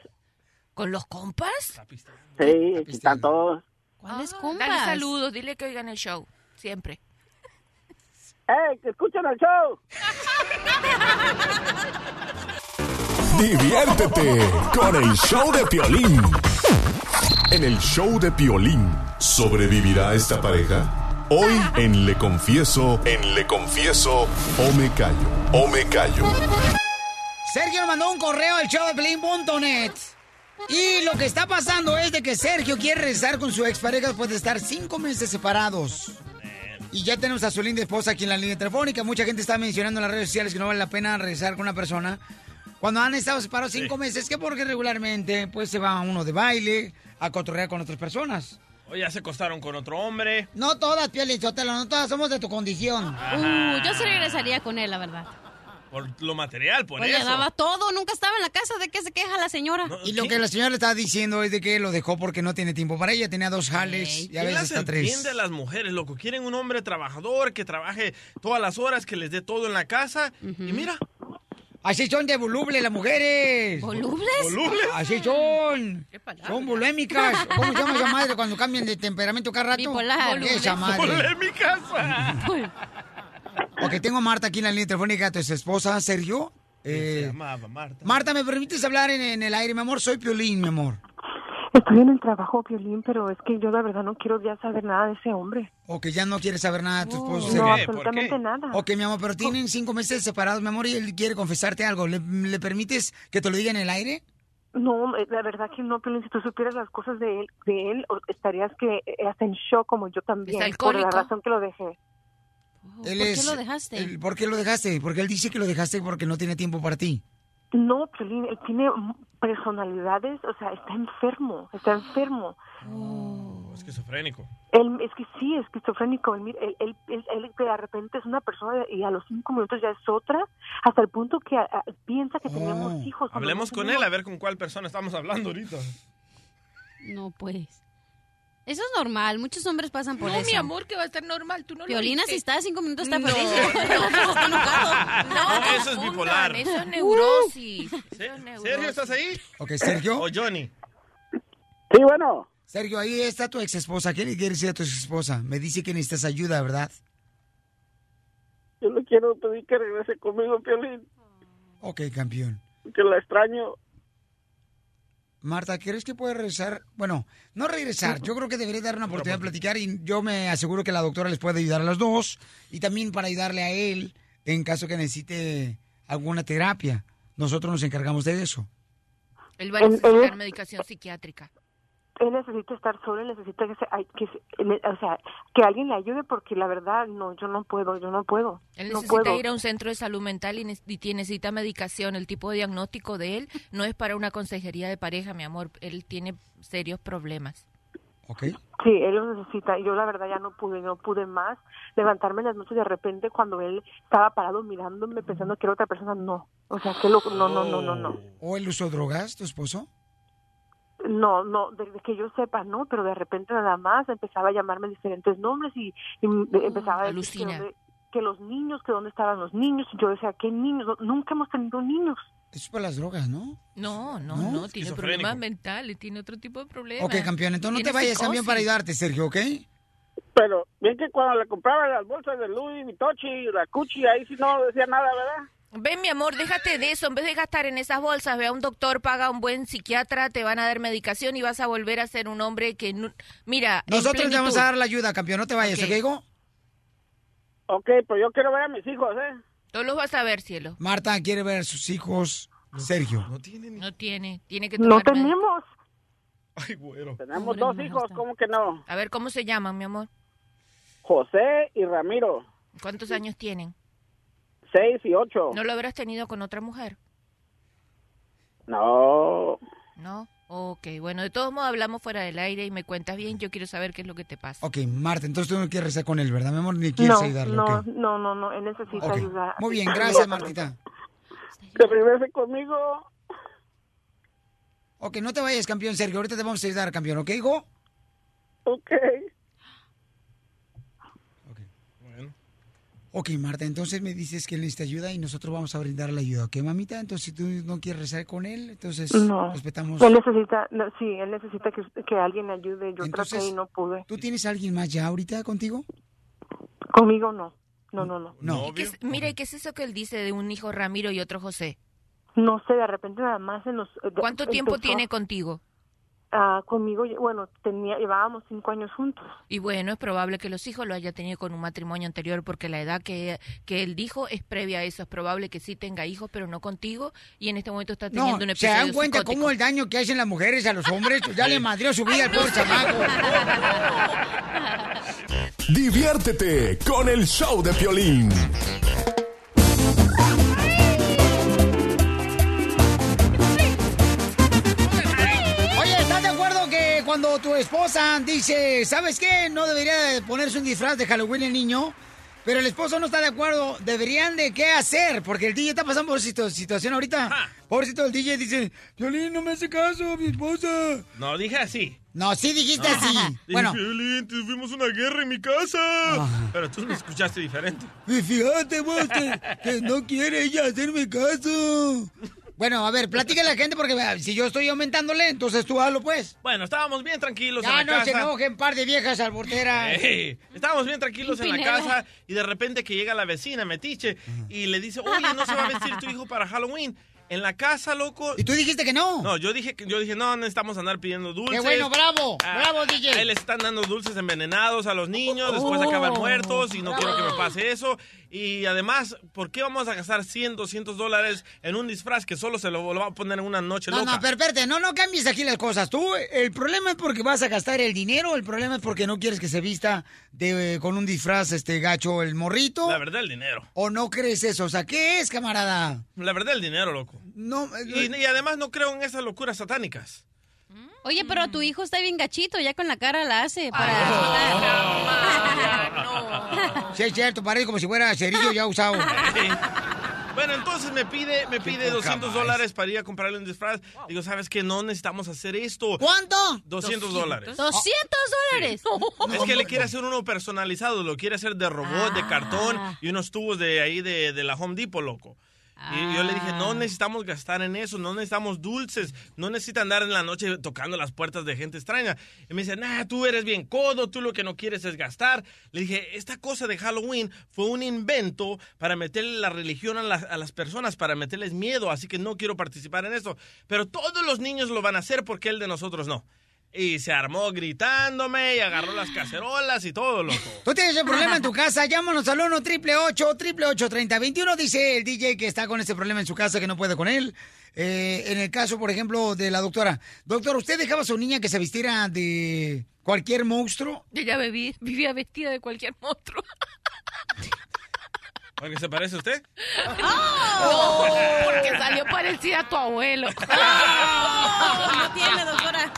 Speaker 22: ¿Con los compas?
Speaker 21: Sí, aquí están todos.
Speaker 22: ¿Cuáles
Speaker 3: compas?
Speaker 22: Dale saludos, dile que oigan el show. Siempre.
Speaker 21: ¡Ey, que escuchan el show!
Speaker 6: Diviértete con el show de Piolín. En el show de Piolín, ¿sobrevivirá esta pareja? Hoy en Le Confieso, en Le Confieso, o me callo, o me callo.
Speaker 1: Sergio nos mandó un correo al show de Pelín.net. Y lo que está pasando es de que Sergio quiere regresar con su expareja después de estar cinco meses separados. Y ya tenemos a su linda esposa aquí en la línea telefónica. Mucha gente está mencionando en las redes sociales que no vale la pena regresar con una persona. Cuando han estado separados cinco meses, que porque regularmente pues se va uno de baile a cotorrear con otras personas.
Speaker 2: O ya se acostaron con otro hombre.
Speaker 1: No todas, Piel Sotelo, no todas somos de tu condición. Ah.
Speaker 3: Uh, yo sí regresaría con él, la verdad.
Speaker 2: Por lo material, por
Speaker 3: Pues le
Speaker 2: eso.
Speaker 3: daba todo, nunca estaba en la casa. ¿De qué se queja la señora?
Speaker 1: Y lo que la señora le estaba diciendo es de que lo dejó porque no tiene tiempo para ella. Tenía dos jales y a
Speaker 2: ¿Quién
Speaker 1: veces
Speaker 2: las
Speaker 1: hasta tres.
Speaker 2: entiende a las mujeres, loco? Quieren un hombre trabajador que trabaje todas las horas, que les dé todo en la casa. Y mira,
Speaker 1: Así son de volubles las mujeres.
Speaker 3: ¿Volubles?
Speaker 2: ¿Volubles?
Speaker 1: Así son.
Speaker 2: ¿Qué
Speaker 1: Son volémicas. ¿Cómo se llama esa madre cuando cambian de temperamento cada rato?
Speaker 3: Bipolar.
Speaker 1: Esa madre. Ok, tengo a Marta aquí en la línea telefónica, tu esposa, Sergio.
Speaker 2: se
Speaker 1: Eh,
Speaker 2: llamaba Marta.
Speaker 1: Marta, ¿me permites hablar en, en el aire, mi amor? Soy Piolín, mi amor.
Speaker 8: Estoy en el trabajo, Violín, pero es que yo la verdad no quiero ya saber nada de ese hombre.
Speaker 1: Ok, ya no quieres saber nada de tu esposo,
Speaker 8: No,
Speaker 1: Sergio.
Speaker 8: absolutamente nada.
Speaker 1: Ok, mi amor, pero tienen cinco meses separados, mi amor, y él quiere confesarte algo. ¿Le, le permites que te lo diga en el aire?
Speaker 8: No, eh, la verdad que no, Piolín, si tú supieras las cosas de él, de él o- estarías que eh, hasta en shock como yo también,
Speaker 1: ¿Está
Speaker 8: por la
Speaker 1: alcohólico?
Speaker 8: razón que lo dejé.
Speaker 1: Él
Speaker 8: ¿por qué
Speaker 1: es-
Speaker 8: lo dejaste?
Speaker 1: él- ¿Por qué lo dejaste? Porque él dice que lo dejaste porque no tiene tiempo para ti.
Speaker 8: No, Piolín, él tiene mm, personalidades, o sea, está enfermo, está enfermo.
Speaker 2: oh, esquizofrénico.
Speaker 8: Él es que sí, es esquizofrénico. Él, mira, él, él, él- él de repente es una persona y a los cinco minutos ya es otra, hasta el punto que a- a- piensa que teníamos hijos. cuando
Speaker 2: Hablemos
Speaker 8: no
Speaker 2: con
Speaker 8: teníamos.
Speaker 2: él a ver con cuál persona estamos hablando ahorita.
Speaker 3: No, pues. Eso es normal, muchos hombres pasan por
Speaker 22: No,
Speaker 3: eso.
Speaker 22: mi amor, que va a estar normal. Tú no
Speaker 3: Violina,
Speaker 22: lo
Speaker 3: si
Speaker 22: viste.
Speaker 3: está a cinco minutos, está
Speaker 22: No.
Speaker 3: feliz.
Speaker 2: Ah, No, eso es bipolar.
Speaker 22: Eso
Speaker 3: Uh.
Speaker 22: es neurosis.
Speaker 2: Sergio, ¿estás ahí?
Speaker 1: Ok, Sergio.
Speaker 2: O Johnny.
Speaker 1: Sí, bueno. Sergio, ahí está tu ex esposa. ¿Qué le quieres decir a tu ex esposa? Me dice que necesitas ayuda, ¿verdad?
Speaker 21: Yo le quiero pedir que regrese conmigo, Piolín,
Speaker 1: Ok, campeón.
Speaker 21: que la extraño.
Speaker 1: Marta, ¿crees que puede regresar? Bueno, no regresar. Yo creo que debería dar una oportunidad de platicar y yo me aseguro que la doctora les puede ayudar a los dos y también para ayudarle a él en caso que necesite alguna terapia. Nosotros nos encargamos de eso.
Speaker 22: Él va
Speaker 21: Pues,
Speaker 22: a necesitar medicación psiquiátrica.
Speaker 8: Él necesita estar solo, él necesita que, se, ay, que se- ne- o sea, que alguien le ayude porque la verdad, no, yo no puedo, yo no puedo.
Speaker 22: Él
Speaker 8: no
Speaker 22: necesita
Speaker 8: puedo.
Speaker 22: ir a un centro de salud mental y, ne- y tie- necesita medicación. El tipo de diagnóstico de él no es para una consejería de pareja, mi amor. Él tiene serios problemas.
Speaker 1: ¿Ok?
Speaker 8: Sí, él lo necesita. Yo la verdad ya no pude, no pude más levantarme en las noches de repente cuando él estaba parado mirándome pensando que era otra persona. No, o sea, que lo, no, no, no, no, no.
Speaker 1: ¿O él usó drogas, tu esposo?
Speaker 8: No, no, desde que yo sepa, no, pero de repente nada más empezaba a llamarme diferentes nombres y, y m- empezaba a decir que
Speaker 22: Mm, alucina.
Speaker 8: dónde- que los niños, que dónde estaban los niños. Yo decía, ¿qué niños? No- Nunca hemos tenido niños.
Speaker 1: Es por las drogas, ¿no?
Speaker 22: No, no,
Speaker 1: ¿No?
Speaker 22: no, tiene
Speaker 1: Esquizofrénico.
Speaker 22: problemas mentales, tiene otro tipo de problemas.
Speaker 1: Ok, campeón, entonces no te
Speaker 22: Tiene
Speaker 1: vayas
Speaker 22: psicosis.
Speaker 1: también para ayudarte, Sergio, ¿ok?
Speaker 21: Pero bien que cuando le compraba las bolsas de Louis Vitochi y la Cuchi, ahí sí no decía nada, ¿verdad?
Speaker 22: Ven, mi amor, déjate de eso. En vez de gastar en esas bolsas, ve a un doctor, paga a un buen psiquiatra, te van a dar medicación y vas a volver a ser un hombre que... nu- Mira, en
Speaker 1: Nosotros te vamos
Speaker 22: plenitud.
Speaker 1: a dar la ayuda, campeón, no te vayas, ¿ok,
Speaker 22: Ok.
Speaker 1: hijo?
Speaker 21: Ok, pues yo quiero ver a mis hijos, ¿eh?
Speaker 22: Tú los vas a ver, cielo.
Speaker 1: Marta quiere ver a sus hijos, Sergio.
Speaker 22: No tiene, tiene que
Speaker 1: No
Speaker 22: tomar med-
Speaker 21: tenemos.
Speaker 2: Ay, güero.
Speaker 21: Tenemos dos hijos, ¿cómo que no?
Speaker 22: A ver, ¿cómo se llaman, mi amor?
Speaker 21: José y Ramiro,
Speaker 22: ¿Cuántos años tienen?
Speaker 21: seis y ocho.
Speaker 22: ¿No lo habrás tenido con otra mujer?
Speaker 21: No.
Speaker 22: ¿No? Ok, bueno, de todos modos hablamos fuera del aire y me cuentas bien. Yo quiero saber qué es lo que te pasa.
Speaker 1: Ok, Marta, entonces tú no quieres rezar con él, ¿verdad, mi amor? Ni quieres ayudarle,
Speaker 8: no,
Speaker 1: ¿ok?
Speaker 8: no, no, no, él necesita
Speaker 1: Ok.
Speaker 8: ayuda.
Speaker 1: Muy bien, gracias, Martita.
Speaker 21: Te regrese conmigo.
Speaker 1: Ok, no te vayas, campeón, Sergio, ahorita te vamos a ayudar, campeón, ¿ok, hijo?
Speaker 21: Ok.
Speaker 1: Ok, Marta, entonces me dices que él necesita ayuda y nosotros vamos a brindar la ayuda, ¿ok, mamita? Entonces, si tú no quieres rezar con él, entonces
Speaker 8: No.
Speaker 1: respetamos...
Speaker 8: Él necesita, no, sí, él necesita que, que alguien le ayude. Yo traté
Speaker 1: Entonces,
Speaker 8: y no pude.
Speaker 1: ¿Tú tienes a alguien más ya ahorita contigo?
Speaker 8: Conmigo no. No, no, no.
Speaker 1: No.
Speaker 22: ¿Qué es- mira, ¿y ¿qué es eso que él dice de un hijo Ramiro y otro José?
Speaker 8: No sé, de repente nada más se nos... eh,
Speaker 22: ¿Cuánto tiempo tiene contigo?
Speaker 8: Ah, conmigo, bueno, tenía, llevábamos cinco años juntos.
Speaker 22: Y bueno, es probable que los hijos lo haya tenido con un matrimonio anterior porque la edad que, que él dijo es previa a eso. Es probable que sí tenga hijos, pero no contigo y en este momento está teniendo
Speaker 1: No,
Speaker 22: un
Speaker 1: se
Speaker 22: episodio
Speaker 1: dan cuenta
Speaker 22: psicótico.
Speaker 1: cómo el daño que hacen las mujeres a los hombres, pues ya le madrió su vida al pobre chamaco.
Speaker 6: Diviértete con el show de Piolín.
Speaker 1: Oye, ¿estás de acuerdo que cuando tu esposa dice, ¿sabes qué? No debería de ponerse un disfraz de Halloween el niño, pero el esposo no está de acuerdo, deberían de qué hacer, porque el DJ está pasando por situ- situación ahorita. Pobrecito el DJ dice, Piolín, no me hace caso, mi esposa.
Speaker 2: No, dije así.
Speaker 1: No, sí dijiste
Speaker 2: No.
Speaker 1: así.
Speaker 2: Dije,
Speaker 1: Bueno, Ah.
Speaker 2: "Piolín, tuvimos una guerra en mi casa. Pero tú me escuchaste diferente.
Speaker 1: Y fíjate vos que, que no quiere ella hacerme caso. Bueno, a ver, platícale a la gente porque vea, si yo estoy aumentándole, entonces tú hazlo pues.
Speaker 2: Bueno, estábamos bien tranquilos
Speaker 1: Ya
Speaker 2: en la
Speaker 1: no se
Speaker 2: casa.
Speaker 1: enojen, par de viejas alborteras.
Speaker 2: Ey, estábamos bien tranquilos en la
Speaker 1: Pimpinela.
Speaker 2: casa y de repente que llega la vecina, Metiche, y le dice, oye, ¿no se va a vestir tu hijo para Halloween? En la casa, loco.
Speaker 1: ¿Y tú dijiste que no?
Speaker 2: No, yo dije, que- yo dije no, necesitamos andar pidiendo dulces.
Speaker 1: bueno, bravo, bravo, Oh.
Speaker 2: DJ. Ahí les están dando dulces envenenados a los niños, después acaban muertos y no quiero que me pase eso. Y además, ¿por qué vamos a gastar 100, 200 dólares en un disfraz que solo se lo, lo va a poner en una noche
Speaker 1: No,
Speaker 2: loca?
Speaker 1: no, pero espérate, no, no cambies aquí las cosas. Tú, el problema es porque vas a gastar el dinero, el problema es porque no quieres que se vista de, eh, con un disfraz este gacho el morrito.
Speaker 2: La verdad, el dinero.
Speaker 1: ¿O no crees eso? O sea, ¿qué es, camarada?
Speaker 2: La verdad, el dinero, loco.
Speaker 1: No, eh,
Speaker 2: y, y además no creo en esas locuras satánicas.
Speaker 3: Oye, pero tu hijo está bien gachito, ya con la cara la hace.
Speaker 22: Ah,
Speaker 3: Para
Speaker 1: Sí, es cierto, parece como si fuera cerillo ya usado.
Speaker 2: Bueno, entonces me pide, me pide
Speaker 1: poca
Speaker 2: 200 dólares para ir a comprarle un disfraz. Digo, ¿sabes qué? No necesitamos hacer esto.
Speaker 1: ¿Cuánto?
Speaker 2: 200 dólares.
Speaker 3: 200 dólares.
Speaker 2: Es que le quiere hacer uno personalizado, lo quiere hacer de robot, de cartón y unos tubos de ahí de, de la Home Depot, loco. Y yo le dije, no necesitamos gastar en eso, no necesitamos dulces, no necesita andar en la noche tocando las puertas de gente extraña. Y me dice, nah, tú eres bien codo, tú lo que no quieres es gastar. Le dije, esta cosa de Halloween fue un invento para meterle la religión a, las- a las personas, para meterles miedo, así que no quiero participar en eso. Pero todos los niños lo van a hacer porque el de nosotros no. Y se armó gritándome y agarró las cacerolas y todo, loco.
Speaker 1: Tú tienes el problema en tu casa, llámanos al 1 888 3021 Dice el DJ que está con ese problema en su casa, que no puede con él. Eh, en el caso, por ejemplo, de la doctora. Doctora, ¿usted dejaba a su niña que se vistiera de cualquier monstruo?
Speaker 22: Ella viví- vivía vestida de cualquier monstruo.
Speaker 2: ¿Porque se parece a usted?
Speaker 22: No, porque salió parecida a tu abuelo.
Speaker 3: No tiene, doctora.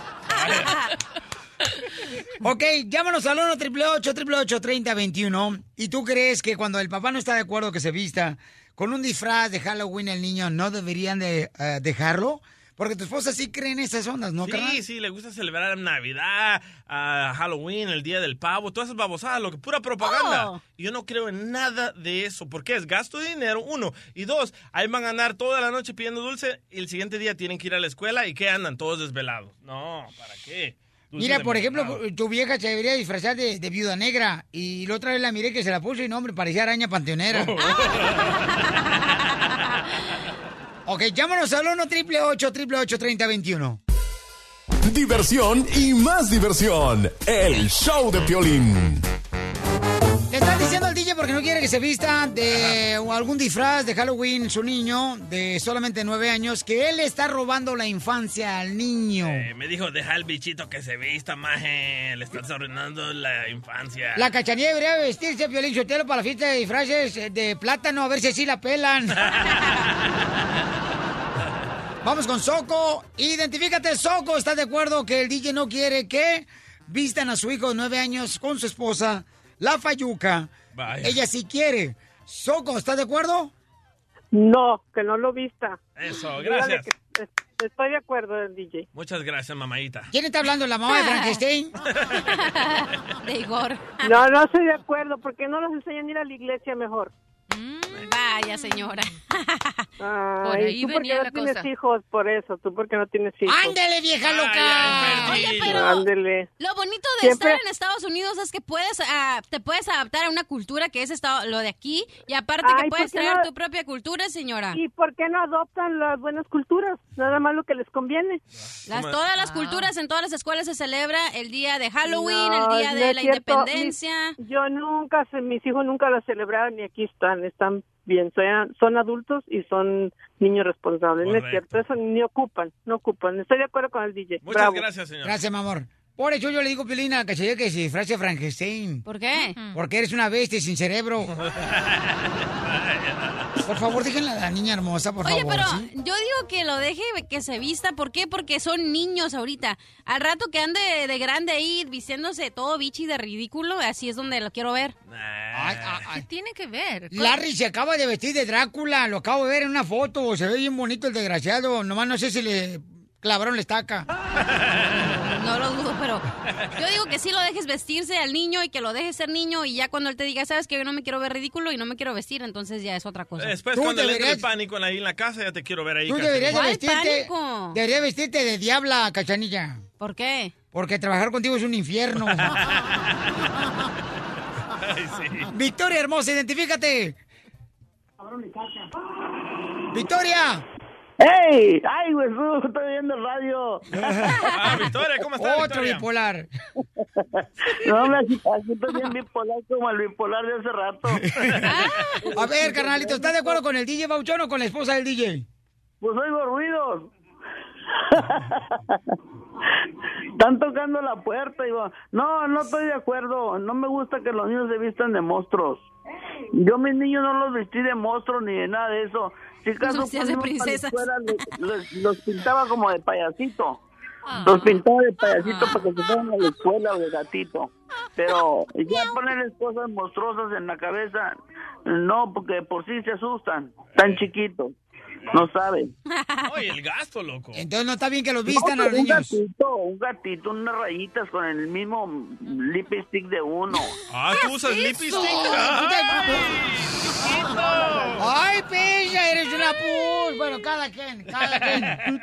Speaker 1: Ok, llámanos al 1 888 3021 ¿Y tú crees que cuando el papá no está de acuerdo que se vista con un disfraz de Halloween el niño no deberían de eh, dejarlo?
Speaker 17: Porque tu esposa sí cree en esas ondas, ¿no,
Speaker 2: sí,
Speaker 17: carnal?
Speaker 2: sí, le gusta celebrar Navidad, a Halloween, el Día del Pavo, todas esas babosadas, lo que pura propaganda.
Speaker 9: Oh.
Speaker 2: Yo no creo en nada de eso, porque es gasto de dinero, uno. Y dos, ahí van a andar toda la noche pidiendo dulce y el siguiente día tienen que ir a la escuela y que andan todos desvelados. No, ¿para qué? Dulce
Speaker 1: Mira,
Speaker 2: de
Speaker 1: por
Speaker 2: mercado.
Speaker 1: ejemplo, tu vieja se debería disfrazar de, de viuda negra. Y la otra vez la miré que se la puso y no, hombre, parecía araña panteonera.
Speaker 5: Oh.
Speaker 1: ok, llámanos al 1 triple 8 triple 3021
Speaker 6: Diversión y más diversión. El show de Piolín.
Speaker 1: Le están diciendo al DJ porque no quiere que se vista de o algún disfraz de Halloween su niño de solamente nueve años que él está robando la infancia al niño.
Speaker 2: Eh, me dijo, deja al bichito que se vista, maje. Le estás arruinando la infancia.
Speaker 1: La cachanilla debería vestirse Piolín Sotelo para la fiesta de disfraces eh, de plátano a ver si así la pelan. Vamos con Soco. Identifícate, Soco. ¿Estás de acuerdo que el DJ no quiere que vistan a su hijo de nueve años con su esposa, la Fayuca?
Speaker 2: Vaya.
Speaker 1: Ella sí quiere. Soco, ¿estás de acuerdo?
Speaker 8: No, que no lo vista.
Speaker 2: Eso,
Speaker 8: Dígale
Speaker 2: gracias.
Speaker 8: que es- Estoy de acuerdo del DJ.
Speaker 2: Muchas gracias, mamadita.
Speaker 1: ¿Quién está hablando? ¿La mamá de Frankenstein?
Speaker 8: De Igor. No, no estoy de acuerdo. ¿Por qué no los enseñan a ir a la iglesia mejor?
Speaker 3: Vaya, señora.
Speaker 8: Ay,
Speaker 3: ahí
Speaker 8: tú porque
Speaker 3: venía
Speaker 8: no
Speaker 3: la
Speaker 8: tienes
Speaker 3: cosa.
Speaker 8: hijos, por eso. Tú porque no tienes hijos.
Speaker 3: Ándele, vieja Ay, loca. ay, Oye, pero-
Speaker 8: Ándele.
Speaker 3: Lo bonito de
Speaker 8: Siempre-
Speaker 3: estar en Estados Unidos es que puedes ah, te puedes adaptar a una cultura que es esta- lo de aquí y aparte
Speaker 8: Ay,
Speaker 3: que puedes
Speaker 8: ¿por qué
Speaker 3: traer
Speaker 8: no?
Speaker 3: tu propia cultura, señora.
Speaker 8: ¿Y por qué no adoptan las buenas culturas? Nada más lo que les conviene.
Speaker 3: Las, todas
Speaker 8: Ah.
Speaker 3: las culturas en todas las escuelas se celebra el día de Halloween,
Speaker 8: No,
Speaker 3: el día
Speaker 8: no
Speaker 3: de
Speaker 8: es
Speaker 3: la
Speaker 8: cierto.
Speaker 3: independencia.
Speaker 8: Mis- yo nunca, se- mis hijos nunca lo celebraron y aquí están, están bien. Son, son adultos y son niños responsables. No es
Speaker 1: Correcto.
Speaker 8: cierto, eso ni ocupan, no ocupan. Estoy de acuerdo con el DJ. Bravo.
Speaker 1: Gracias, mi amor. Por eso yo le digo, Piolín, a la cachanilla que se disfrace de Frankenstein.
Speaker 3: ¿Por qué? Mm.
Speaker 1: Porque eres una bestia sin cerebro. Por favor, déjenla a la niña hermosa, por
Speaker 3: Oye,
Speaker 1: favor.
Speaker 3: pero
Speaker 1: ¿sí?
Speaker 3: yo digo que lo deje que se vista. ¿Por qué? Porque son niños ahorita. Al rato que ande de grande ahí vistiéndose todo bichi de ridículo, así es donde lo quiero ver.
Speaker 22: ¿Qué tiene que ver?
Speaker 1: Larry se acaba de vestir de Drácula, lo acabo de ver en una foto, se ve bien bonito el desgraciado, nomás no sé si le clavaron la estaca.
Speaker 3: No lo dudo, pero yo digo que sí lo dejes vestirse al niño y que lo dejes ser niño y ya cuando él te diga, sabes que yo no me quiero ver ridículo y no me quiero vestir, entonces ya es otra cosa.
Speaker 2: Después, cuando le entre el pánico ahí en la casa, ya te quiero ver ahí.
Speaker 1: Tú
Speaker 2: Casimiro.
Speaker 1: deberías de vestirte, deberías vestirte de diabla, cachanilla.
Speaker 3: ¿Por qué?
Speaker 1: Porque trabajar contigo es un infierno.
Speaker 5: Ay, sí.
Speaker 1: Victoria hermosa, identifícate. Victoria.
Speaker 10: ¡Ey! ¡Ay, güey! tú, Estoy viendo el radio.
Speaker 2: Ah, Victoria, ¿cómo estás,
Speaker 10: Otro
Speaker 2: Victoria?
Speaker 1: bipolar.
Speaker 10: No, hombre, así, así estoy bien bipolar como el bipolar de hace rato.
Speaker 1: A ver, carnalito, ¿estás de acuerdo con el DJ Bauchón o con la esposa del DJ?
Speaker 10: Pues oigo ruidos. Están tocando la puerta y va- no, no estoy de acuerdo. No me gusta que los niños se vistan de monstruos. Yo mis niños no los vestí de monstruos ni de nada de eso. Si
Speaker 3: Los
Speaker 10: caso
Speaker 3: vestías de
Speaker 10: cuando iban para la
Speaker 3: princesas.
Speaker 10: escuela, les- les- los pintaba como de payasito.
Speaker 3: Ah.
Speaker 10: Los pintaba de payasito para que se fueran a la escuela o de gatito. Pero ya ponerles cosas monstruosas en la cabeza, no, porque de por sí se asustan. Tan chiquitos, no saben.
Speaker 2: Oye, el gasto, loco.
Speaker 1: Entonces no está bien que los
Speaker 2: vistan a los
Speaker 10: pero un
Speaker 2: niños.
Speaker 10: Gatito, un gatito, unas rayitas con el mismo lipstick de uno.
Speaker 2: Ah, tú usas lipstick. Ah.
Speaker 1: ¡Ay, pilla! ¡Eres una pus! Bueno, cada quien, cada quien.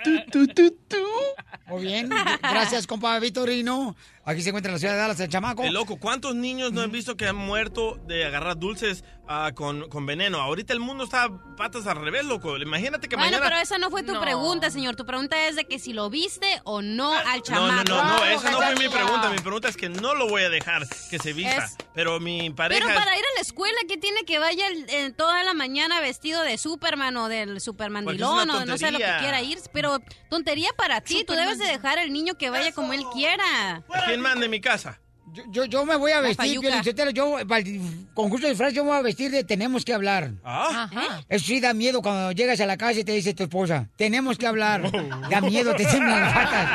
Speaker 1: Muy bien. Gracias, compa Vitorino. Aquí se encuentra en la ciudad de Dallas, el chamaco.
Speaker 2: Eh, loco, ¿cuántos niños no han visto que han muerto de agarrar dulces ah, con, con veneno? Ahorita el mundo está patas al revés, loco. Imagínate que
Speaker 3: Bueno,
Speaker 2: mañana...
Speaker 3: pero esa no fue tu pregunta, señor. Tu pregunta es de que si lo viste o no al
Speaker 2: No, no,
Speaker 3: chamaco.
Speaker 2: no, no, esa no fue mi pregunta. Mi pregunta es que no lo voy a dejar que se vista.
Speaker 3: Es-
Speaker 2: Pero mi
Speaker 3: Pero
Speaker 2: pareja...
Speaker 3: para ir a la escuela, ¿qué tiene que vaya el- eh, toda la mañana vestido de Superman o del Supermandilón
Speaker 2: Porque es una
Speaker 3: o no sé lo que
Speaker 2: tontería.
Speaker 3: quiera ir? Pero tontería para ti, tú debes de dejar al niño que vaya como él quiera.
Speaker 2: ¿Quién manda en mi casa?
Speaker 1: Yo, yo, yo me voy a
Speaker 3: La
Speaker 1: vestir,
Speaker 3: payuca.
Speaker 1: Piolín Sotelo, yo, para el concurso de disfraz, yo me voy a vestir de tenemos que hablar.
Speaker 3: Ah. ¿Eh?
Speaker 22: Ajá.
Speaker 1: Eso sí da miedo cuando llegas a la casa y te dice tu esposa, tenemos que hablar. Da miedo, te tiemblan las patas.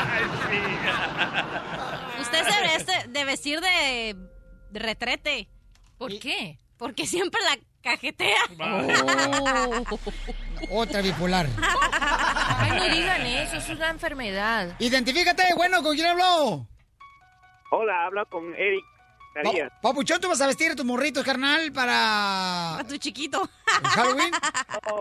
Speaker 3: este, Usted se veste de vestir de de retrete. ¿Por qué? Porque siempre la cajetea.
Speaker 1: Otra bipolar.
Speaker 22: Ay, no digan eso, es una enfermedad.
Speaker 1: Identifícate, bueno, ¿con quién habló?
Speaker 9: Hola, habla con Eric. María.
Speaker 1: Pa- Papuchón, tú vas a vestir a tus morritos, carnal, para...
Speaker 3: A tu chiquito.
Speaker 1: Halloween.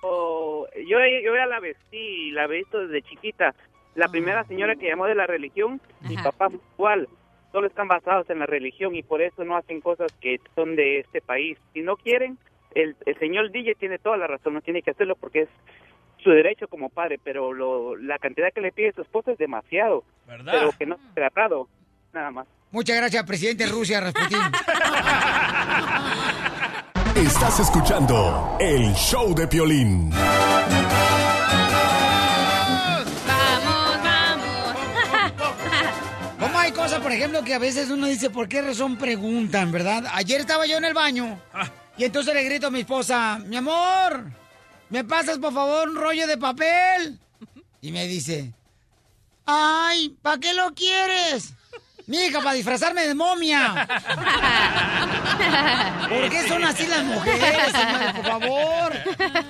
Speaker 9: Oh, yo, yo ya la vestí, la he visto desde chiquita.
Speaker 1: Ah.
Speaker 9: La primera señora que llamó de la religión, mi papá fue igual, solo están basados en la religión y por eso no hacen cosas que son de este país. Si no quieren, el, el señor DJ tiene toda la razón, no tiene que hacerlo porque es su derecho como padre, pero lo, la cantidad que le pide su esposa es demasiado.
Speaker 1: ¿Verdad?
Speaker 9: Pero que no sea tratado, nada más.
Speaker 1: Muchas gracias, presidente de Rusia, Rasputin.
Speaker 6: Estás escuchando el show de Piolín.
Speaker 3: Vamos, vamos.
Speaker 1: ¿Cómo hay cosas, por ejemplo, que a veces uno dice, ¿por qué razón preguntan, verdad? Ayer estaba yo en el baño y entonces le grito a mi esposa, mi amor, ¿me pasas por favor un rollo de papel? Y me dice, ay, ¿para qué lo quieres? Mija, para disfrazarme de momia. ¿Por qué son así las mujeres, señores? Por favor.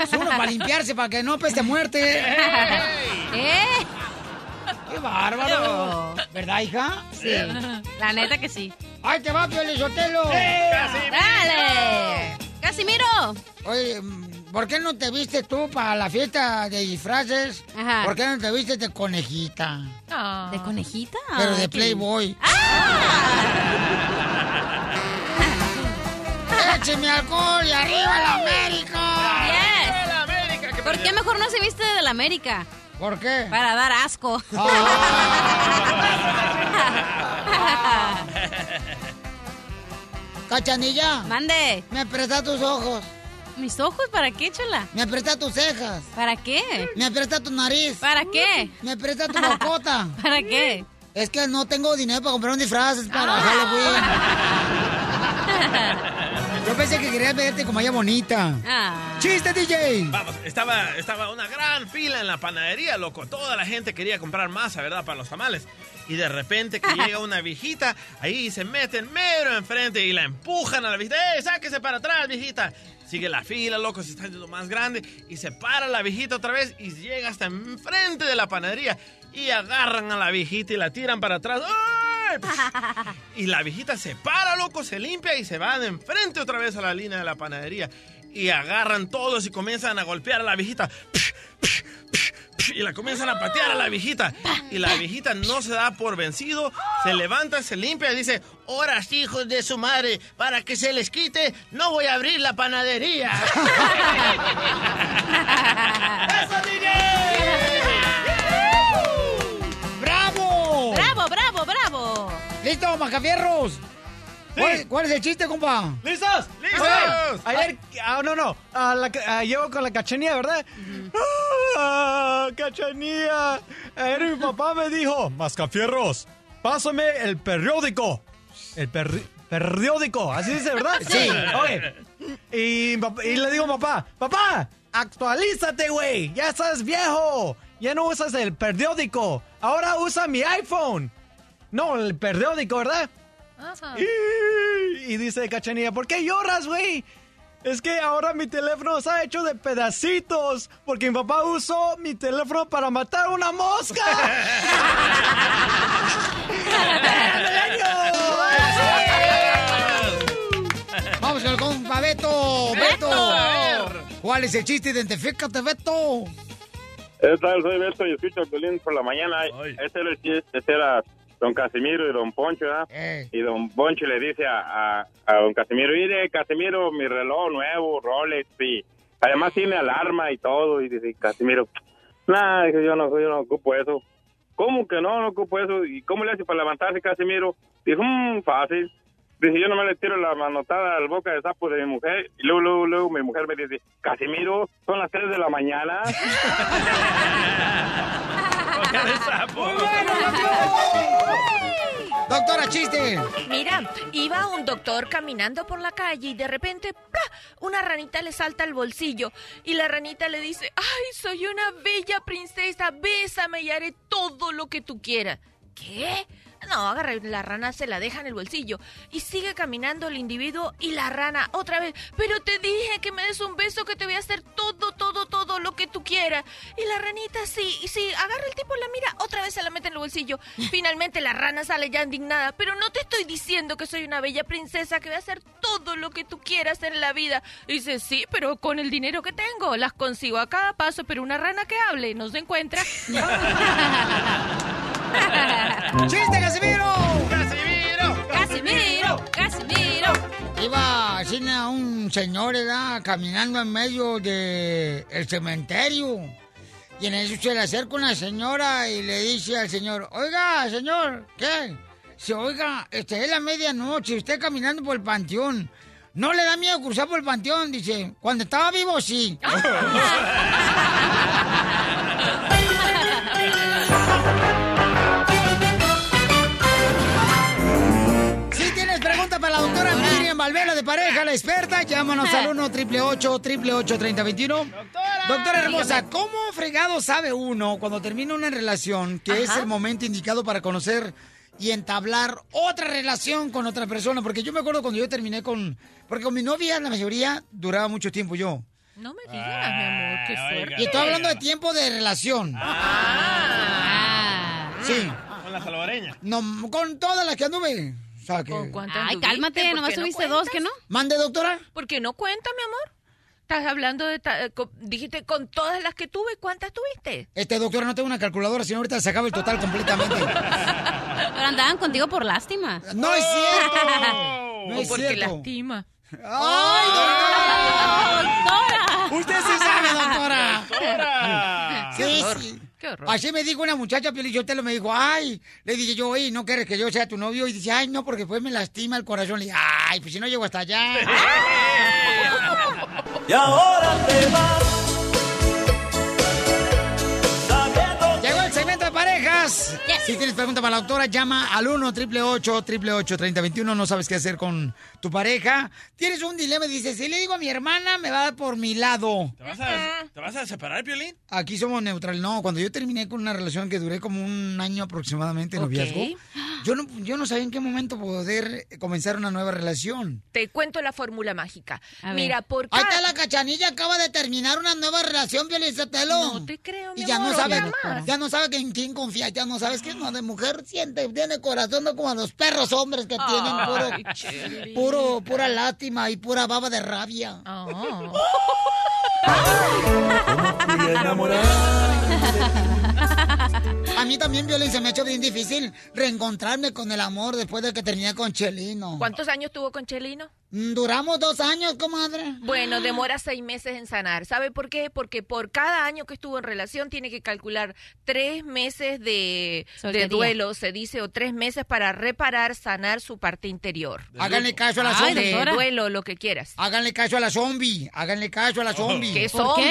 Speaker 1: Es uno para limpiarse, para que no peste a muerte.
Speaker 3: ¡Eh!
Speaker 1: ¡Qué bárbaro! ¿Verdad, hija?
Speaker 3: Sí, la neta que sí. ¡Eh!
Speaker 1: ¡Ay, te va, Piolín Sotelo!
Speaker 3: ¡Dale! ¡Casimiro!
Speaker 1: Oye, mm, ¿por qué no te viste tú para la fiesta de disfraces?
Speaker 3: Ajá.
Speaker 1: ¿Por qué no te viste de conejita?
Speaker 3: ¿De conejita?
Speaker 1: Pero de
Speaker 3: Ay, qué lindo. Ah,
Speaker 1: Playboy. ¡Écheme alcohol y arriba la América!
Speaker 3: Yes. ¿Por qué mejor no se viste de la América?
Speaker 1: ¿Por qué? Ah.
Speaker 3: Para dar asco.
Speaker 1: ¡Cachanilla!
Speaker 3: ¡Mande!
Speaker 1: ¡Me presta tus ojos!
Speaker 3: ¿Mis ojos para qué, chola?
Speaker 1: ¡Me presta tus cejas!
Speaker 3: ¿Para qué?
Speaker 1: ¡Me presta tu nariz!
Speaker 3: ¿Para qué?
Speaker 1: ¡Me presta tu bocota!
Speaker 3: ¿Para qué? Ah.
Speaker 1: Es que no tengo dinero para comprar un disfraz es para Halloween. Yo pensé que querías verte como ella bonita.
Speaker 3: Ah.
Speaker 1: ¡Chiste, DJ!
Speaker 2: Vamos, estaba, estaba una gran fila en la panadería, loco. Toda la gente quería comprar masa, ¿verdad? Para los tamales. Y de repente que llega una viejita, ahí se meten mero enfrente y la empujan a la viejita. ¡Eh, sáquese para atrás, viejita! Sigue la fila, loco, se está yendo más grande. Y se para la viejita otra vez y llega hasta enfrente de la panadería. Y agarran a la viejita y la tiran para atrás. ¡Ay! Y la viejita se para, loco, se limpia y se va de enfrente otra vez a la línea de la panadería. Y agarran todos y comienzan a golpear a la viejita. Y la comienzan a patear a la viejita. Y la viejita no se da por vencido, se levanta, se limpia y dice, horas hijos de su madre, para que se les quite, no voy a abrir la panadería.
Speaker 1: ¡Bravo!
Speaker 3: ¡Bravo, bravo, bravo!
Speaker 1: ¡Listo, Macafierros! ¿Cuál, cuál es el chiste, compa?
Speaker 4: ¿Listos?
Speaker 1: ¡Listos!
Speaker 4: Ok, Ayer, ah, no, no, ah, la ca- ah, llevo con la cachanía, ¿verdad? Ah, cachanía. Ayer mi papá me dijo, mascafierros, pásame el periódico. El perri- periódico, así dice, ¿verdad?
Speaker 5: Sí.
Speaker 4: Ok. Y, mi papá- y le digo, papá, papá, actualízate, güey. Ya estás viejo. Ya no usas el periódico. Ahora usa mi iPhone. No, el periódico, ¿verdad? Y, y dice Cachanilla, ¿por qué lloras, güey? Es que ahora mi teléfono se ha hecho de pedacitos porque mi papá usó mi teléfono para matar una mosca.
Speaker 1: Vamos con el compa Beto. Beto.
Speaker 5: Beto, a
Speaker 1: ¿Cuál es el chiste? Identifícate, Beto.
Speaker 12: ¿Qué tal? Soy Beto y escucho el violín por la mañana. Ese era el chiste, ese era don Casimiro y don Poncho, ¿verdad? Y don Poncho le dice a, a- a don Casimiro, mire, Casimiro, mi reloj nuevo, Rolex, y además tiene alarma y todo. Y dice, Casimiro, nada, yo no, yo no ocupo eso. ¿Cómo que no, no ocupo eso? ¿Y cómo le hace para levantarse, Casimiro? Dijo, "Mm, fácil. Dice, yo nomás le tiro la manotada al boca de sapo de mi mujer. Y luego, luego, luego mi mujer me dice, Casimiro, son las 3 de la mañana.
Speaker 1: Doctora, chiste.
Speaker 22: Mira, iba un doctor caminando por la calle y de repente ¡pla! una ranita le salta al bolsillo y la ranita le dice, ay, soy una bella princesa, bésame y haré todo lo que tú quieras. ¿Qué? No, agarra la rana, se la deja en el bolsillo. Y sigue caminando el individuo y la rana otra vez. Pero te dije que me des un beso, que te voy a hacer todo, todo, todo lo que tú quieras. Y la ranita sí, y sí, agarra el tipo, la mira, otra vez se la mete en el bolsillo. Finalmente la rana sale ya indignada. Pero no te estoy diciendo que soy una bella princesa, que voy a hacer todo lo que tú quieras en la vida. Y dice, sí, pero con el dinero que tengo, las consigo a cada paso, pero una rana que hable y no se encuentra.
Speaker 1: ¡Chiste, Casimiro!
Speaker 22: ¡Casimiro! ¡Casimiro! ¡Casimiro!
Speaker 1: Iba así a un señor, era caminando en medio del el cementerio. Y en eso se le acerca una señora y le dice al señor, oiga, señor, ¿qué? Se oiga, este es la medianoche, usted caminando por el panteón. ¿No le da miedo cruzar por el panteón? Dice, cuando estaba vivo, sí. Si tienes pregunta para la doctora Miriam Valvela de Pareja, la experta, llámanos al 1 888 3021 Doctora, hermosa, ¿cómo fregado sabe uno cuando termina una relación que es
Speaker 17: Ajá.
Speaker 1: el momento indicado para conocer y entablar otra relación con otra persona? Porque yo me acuerdo cuando yo terminé con... Porque con mi novia, la mayoría, duraba mucho tiempo yo.
Speaker 22: No me digas, mi amor, qué suerte.
Speaker 1: Y estoy hablando de tiempo de relación.
Speaker 22: Ah.
Speaker 5: Ah.
Speaker 1: Sí.
Speaker 2: Con la salvadoreña.
Speaker 1: No, con todas las que anduve. O sea, que...
Speaker 3: Ay, cálmate, nomás tuviste dos, ¿que no?
Speaker 1: Mande, doctora.
Speaker 22: ¿Por qué no cuenta, mi amor? Estás hablando de... ta- eh, co- dijiste con todas las que tuve, ¿cuántas tuviste?
Speaker 1: Este, doctora, no tengo una calculadora, sino ahorita se acaba el total completamente.
Speaker 3: Pero andaban contigo por lástima.
Speaker 1: ¡No es cierto! No
Speaker 3: O
Speaker 1: es
Speaker 3: porque
Speaker 1: cierto.
Speaker 22: lastima.
Speaker 1: ¡Ay,
Speaker 3: doctora!
Speaker 1: ¡Usted se sabe, doctora!
Speaker 5: Doctora.
Speaker 1: Sí,
Speaker 5: Qué horror,
Speaker 1: sí.
Speaker 5: qué horror.
Speaker 1: Así me dijo una muchacha, Piolín, yo te lo me dijo, ay, le dije yo, oye, ¿no quieres que yo sea tu novio? Y dice, ay, no, porque pues me lastima el corazón. Le dije, ay, pues si no llego hasta allá.
Speaker 5: Y ahora te vas.
Speaker 1: Llegó el segmento de parejas. Si tienes pregunta para la doctora, llama al 1 888 3021 No sabes qué hacer con tu pareja. Tienes un dilema y dices, si le digo a mi hermana, me va a dar por mi lado.
Speaker 2: ¿Te vas a, ¿te vas a separar, Piolín?
Speaker 1: Aquí somos neutral. No, cuando yo terminé con una relación que duré como un año aproximadamente de
Speaker 22: Ok.
Speaker 1: noviazgo, yo no, yo no sabía en qué momento poder comenzar una nueva relación.
Speaker 22: Te cuento la fórmula mágica.
Speaker 1: A ver.
Speaker 22: Mira, por
Speaker 1: Ahí
Speaker 22: ca-
Speaker 1: está la cachanilla, acaba de terminar una nueva relación, Violizotelo. No te
Speaker 22: creo,
Speaker 1: Y
Speaker 22: mi
Speaker 1: ya no
Speaker 22: amor,
Speaker 1: sabe,
Speaker 22: obvia más.
Speaker 1: ya no sabe en quién confía, ya no sabes que no, de mujer siente, tiene corazón no como los perros hombres que
Speaker 5: Ay,
Speaker 1: tienen
Speaker 5: Chely.
Speaker 1: puro, puro, pura lástima y pura baba de rabia. A mí también, Violín, se me ha hecho bien difícil reencontrarme con el amor después de que terminé con Chelino.
Speaker 22: ¿Cuántos años tuvo con Chelino?
Speaker 1: Mm, Duramos dos años, comadre.
Speaker 22: Bueno, demora seis meses en sanar. ¿Sabe por qué? Porque por cada año que estuvo en relación tiene que calcular tres meses de,
Speaker 3: Soltería.
Speaker 22: de duelo, se dice, o tres meses para reparar, sanar su parte interior.
Speaker 1: Háganle caso a la
Speaker 22: Ay,
Speaker 1: zombie.
Speaker 22: doctora. duelo, lo que quieras.
Speaker 1: Háganle caso a la zombie. Háganle caso a la zombie.
Speaker 22: Oh, ¿Qué zombie?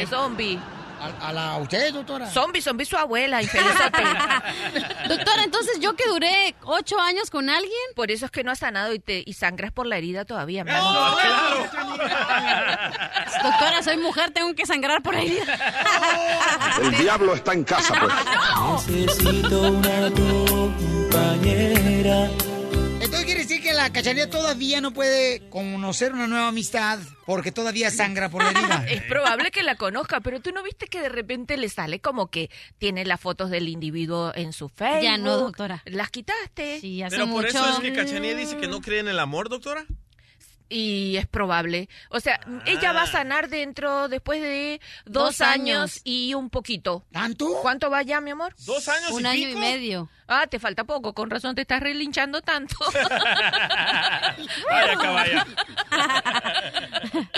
Speaker 22: ¿Qué zombie?
Speaker 1: A, a la, a usted, doctora.
Speaker 22: Zombie, zombie su abuela, infelizote.
Speaker 3: Doctora, entonces yo que duré ocho años con alguien.
Speaker 22: Por eso es que no has sanado y, te, y sangras por la herida todavía. mi
Speaker 1: Ah,
Speaker 22: amor.
Speaker 2: Ah,
Speaker 3: Doctora, soy mujer, tengo que sangrar por ahí.
Speaker 7: El diablo está en casa, pues.
Speaker 5: Necesito una compañera.
Speaker 1: Entonces quiere decir que la cachanilla todavía no puede conocer una nueva amistad porque todavía sangra por la herida.
Speaker 22: Es probable que la conozca, pero tú no viste que de repente le sale como que tiene las fotos del individuo en su Facebook.
Speaker 3: Ya no, doctora.
Speaker 22: Las quitaste. Sí,
Speaker 16: Pero por eso es que Cachanía dice que no cree en el amor, doctora.
Speaker 22: Y es probable. O sea, ella
Speaker 1: Ah.
Speaker 22: va a sanar dentro, después de dos,
Speaker 3: Dos
Speaker 22: años.
Speaker 3: años.
Speaker 22: y un poquito.
Speaker 1: ¿Tanto?
Speaker 22: ¿Cuánto va ya, mi amor?
Speaker 16: Dos años
Speaker 3: Un año y medio.
Speaker 22: Ah, te falta poco. Con razón te estás relinchando tanto.
Speaker 16: Vaya caballa.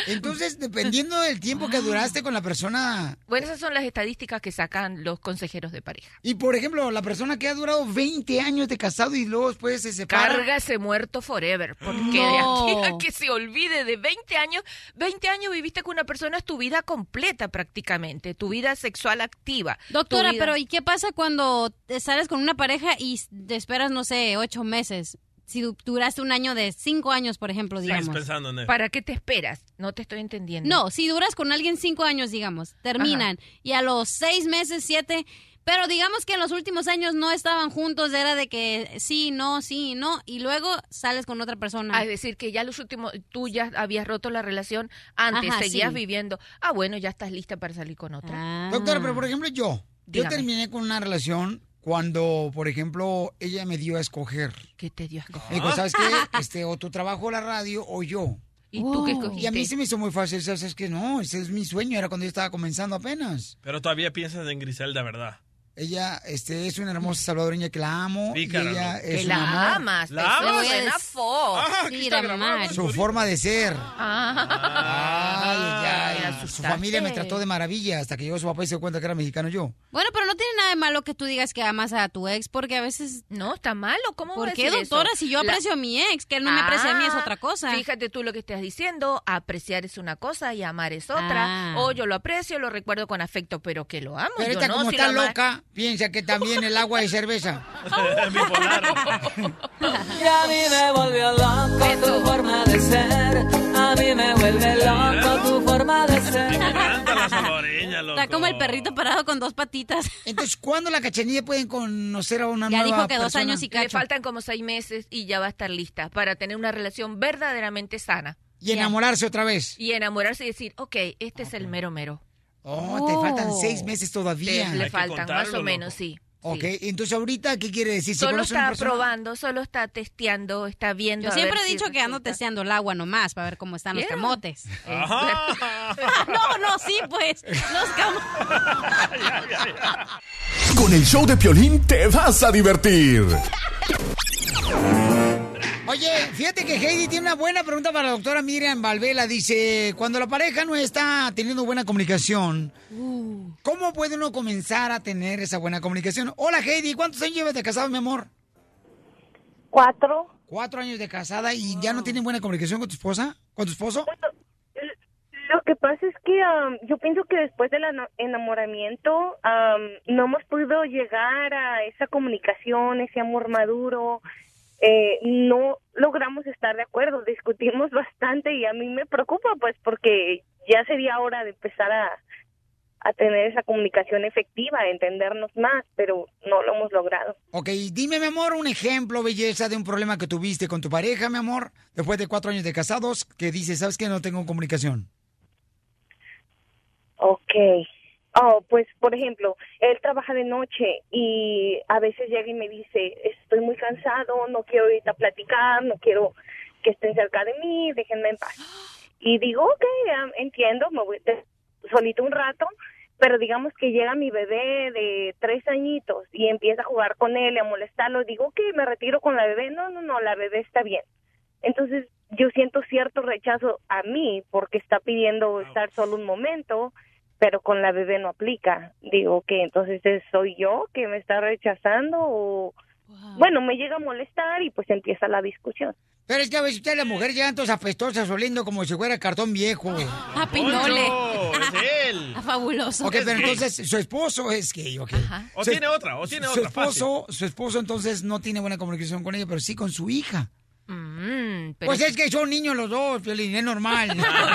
Speaker 1: Entonces, dependiendo del tiempo que duraste con la persona.
Speaker 22: Bueno, esas son las estadísticas que sacan los consejeros de pareja.
Speaker 1: Y por ejemplo, la persona que ha durado 20 años de casado y luego después se separa.
Speaker 22: Carga ese muerto forever, porque de aquí a que se olvide de 20 años, 20 años viviste con una persona, es tu vida completa prácticamente, tu vida sexual activa. tu
Speaker 3: Doctora,
Speaker 22: vida-
Speaker 3: pero ¿y qué pasa cuando te sales con una pareja y te esperas, no sé, ocho meses? Si du- duraste un año de cinco años, por ejemplo, digamos.
Speaker 16: pensando en él.
Speaker 22: ¿Para qué te esperas? No te estoy entendiendo.
Speaker 3: No, si duras con alguien cinco años, digamos, terminan y a los seis meses, siete, Pero digamos que en los últimos años no estaban juntos, era de que sí, no, sí, no, y luego sales con otra persona.
Speaker 22: Es decir, que ya los últimos, tú ya habías roto la relación antes,
Speaker 3: Ajá,
Speaker 22: seguías
Speaker 3: sí. Ah.
Speaker 22: viviendo. Ah, bueno, ya estás lista para salir con otra.
Speaker 1: Doctora, pero por ejemplo yo, yo
Speaker 22: Ah. Dígame.
Speaker 1: terminé con una relación cuando, por ejemplo, ella me dio a escoger.
Speaker 22: ¿Qué te dio a escoger?
Speaker 1: Me dijo, ¿sabes qué? Este, o tu trabajo, la radio, o yo. Oh.
Speaker 22: ¿Y tú qué escogiste?
Speaker 1: Y a mí se me hizo muy fácil, ¿sabes que No, ese es mi sueño, era cuando yo estaba comenzando apenas.
Speaker 2: Pero todavía piensas en Griselda, ¿verdad?
Speaker 1: Ella este, es una hermosa salvadoreña que la amo.
Speaker 2: Pícara,
Speaker 1: y ella
Speaker 2: ¿no?
Speaker 1: es
Speaker 2: Que
Speaker 1: un
Speaker 2: la
Speaker 1: amor.
Speaker 2: amas,
Speaker 22: ¿La te amas? suena
Speaker 3: Pues,
Speaker 22: Fox. Ah, aquí está Mira, grabado, Mari.
Speaker 1: Su forma de ser.
Speaker 16: Ah.
Speaker 22: Ah,
Speaker 1: Ay, ay,
Speaker 3: me
Speaker 1: Su familia me
Speaker 3: asustaste.
Speaker 1: trató de maravilla hasta que llegó su papá y se dio cuenta que era mexicano yo.
Speaker 3: Bueno, pero no tiene nada de malo que tú digas que amas a tu ex, porque a veces...
Speaker 22: No, está malo, ¿cómo
Speaker 3: ¿Por
Speaker 22: voy a
Speaker 3: qué,
Speaker 22: decir
Speaker 3: doctora?
Speaker 22: eso?
Speaker 3: Si yo
Speaker 22: La-
Speaker 3: aprecio a mi ex, que él no me aprecia a mí es
Speaker 22: Ah,
Speaker 3: otra cosa.
Speaker 22: Fíjate tú lo que estás diciendo, apreciar es una cosa y amar es otra.
Speaker 3: Ah.
Speaker 22: O yo lo aprecio, lo recuerdo con afecto, pero que lo amo.
Speaker 1: Pero
Speaker 22: yo
Speaker 1: esta
Speaker 22: no,
Speaker 1: como
Speaker 22: si
Speaker 1: está
Speaker 22: lo ama-
Speaker 1: loca, piensa que también el agua es cerveza.
Speaker 5: Y a mí me volvió loco tu forma de ser. A mí me vuelve loco tu forma de ser.
Speaker 3: Está como el perrito parado con dos patitas.
Speaker 1: Entonces, ¿cuándo la cachanilla pueden conocer a una nueva persona?
Speaker 22: Le faltan como seis meses y ya va a estar lista para tener una relación verdaderamente sana.
Speaker 1: Y enamorarse otra vez.
Speaker 22: Y enamorarse y decir, ok, este es el mero mero.
Speaker 1: Oh, te faltan seis meses todavía.
Speaker 22: Te- le Hay que faltan, contarlo, más o loco. menos, sí.
Speaker 1: Ok, entonces ahorita, ¿qué quiere decir? Si
Speaker 22: solo
Speaker 1: conoce a una
Speaker 22: está
Speaker 1: persona-
Speaker 22: probando, solo está testeando, está viendo.
Speaker 3: Yo siempre he dicho que ando testeando el agua nomás para ver cómo están los
Speaker 22: ¿Vieron?
Speaker 3: camotes. no, no, sí, pues. Los camotes.
Speaker 6: Con el show de Piolín te vas a divertir.
Speaker 1: Oye, fíjate que Heidi tiene una buena pregunta para la doctora Miriam Valvela. Dice, cuando la pareja no está teniendo buena comunicación,
Speaker 5: Uh.
Speaker 1: ¿cómo puede uno comenzar a tener esa buena comunicación? Hola Heidi, ¿cuántos años llevas de casado, mi amor?
Speaker 23: Cuatro.
Speaker 1: Cuatro años de casada y ya no tienen buena comunicación con tu esposa, con tu esposo.
Speaker 23: Lo que pasa es que am, yo pienso que después del ano- enamoramiento am, no hemos podido llegar a esa comunicación, ese amor maduro. Eh, no logramos estar de acuerdo, discutimos bastante y a mí me preocupa pues porque ya sería hora de empezar a, a tener esa comunicación efectiva, a entendernos más, pero no lo hemos logrado.
Speaker 1: Ok, dime, mi amor, un ejemplo, belleza, de un problema que tuviste con tu pareja, mi amor, después de cuatro años de casados, que dices, ¿sabes qué? No tengo comunicación.
Speaker 23: Ok. Oh, pues por ejemplo, él trabaja de noche y a veces llega y me dice, estoy muy cansado, no quiero ahorita platicar, no quiero que estén cerca de mí, déjenme en paz. Y digo, ok, am, entiendo, me voy de- solito un rato, pero digamos que llega mi bebé de tres añitos y empieza a jugar con él y a molestarlo, digo, ok, me retiro con la bebé, no, no, no, la bebé está bien. Entonces yo siento cierto rechazo a mí porque está pidiendo estar solo un momento, pero con la bebé no aplica. Digo que entonces ¿es- soy yo que me está rechazando o bueno, me llega a molestar y pues empieza la discusión.
Speaker 1: Pero es que a veces ustedes las mujeres llegan todas apestosas, oliendo como si fuera cartón viejo.
Speaker 3: A Pinole.
Speaker 2: Es él.
Speaker 5: Ah,
Speaker 3: A fabuloso.
Speaker 1: Ok, pero entonces su esposo es gay, ok.
Speaker 2: O
Speaker 1: Su-
Speaker 2: tiene otra, o tiene
Speaker 1: su
Speaker 2: otra,
Speaker 1: Esposo, su esposo entonces no tiene buena comunicación con ella, pero sí con su hija.
Speaker 2: Mm, pero-
Speaker 1: Pues es que son niños los dos, Piolín, es normal.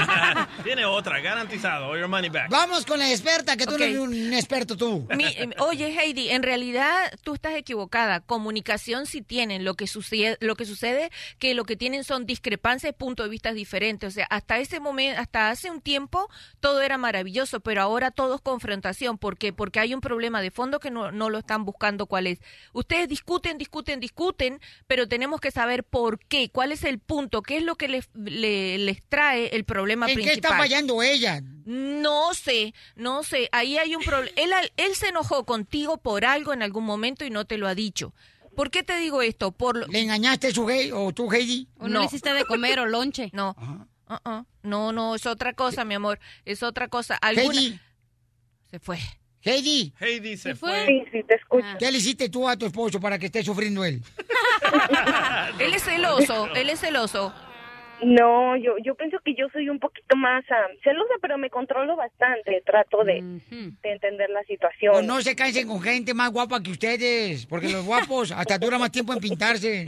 Speaker 2: Tiene otra, garantizado. All your money back.
Speaker 1: Vamos con la experta, que tú
Speaker 2: Ok.
Speaker 1: no eres un experto tú.
Speaker 22: Mi- eh, oye, Heidi, en realidad tú estás equivocada. Comunicación sí tienen. Lo que sucede, lo que sucede que lo que tienen son discrepancias, puntos de vista diferentes. O sea, hasta ese momento, hasta hace un tiempo todo era maravilloso, pero ahora todo es confrontación. ¿Por qué? Porque hay un problema de fondo que no, no lo están buscando cuál es. Ustedes discuten, discuten, discuten, pero tenemos que saber por qué, cuál es el punto, qué es lo que les, le- les trae el problema
Speaker 1: ¿En qué
Speaker 22: principal.
Speaker 1: está fallando ella?
Speaker 22: No sé, no sé. Ahí hay un problema. Él, al- él se enojó contigo por algo en algún momento y no te lo ha dicho. ¿Por qué te digo esto? Por lo-
Speaker 1: ¿Le engañaste su gay o tú, Heidi?
Speaker 3: ¿O no le hiciste de comer o lonche?
Speaker 22: No. Uh-uh. No, no, es otra cosa, mi amor. Es otra cosa. Alguna-
Speaker 1: Heidi.
Speaker 22: Se fue. Ah.
Speaker 1: Heidi.
Speaker 2: Heidi se
Speaker 22: Sí,
Speaker 23: sí, te escucho.
Speaker 1: ¿Qué le hiciste tú a tu esposo para que esté sufriendo él?
Speaker 22: Él es celoso, él es celoso.
Speaker 23: No, yo yo pienso que yo soy un poquito más ah, celosa, pero me controlo bastante, trato de, de entender la situación.
Speaker 1: O no se cansen con gente más guapa que ustedes, porque los guapos hasta dura más tiempo en pintarse.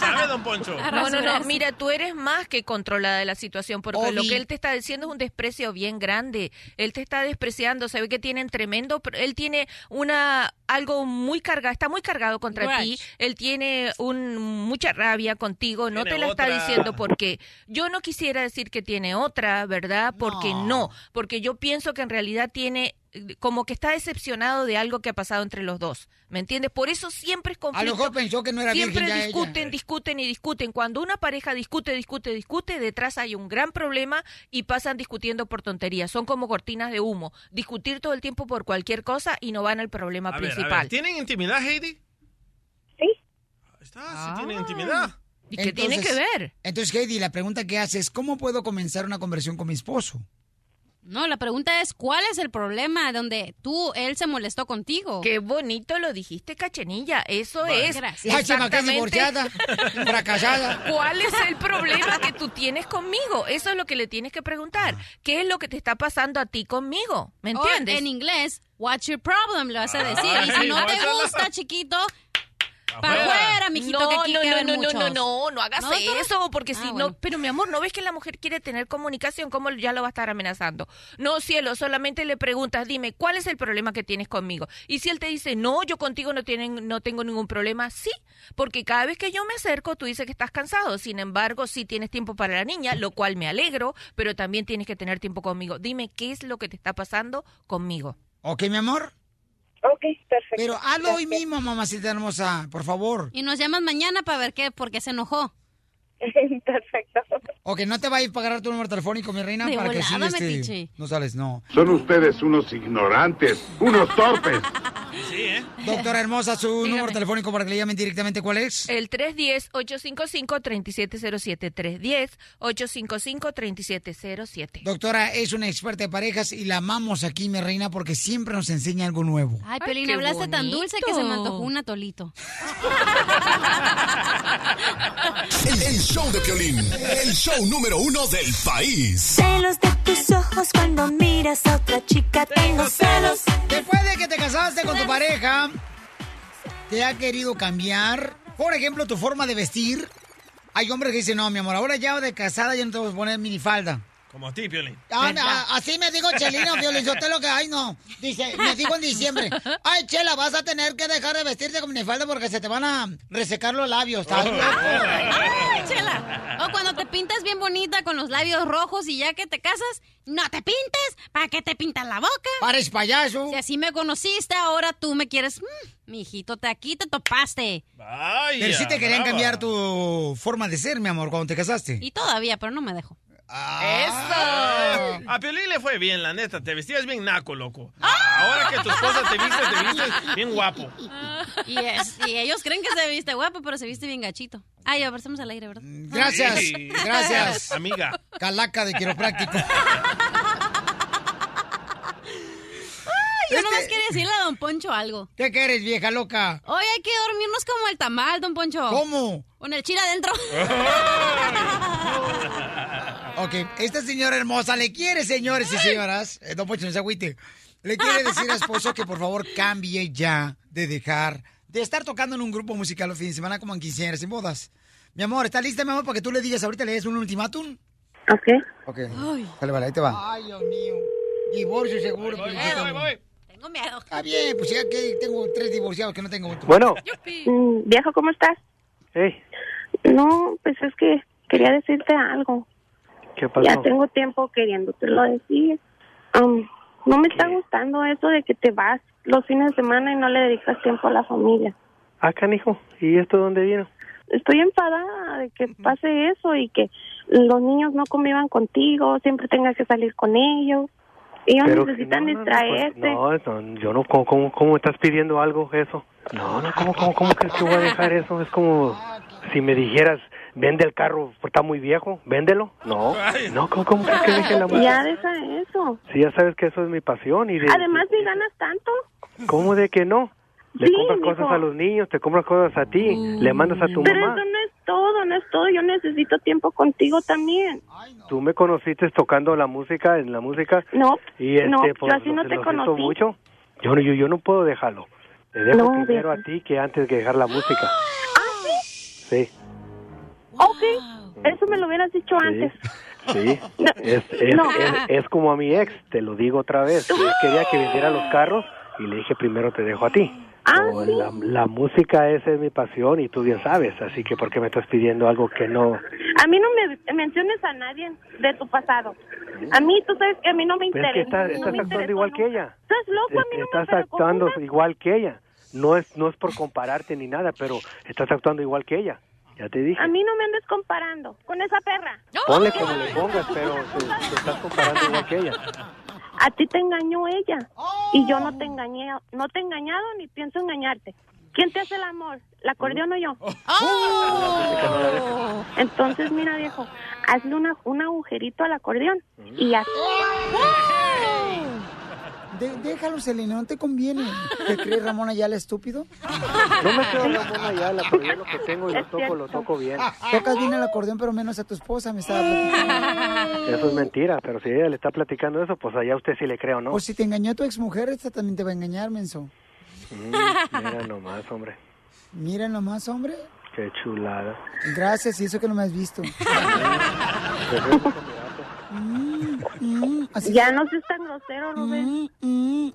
Speaker 2: ¿Sabe, don Poncho?
Speaker 22: Ah, No, no, no. Mira, tú eres más que controlada de la situación, porque lo que él te está diciendo es un desprecio bien grande. Él te está despreciando. Se ve que tienen tremendo. pr- Él tiene una algo muy cargado, está muy cargado contra
Speaker 3: Grudge.
Speaker 22: ti. Él tiene un mucha rabia contigo. No
Speaker 3: Tiene
Speaker 22: te la está
Speaker 3: otra.
Speaker 22: diciendo porque yo no quisiera decir que tiene otra, ¿verdad? Porque no, porque yo pienso que en realidad tiene eh, como que está decepcionado de algo que ha pasado entre los dos, ¿me entiendes? Por eso siempre es conflicto.
Speaker 5: mejor pensó que no era
Speaker 22: Siempre
Speaker 5: virgen ya ella.
Speaker 22: discuten, discuten y discuten. Cuando una pareja discute, discute, discute, detrás hay un gran problema y pasan discutiendo por tonterías. Son como cortinas de humo. Discutir todo el tiempo por cualquier cosa y no van al problema
Speaker 2: A ver, a ver,
Speaker 22: principal.
Speaker 2: ¿Tienen intimidad, Heidi?
Speaker 22: Ah,
Speaker 2: sí tienen intimidad.
Speaker 22: ¿Y qué tiene que ver?
Speaker 1: Entonces, Heidi, la pregunta que haces es, ¿cómo puedo comenzar una conversión con mi esposo?
Speaker 3: No, la pregunta es, ¿cuál es el problema donde tú, él se molestó contigo?
Speaker 22: Qué bonito lo dijiste, Cachenilla. Eso es.
Speaker 3: Gracias.
Speaker 22: exactamente-
Speaker 5: fracasada.
Speaker 22: ¿Cuál es el problema que tú tienes conmigo? Eso es lo que le tienes que preguntar.
Speaker 2: Ah.
Speaker 22: ¿Qué es lo que te está pasando a ti conmigo? ¿Me
Speaker 3: O,
Speaker 22: entiendes?
Speaker 3: en inglés, what's your problem, le vas
Speaker 2: Ah,
Speaker 3: a decir.
Speaker 22: Ay,
Speaker 3: y si no te
Speaker 22: guácala.
Speaker 3: gusta, chiquito, para afuera, mijito,
Speaker 22: no,
Speaker 3: que aquí
Speaker 22: no,
Speaker 3: quedan
Speaker 22: no, no, no, no,
Speaker 3: muchos.
Speaker 22: no, no hagas
Speaker 3: ¿No, doctora?
Speaker 22: eso, porque
Speaker 3: Ah,
Speaker 22: si
Speaker 3: bueno.
Speaker 22: no, pero mi amor, ¿no ves que la mujer quiere tener comunicación? ¿Cómo ya lo va a estar amenazando? No, cielo, solamente le preguntas, dime, ¿cuál es el problema que tienes conmigo? Y si él te dice, no, yo contigo no, tienen, no tengo ningún problema, sí, porque cada vez que yo me acerco, tú dices que estás cansado, sin embargo, sí tienes tiempo para la niña, lo cual me alegro, pero también tienes que tener tiempo conmigo. Dime, ¿qué es lo que te está pasando conmigo?
Speaker 1: ¿Ok, mi amor?
Speaker 24: Ok, perfecto.
Speaker 1: Pero hazlo hoy mismo, mamacita hermosa, por favor.
Speaker 3: Y nos llamas mañana para ver qué, porque se enojó.
Speaker 24: Perfecto.
Speaker 1: Ok, no te vayas a pagar tu número telefónico, mi reina,
Speaker 3: De
Speaker 1: para que sí,
Speaker 3: volada,
Speaker 1: este,
Speaker 3: metiche.
Speaker 1: No sales, no.
Speaker 25: Son ustedes unos ignorantes, unos torpes.
Speaker 1: Doctora hermosa, su número telefónico para que le llamen directamente, ¿cuál es?
Speaker 22: El 310-855-3707. 310-855-3707.
Speaker 1: Doctora, es una experta de parejas y la amamos aquí, mi reina, porque siempre nos enseña algo nuevo.
Speaker 3: Ay,
Speaker 22: Ay,
Speaker 3: Piolín,
Speaker 22: qué
Speaker 3: hablaste tan dulce que se me
Speaker 22: bonito.
Speaker 3: antojó un atolito.
Speaker 6: El, el show de Piolín, el show número uno del país.
Speaker 14: Celos de tus ojos cuando miras a otra chica. Tengo celos.
Speaker 1: Después de que te casaste con tu pareja, ¿te ha querido cambiar? Por ejemplo, tu forma de vestir. Hay hombres que dicen, no, mi amor, ahora ya de casada ya no te voy a poner minifalda.
Speaker 2: Como a ti, Piolín.
Speaker 1: Ah, a- así me dijo Chelino, Violín, yo te lo que ay no. Dice, me dijo en diciembre, ay Chela, vas a tener que dejar de vestirte con minifalda porque se te van a resecar los labios. ¿estás loco?"
Speaker 3: Ay, Chela. O cuando te pintas bien bonita con los labios rojos y ya que te casas, no te pintes, ¿para qué te pintas la boca?
Speaker 1: Pares payaso.
Speaker 3: Si así me conociste, ahora tú me quieres. Mm, mijito, te aquí te topaste.
Speaker 1: Pero sí te querían
Speaker 3: brava.
Speaker 1: cambiar tu forma de ser, mi amor, cuando te casaste.
Speaker 3: Y todavía, pero no me dejo.
Speaker 1: Ah.
Speaker 2: Eh, A Piolín le fue bien, la neta. Te vestías bien naco, loco.
Speaker 1: ¡Ah!
Speaker 2: Ahora que tu esposa te viste, te viste bien guapo.
Speaker 3: Y, es- y ellos creen que se viste guapo, pero se viste bien gachito. Ay, abrazamos al aire, ¿verdad?
Speaker 1: Mm, Gracias,
Speaker 2: Sí.
Speaker 1: gracias.
Speaker 2: Amiga.
Speaker 1: Calaca de quiropráctico.
Speaker 3: Ay, yo
Speaker 1: Este-
Speaker 3: nomás quería decirle a Don Poncho algo.
Speaker 1: ¿Qué quieres, vieja loca?
Speaker 3: Hoy hay que dormirnos como el tamal, Don Poncho.
Speaker 1: ¿Cómo?
Speaker 3: Con el chile adentro.
Speaker 1: Ok, esta señora hermosa le quiere, señores y señoras, eh, don Pocho, no se agüite, le quiere decir a esposo que por favor cambie ya de dejar de estar tocando en un grupo musical los fines de semana como en quinceañeras y bodas. Mi amor, ¿está lista, mi amor, para que tú le digas ahorita, le des un ultimátum?
Speaker 14: Ok.
Speaker 1: Ok, Dale, vale, ahí te va.
Speaker 5: Ay,
Speaker 1: Dios mío. Divorcio seguro. Felicito.
Speaker 3: Tengo miedo.
Speaker 1: Está bien, pues ya que tengo tres divorciados que no tengo otro.
Speaker 14: Bueno. Mm, viejo, ¿cómo estás? No, pues es que quería decirte algo.
Speaker 11: ¿Qué
Speaker 14: Ya tengo tiempo queriéndotelo decir. Am, no me está gustando eso de que te vas los fines de semana y no le dedicas tiempo a la familia.
Speaker 11: Ah, canijo. ¿Y esto dónde vino?
Speaker 14: Estoy enfadada de que pase eso y que los niños no convivan contigo, siempre tengas que salir con ellos. Ellos
Speaker 11: Pero que
Speaker 14: necesitan
Speaker 11: no, no, no, pues,
Speaker 14: distraerte.
Speaker 11: No, no, yo no, ¿cómo, cómo, cómo estás pidiendo algo eso? No, no, ¿cómo, cómo, cómo crees que voy a dejar eso? Es como si me dijeras, vende el carro, está muy viejo, véndelo. No, no, ¿cómo, cómo crees que deje la
Speaker 14: ya deja eso.
Speaker 11: Sí, ya sabes que eso es mi pasión y de,
Speaker 14: Además, si ganas tanto,
Speaker 11: ¿cómo de que no? Le
Speaker 14: Sí,
Speaker 11: compras
Speaker 14: mijo. Mm.
Speaker 11: cosas a los niños, te compras cosas a ti, le mandas a tu
Speaker 14: pero
Speaker 11: mamá.
Speaker 14: eso no es todo, no es todo. Yo necesito tiempo contigo también.
Speaker 11: Tú me conociste tocando la música, en la música.
Speaker 14: No,
Speaker 11: y este,
Speaker 14: no, yo
Speaker 11: pues,
Speaker 14: así no
Speaker 11: lo-
Speaker 14: te
Speaker 11: lo siento
Speaker 14: conocí.
Speaker 11: mucho. Yo, no- yo, yo no puedo dejarlo. Te dejo
Speaker 14: No,
Speaker 11: primero a ti que antes que dejar la música. Sí.
Speaker 14: Ah, Ok, eso me lo hubieras dicho antes.
Speaker 11: Sí, es, es,
Speaker 14: No.
Speaker 11: es, es como a mi ex, te lo digo otra vez. Yo quería que vendiera los carros y le dije primero te dejo a ti.
Speaker 14: Ah,
Speaker 11: O la, la música esa es mi pasión y tú bien sabes, así que ¿por qué me estás pidiendo algo que no?
Speaker 14: A mí no me menciones a nadie de tu pasado. A mí, tú sabes que a mí no me
Speaker 11: Pero es
Speaker 14: interesa.
Speaker 11: que estás-
Speaker 14: no
Speaker 11: estás
Speaker 14: me
Speaker 11: actuando
Speaker 14: interesó
Speaker 11: igual que
Speaker 14: nunca.
Speaker 11: ella.
Speaker 14: Estás loco, a mí
Speaker 11: Este,
Speaker 14: no me
Speaker 11: estás
Speaker 14: pero
Speaker 11: actuando
Speaker 14: confundas.
Speaker 11: igual que ella. No es no es por compararte ni nada, pero estás actuando igual que ella. Ya te dije.
Speaker 14: A mí no me andes comparando con esa perra.
Speaker 11: Ponle como le pongas, pero te, te estás comparando igual que ella.
Speaker 14: A ti te engañó ella. Y yo no te engañé, no te he engañado ni pienso engañarte. ¿Quién te hace el amor? ¿La acordeón o yo?
Speaker 22: Oh.
Speaker 14: Entonces, mira, viejo, hazle una, un agujerito al acordeón y ya.
Speaker 1: De- déjalo, Selena, no te conviene. ¿Te crees Ramón Ayala estúpido?
Speaker 11: No me quedo Ramón Ayala, pero yo lo que tengo y lo toco, lo toco bien.
Speaker 1: Tocas bien el acordeón, pero menos a tu esposa, me estaba platicando.
Speaker 11: Eso es mentira, pero si ella le está platicando eso, pues allá usted sí le creo, ¿no?
Speaker 1: O si te engañó tu exmujer, esta también te va a engañar, menso.
Speaker 11: Mm, mira nomás, hombre.
Speaker 1: Mira nomás, hombre.
Speaker 11: Qué chulada.
Speaker 1: Gracias, y eso que no me has visto.
Speaker 11: Pues
Speaker 1: Mm, mm, así Mm,
Speaker 14: Ya no seas tan grosero, Rubén.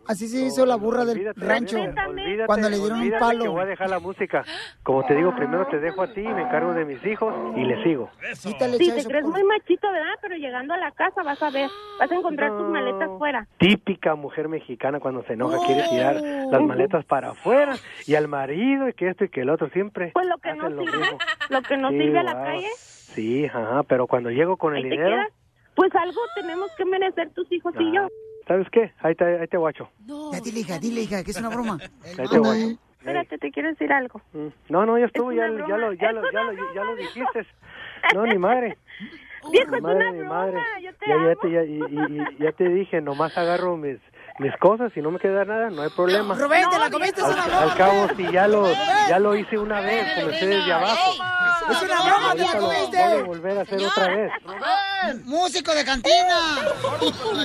Speaker 1: así se hizo la burra del
Speaker 11: Olvídate,
Speaker 1: rancho
Speaker 11: olvídate,
Speaker 1: cuando le dieron un
Speaker 11: olvídate que
Speaker 1: palo.
Speaker 11: voy a dejar la música. Como te digo, primero te dejo a ti, me encargo de mis hijos y le sigo.
Speaker 14: Sí, te crees muy machito, ¿verdad? Pero llegando a la casa vas a ver, vas a encontrar tus maletas fuera.
Speaker 11: Típica mujer mexicana cuando se enoja quiere tirar las maletas para afuera y al marido y que esto y que el otro siempre.
Speaker 14: Pues lo que no sirve, lo que no
Speaker 11: Sí,
Speaker 14: sirve a la
Speaker 11: guau.
Speaker 14: calle,
Speaker 11: Sí, ajá, pero cuando llego con el
Speaker 14: ahí te
Speaker 11: dinero,
Speaker 14: quedas. Pues algo tenemos que merecer tus hijos y yo.
Speaker 11: ¿sabes qué? Ahí te, ahí te guacho.
Speaker 1: Ya dile, hija, dile, hija, que es una broma.
Speaker 11: Ahí te guacho. Mm.
Speaker 14: Espérate, te quiero decir algo.
Speaker 11: No, no, ya estuvo,
Speaker 14: Es
Speaker 11: ya,
Speaker 14: una
Speaker 11: ya lo,
Speaker 14: broma,
Speaker 11: ya
Speaker 14: es
Speaker 11: lo,
Speaker 14: una
Speaker 11: ya lo, ya lo dijiste. No, ni madre.
Speaker 14: Viejo,
Speaker 11: Ni
Speaker 14: es
Speaker 11: madre,
Speaker 14: una
Speaker 11: ni
Speaker 14: broma,
Speaker 11: madre.
Speaker 14: yo te
Speaker 11: Ya, ya
Speaker 14: amo.
Speaker 11: te, ya, y, y- y- ya te dije, nomás agarro mis, mis cosas y no me queda nada, no hay problema.
Speaker 5: Rubén, te la comiste, es
Speaker 11: al,
Speaker 5: una broma.
Speaker 11: al cabo, si ya lo, ya lo hice una vez, comencé desde abajo.
Speaker 5: Es una broma, te la
Speaker 11: Ahorita lo
Speaker 5: comiste.
Speaker 11: voy a volver a hacer otra vez.
Speaker 1: ¡Músico de cantina!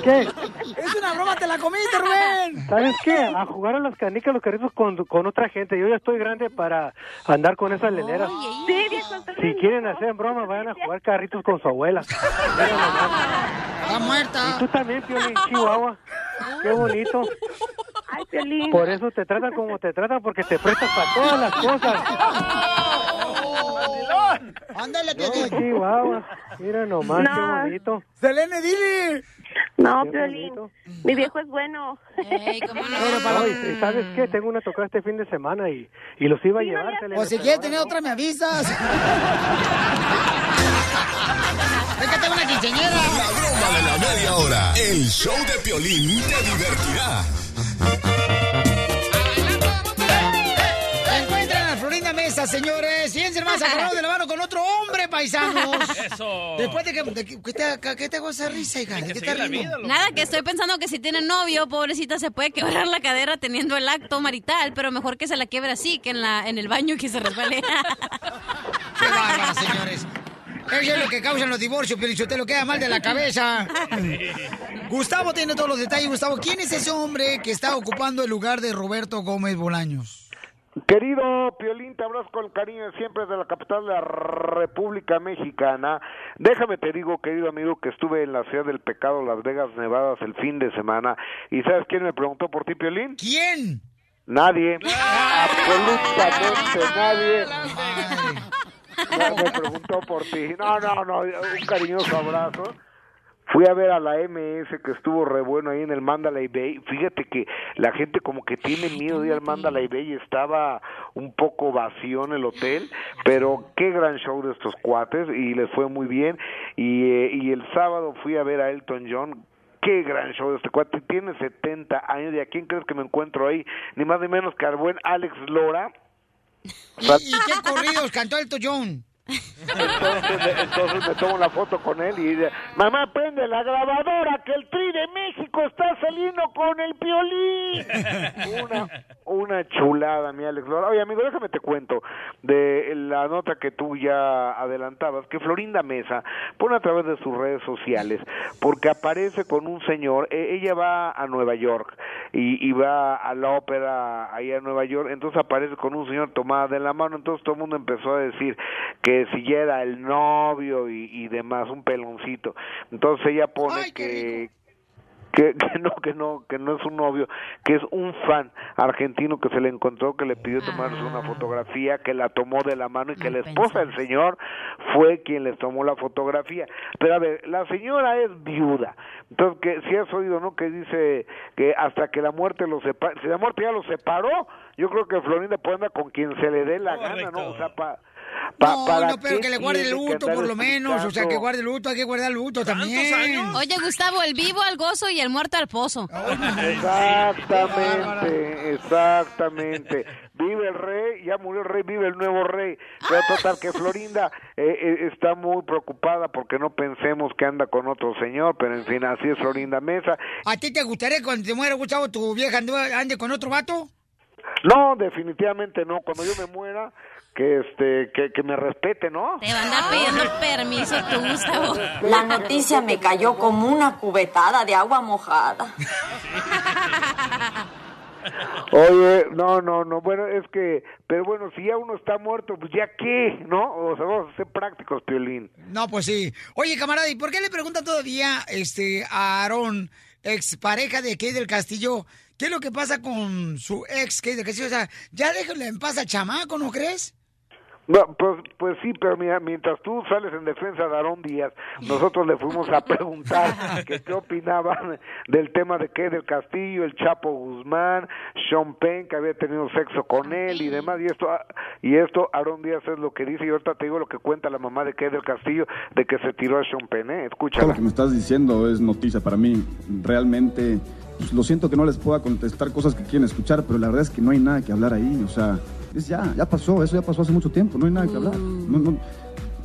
Speaker 11: ¿Qué?
Speaker 1: ¡Es una broma, te la comiste, Rubén!
Speaker 11: ¿Sabes qué? A jugar a las canicas, los carritos con, con otra gente. Yo ya estoy grande para andar con esas leleras.
Speaker 14: Sí, viejo, estás
Speaker 11: Si quieren hacer broma, vayan a jugar carritos con su abuela.
Speaker 1: Está muerta.
Speaker 11: Y tú también, Piolín, Chihuahua. Qué bonito.
Speaker 14: Ay, Piolín.
Speaker 11: Por eso te tratan como te tratan, porque te prestas para todas las cosas.
Speaker 1: Ándale,
Speaker 11: No, Chihuahua. Mira nomás, qué
Speaker 14: No.
Speaker 11: bonito.
Speaker 1: ¡Selene, dile!
Speaker 14: No,
Speaker 11: Qué
Speaker 14: Piolín, mi viejo es bueno.
Speaker 11: No, y- y ¿Sabes qué? Tengo una tocada este fin de semana y, y los iba a llevar.
Speaker 1: O Pues, si quieres tener otra, me avisas. es que tengo una quinceñera.
Speaker 6: Broma de la media hora. El show de Piolín te divertirá.
Speaker 1: Encuentran a Florinda Mesa, señores. Fíjense más, agarrado de la mano con otro hombre, paisanos.
Speaker 3: Eso.
Speaker 1: Después de que... de que- ¿qué, te, qué te hago esa risa, hija? ¿De qué te rindo?
Speaker 3: Nada, que estoy pensando que si tiene novio, pobrecita, se puede quebrar la cadera teniendo el acto marital, pero mejor que se la quiebre así que en, la, en el baño y que se resbale.
Speaker 1: ¡Qué bárbaro, señores! Eso es lo que causan los divorcios, pero te lo queda mal de la cabeza. Gustavo tiene todos los detalles. Gustavo, ¿quién es ese hombre que está ocupando el lugar de Roberto Gómez Bolaños?
Speaker 17: Querido Piolín, te abrazo con el cariño de siempre de la capital de la República Mexicana. Déjame te digo, querido amigo, que estuve en la ciudad del pecado, Las Vegas, Nevadas, el fin de semana. ¿Y sabes quién me preguntó por ti, Piolín?
Speaker 1: ¿Quién?
Speaker 17: Nadie. Absolutamente nadie. No me preguntó por ti. No, no, no. Un cariñoso abrazo. Fui a ver a la MS que estuvo re bueno ahí en el Mandalay Bay. Fíjate que la gente como que tiene miedo de ir al Mandalay Bay y estaba un poco vacío en el hotel, pero qué gran show de estos cuates y les fue muy bien. Y, eh, y el sábado fui a ver a Elton John. Qué gran show de este cuate. Tiene 70 años y a quién crees que me encuentro ahí? Ni más ni menos que al buen Alex Lora. O sea,
Speaker 1: ¿Y qué corridos cantó el John?
Speaker 17: entonces, entonces me tomo la foto con él y dice, mamá, prende la grabadora.
Speaker 26: ahora que el Tri de México está saliendo con el piolín.
Speaker 17: Una, una chulada, mi Alex Lora. Oye, amigo, déjame te cuento de la nota que tú ya adelantabas, que Florinda Mesa pone a través de sus redes sociales, porque aparece con un señor, e- ella va a Nueva York y, y va a la ópera allá en Nueva York, entonces aparece con un señor tomada de la mano, entonces todo el mundo empezó a decir que si ya era el novio y, y demás, un peloncito. Entonces ella pone que que, que no que no que no es un novio que es un fan argentino que se le encontró que le pidió tomarse
Speaker 1: Ah.
Speaker 17: una fotografía que la tomó de la mano y que la esposa del señor fue quien les tomó la fotografía pero a ver la señora es viuda entonces que si has oído no que dice que hasta que la muerte los separe si la muerte ya los separó yo creo que Florinda puede andar con quien se le dé la gana no o sea pa- pa-
Speaker 1: No,
Speaker 17: para
Speaker 1: no, pero
Speaker 17: qué
Speaker 1: que le guarde el
Speaker 17: tiene que
Speaker 1: luto
Speaker 17: andar
Speaker 1: por lo menos. O sea, que
Speaker 17: explicando?
Speaker 1: guarde el luto, hay que guardar el luto también.
Speaker 3: Oye, Gustavo, el vivo al gozo y el muerto al pozo.
Speaker 17: Exactamente, exactamente. Vive el rey, ya murió el rey, vive el nuevo rey. Pero total que Florinda eh, eh, está muy preocupada porque no pensemos que anda con otro señor, pero en fin, así es Florinda Mesa.
Speaker 1: ¿A ti te gustaría que cuando te muera, Gustavo, tu vieja andu- ande con otro vato?
Speaker 17: No, definitivamente no. Cuando yo me muera, que este, que, que me respete, ¿no?
Speaker 3: Anda pidiendo permiso tú, Gustavo.
Speaker 5: La noticia me cayó como una cubetada de agua mojada.
Speaker 17: Oye, no, no, no, bueno, es que, pero bueno, si ya uno está muerto, pues ya qué, ¿no? O sea, vamos a ser prácticos, Piolín.
Speaker 1: No, pues sí. Oye, camarada, ¿y por qué le preguntan todavía este, a Aarón, expareja de Kay del Castillo, qué es lo que pasa con su ex Kay del Castillo? O sea, ya déjenle en paz al chamaco, ¿no crees?
Speaker 17: No, pues, pues sí, pero mira, mientras tú sales en defensa de Aarón Díaz, nosotros le fuimos a preguntar que qué opinaban del tema de qué, del Castillo, el Chapo Guzmán, Sean Penn, que había tenido sexo con él y demás, y esto, ah, y esto Aarón Díaz es lo que dice, y ahorita te digo lo que cuenta la mamá de qué, del Castillo, de que se tiró a Sean Penn, ¿eh?
Speaker 27: Todo lo
Speaker 17: Escúchala.
Speaker 27: que me estás diciendo es noticia para mí. Realmente, pues, lo siento que no les pueda contestar cosas que quieren escuchar, pero la verdad es que no hay nada que hablar ahí. O sea, es ya, ya pasó, eso ya pasó hace mucho tiempo, no hay nada que hablar. No, no.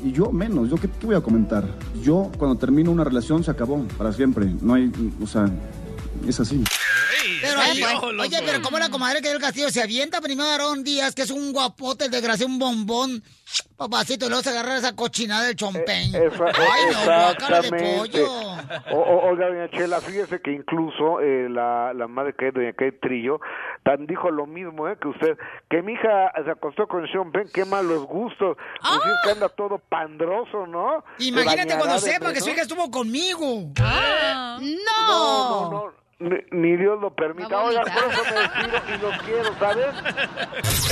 Speaker 27: Y yo menos, yo qué, qué voy a comentar. Yo cuando termino una relación se acabó para siempre. No hay, o sea, es así.
Speaker 1: Pero, oye, oye, pero ¿cómo la comadre que del Castillo se avienta primero a Aarón Díaz, que es un guapote, el desgraciado, un bombón, papacito, y luego se agarra esa cochinada
Speaker 17: Eh,
Speaker 1: del chompeño?
Speaker 17: Esa-
Speaker 1: Ay, no, guácala de
Speaker 17: exactamente.
Speaker 1: pollo.
Speaker 17: O- o- oiga, doña Chela, fíjese que incluso eh, la, la madre que es doña Kate Trillo tan dijo lo mismo eh, que usted, que mi hija se acostó con Sean Penn, qué malos gustos. Pues sí, es que anda todo pandroso, ¿no?
Speaker 1: Imagínate
Speaker 17: Bañará
Speaker 1: cuando
Speaker 17: de
Speaker 1: sepa que
Speaker 17: freno.
Speaker 1: su hija estuvo conmigo.
Speaker 3: Ah.
Speaker 17: No, no, no. Ni, ni Dios lo permita.
Speaker 1: Va a
Speaker 17: Oiga,
Speaker 1: vomitar.
Speaker 17: por eso me despido y los quiero, ¿sabes?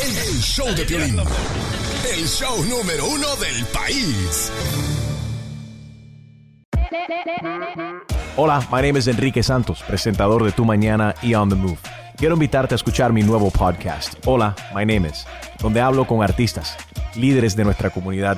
Speaker 6: El, el show de Piolín. El show número uno del país.
Speaker 28: Hola, my name is Enrique Santos, presentador de Tu Mañana y On the Move. Quiero invitarte a escuchar mi nuevo podcast, Hola, my name is, donde hablo con artistas, líderes de nuestra comunidad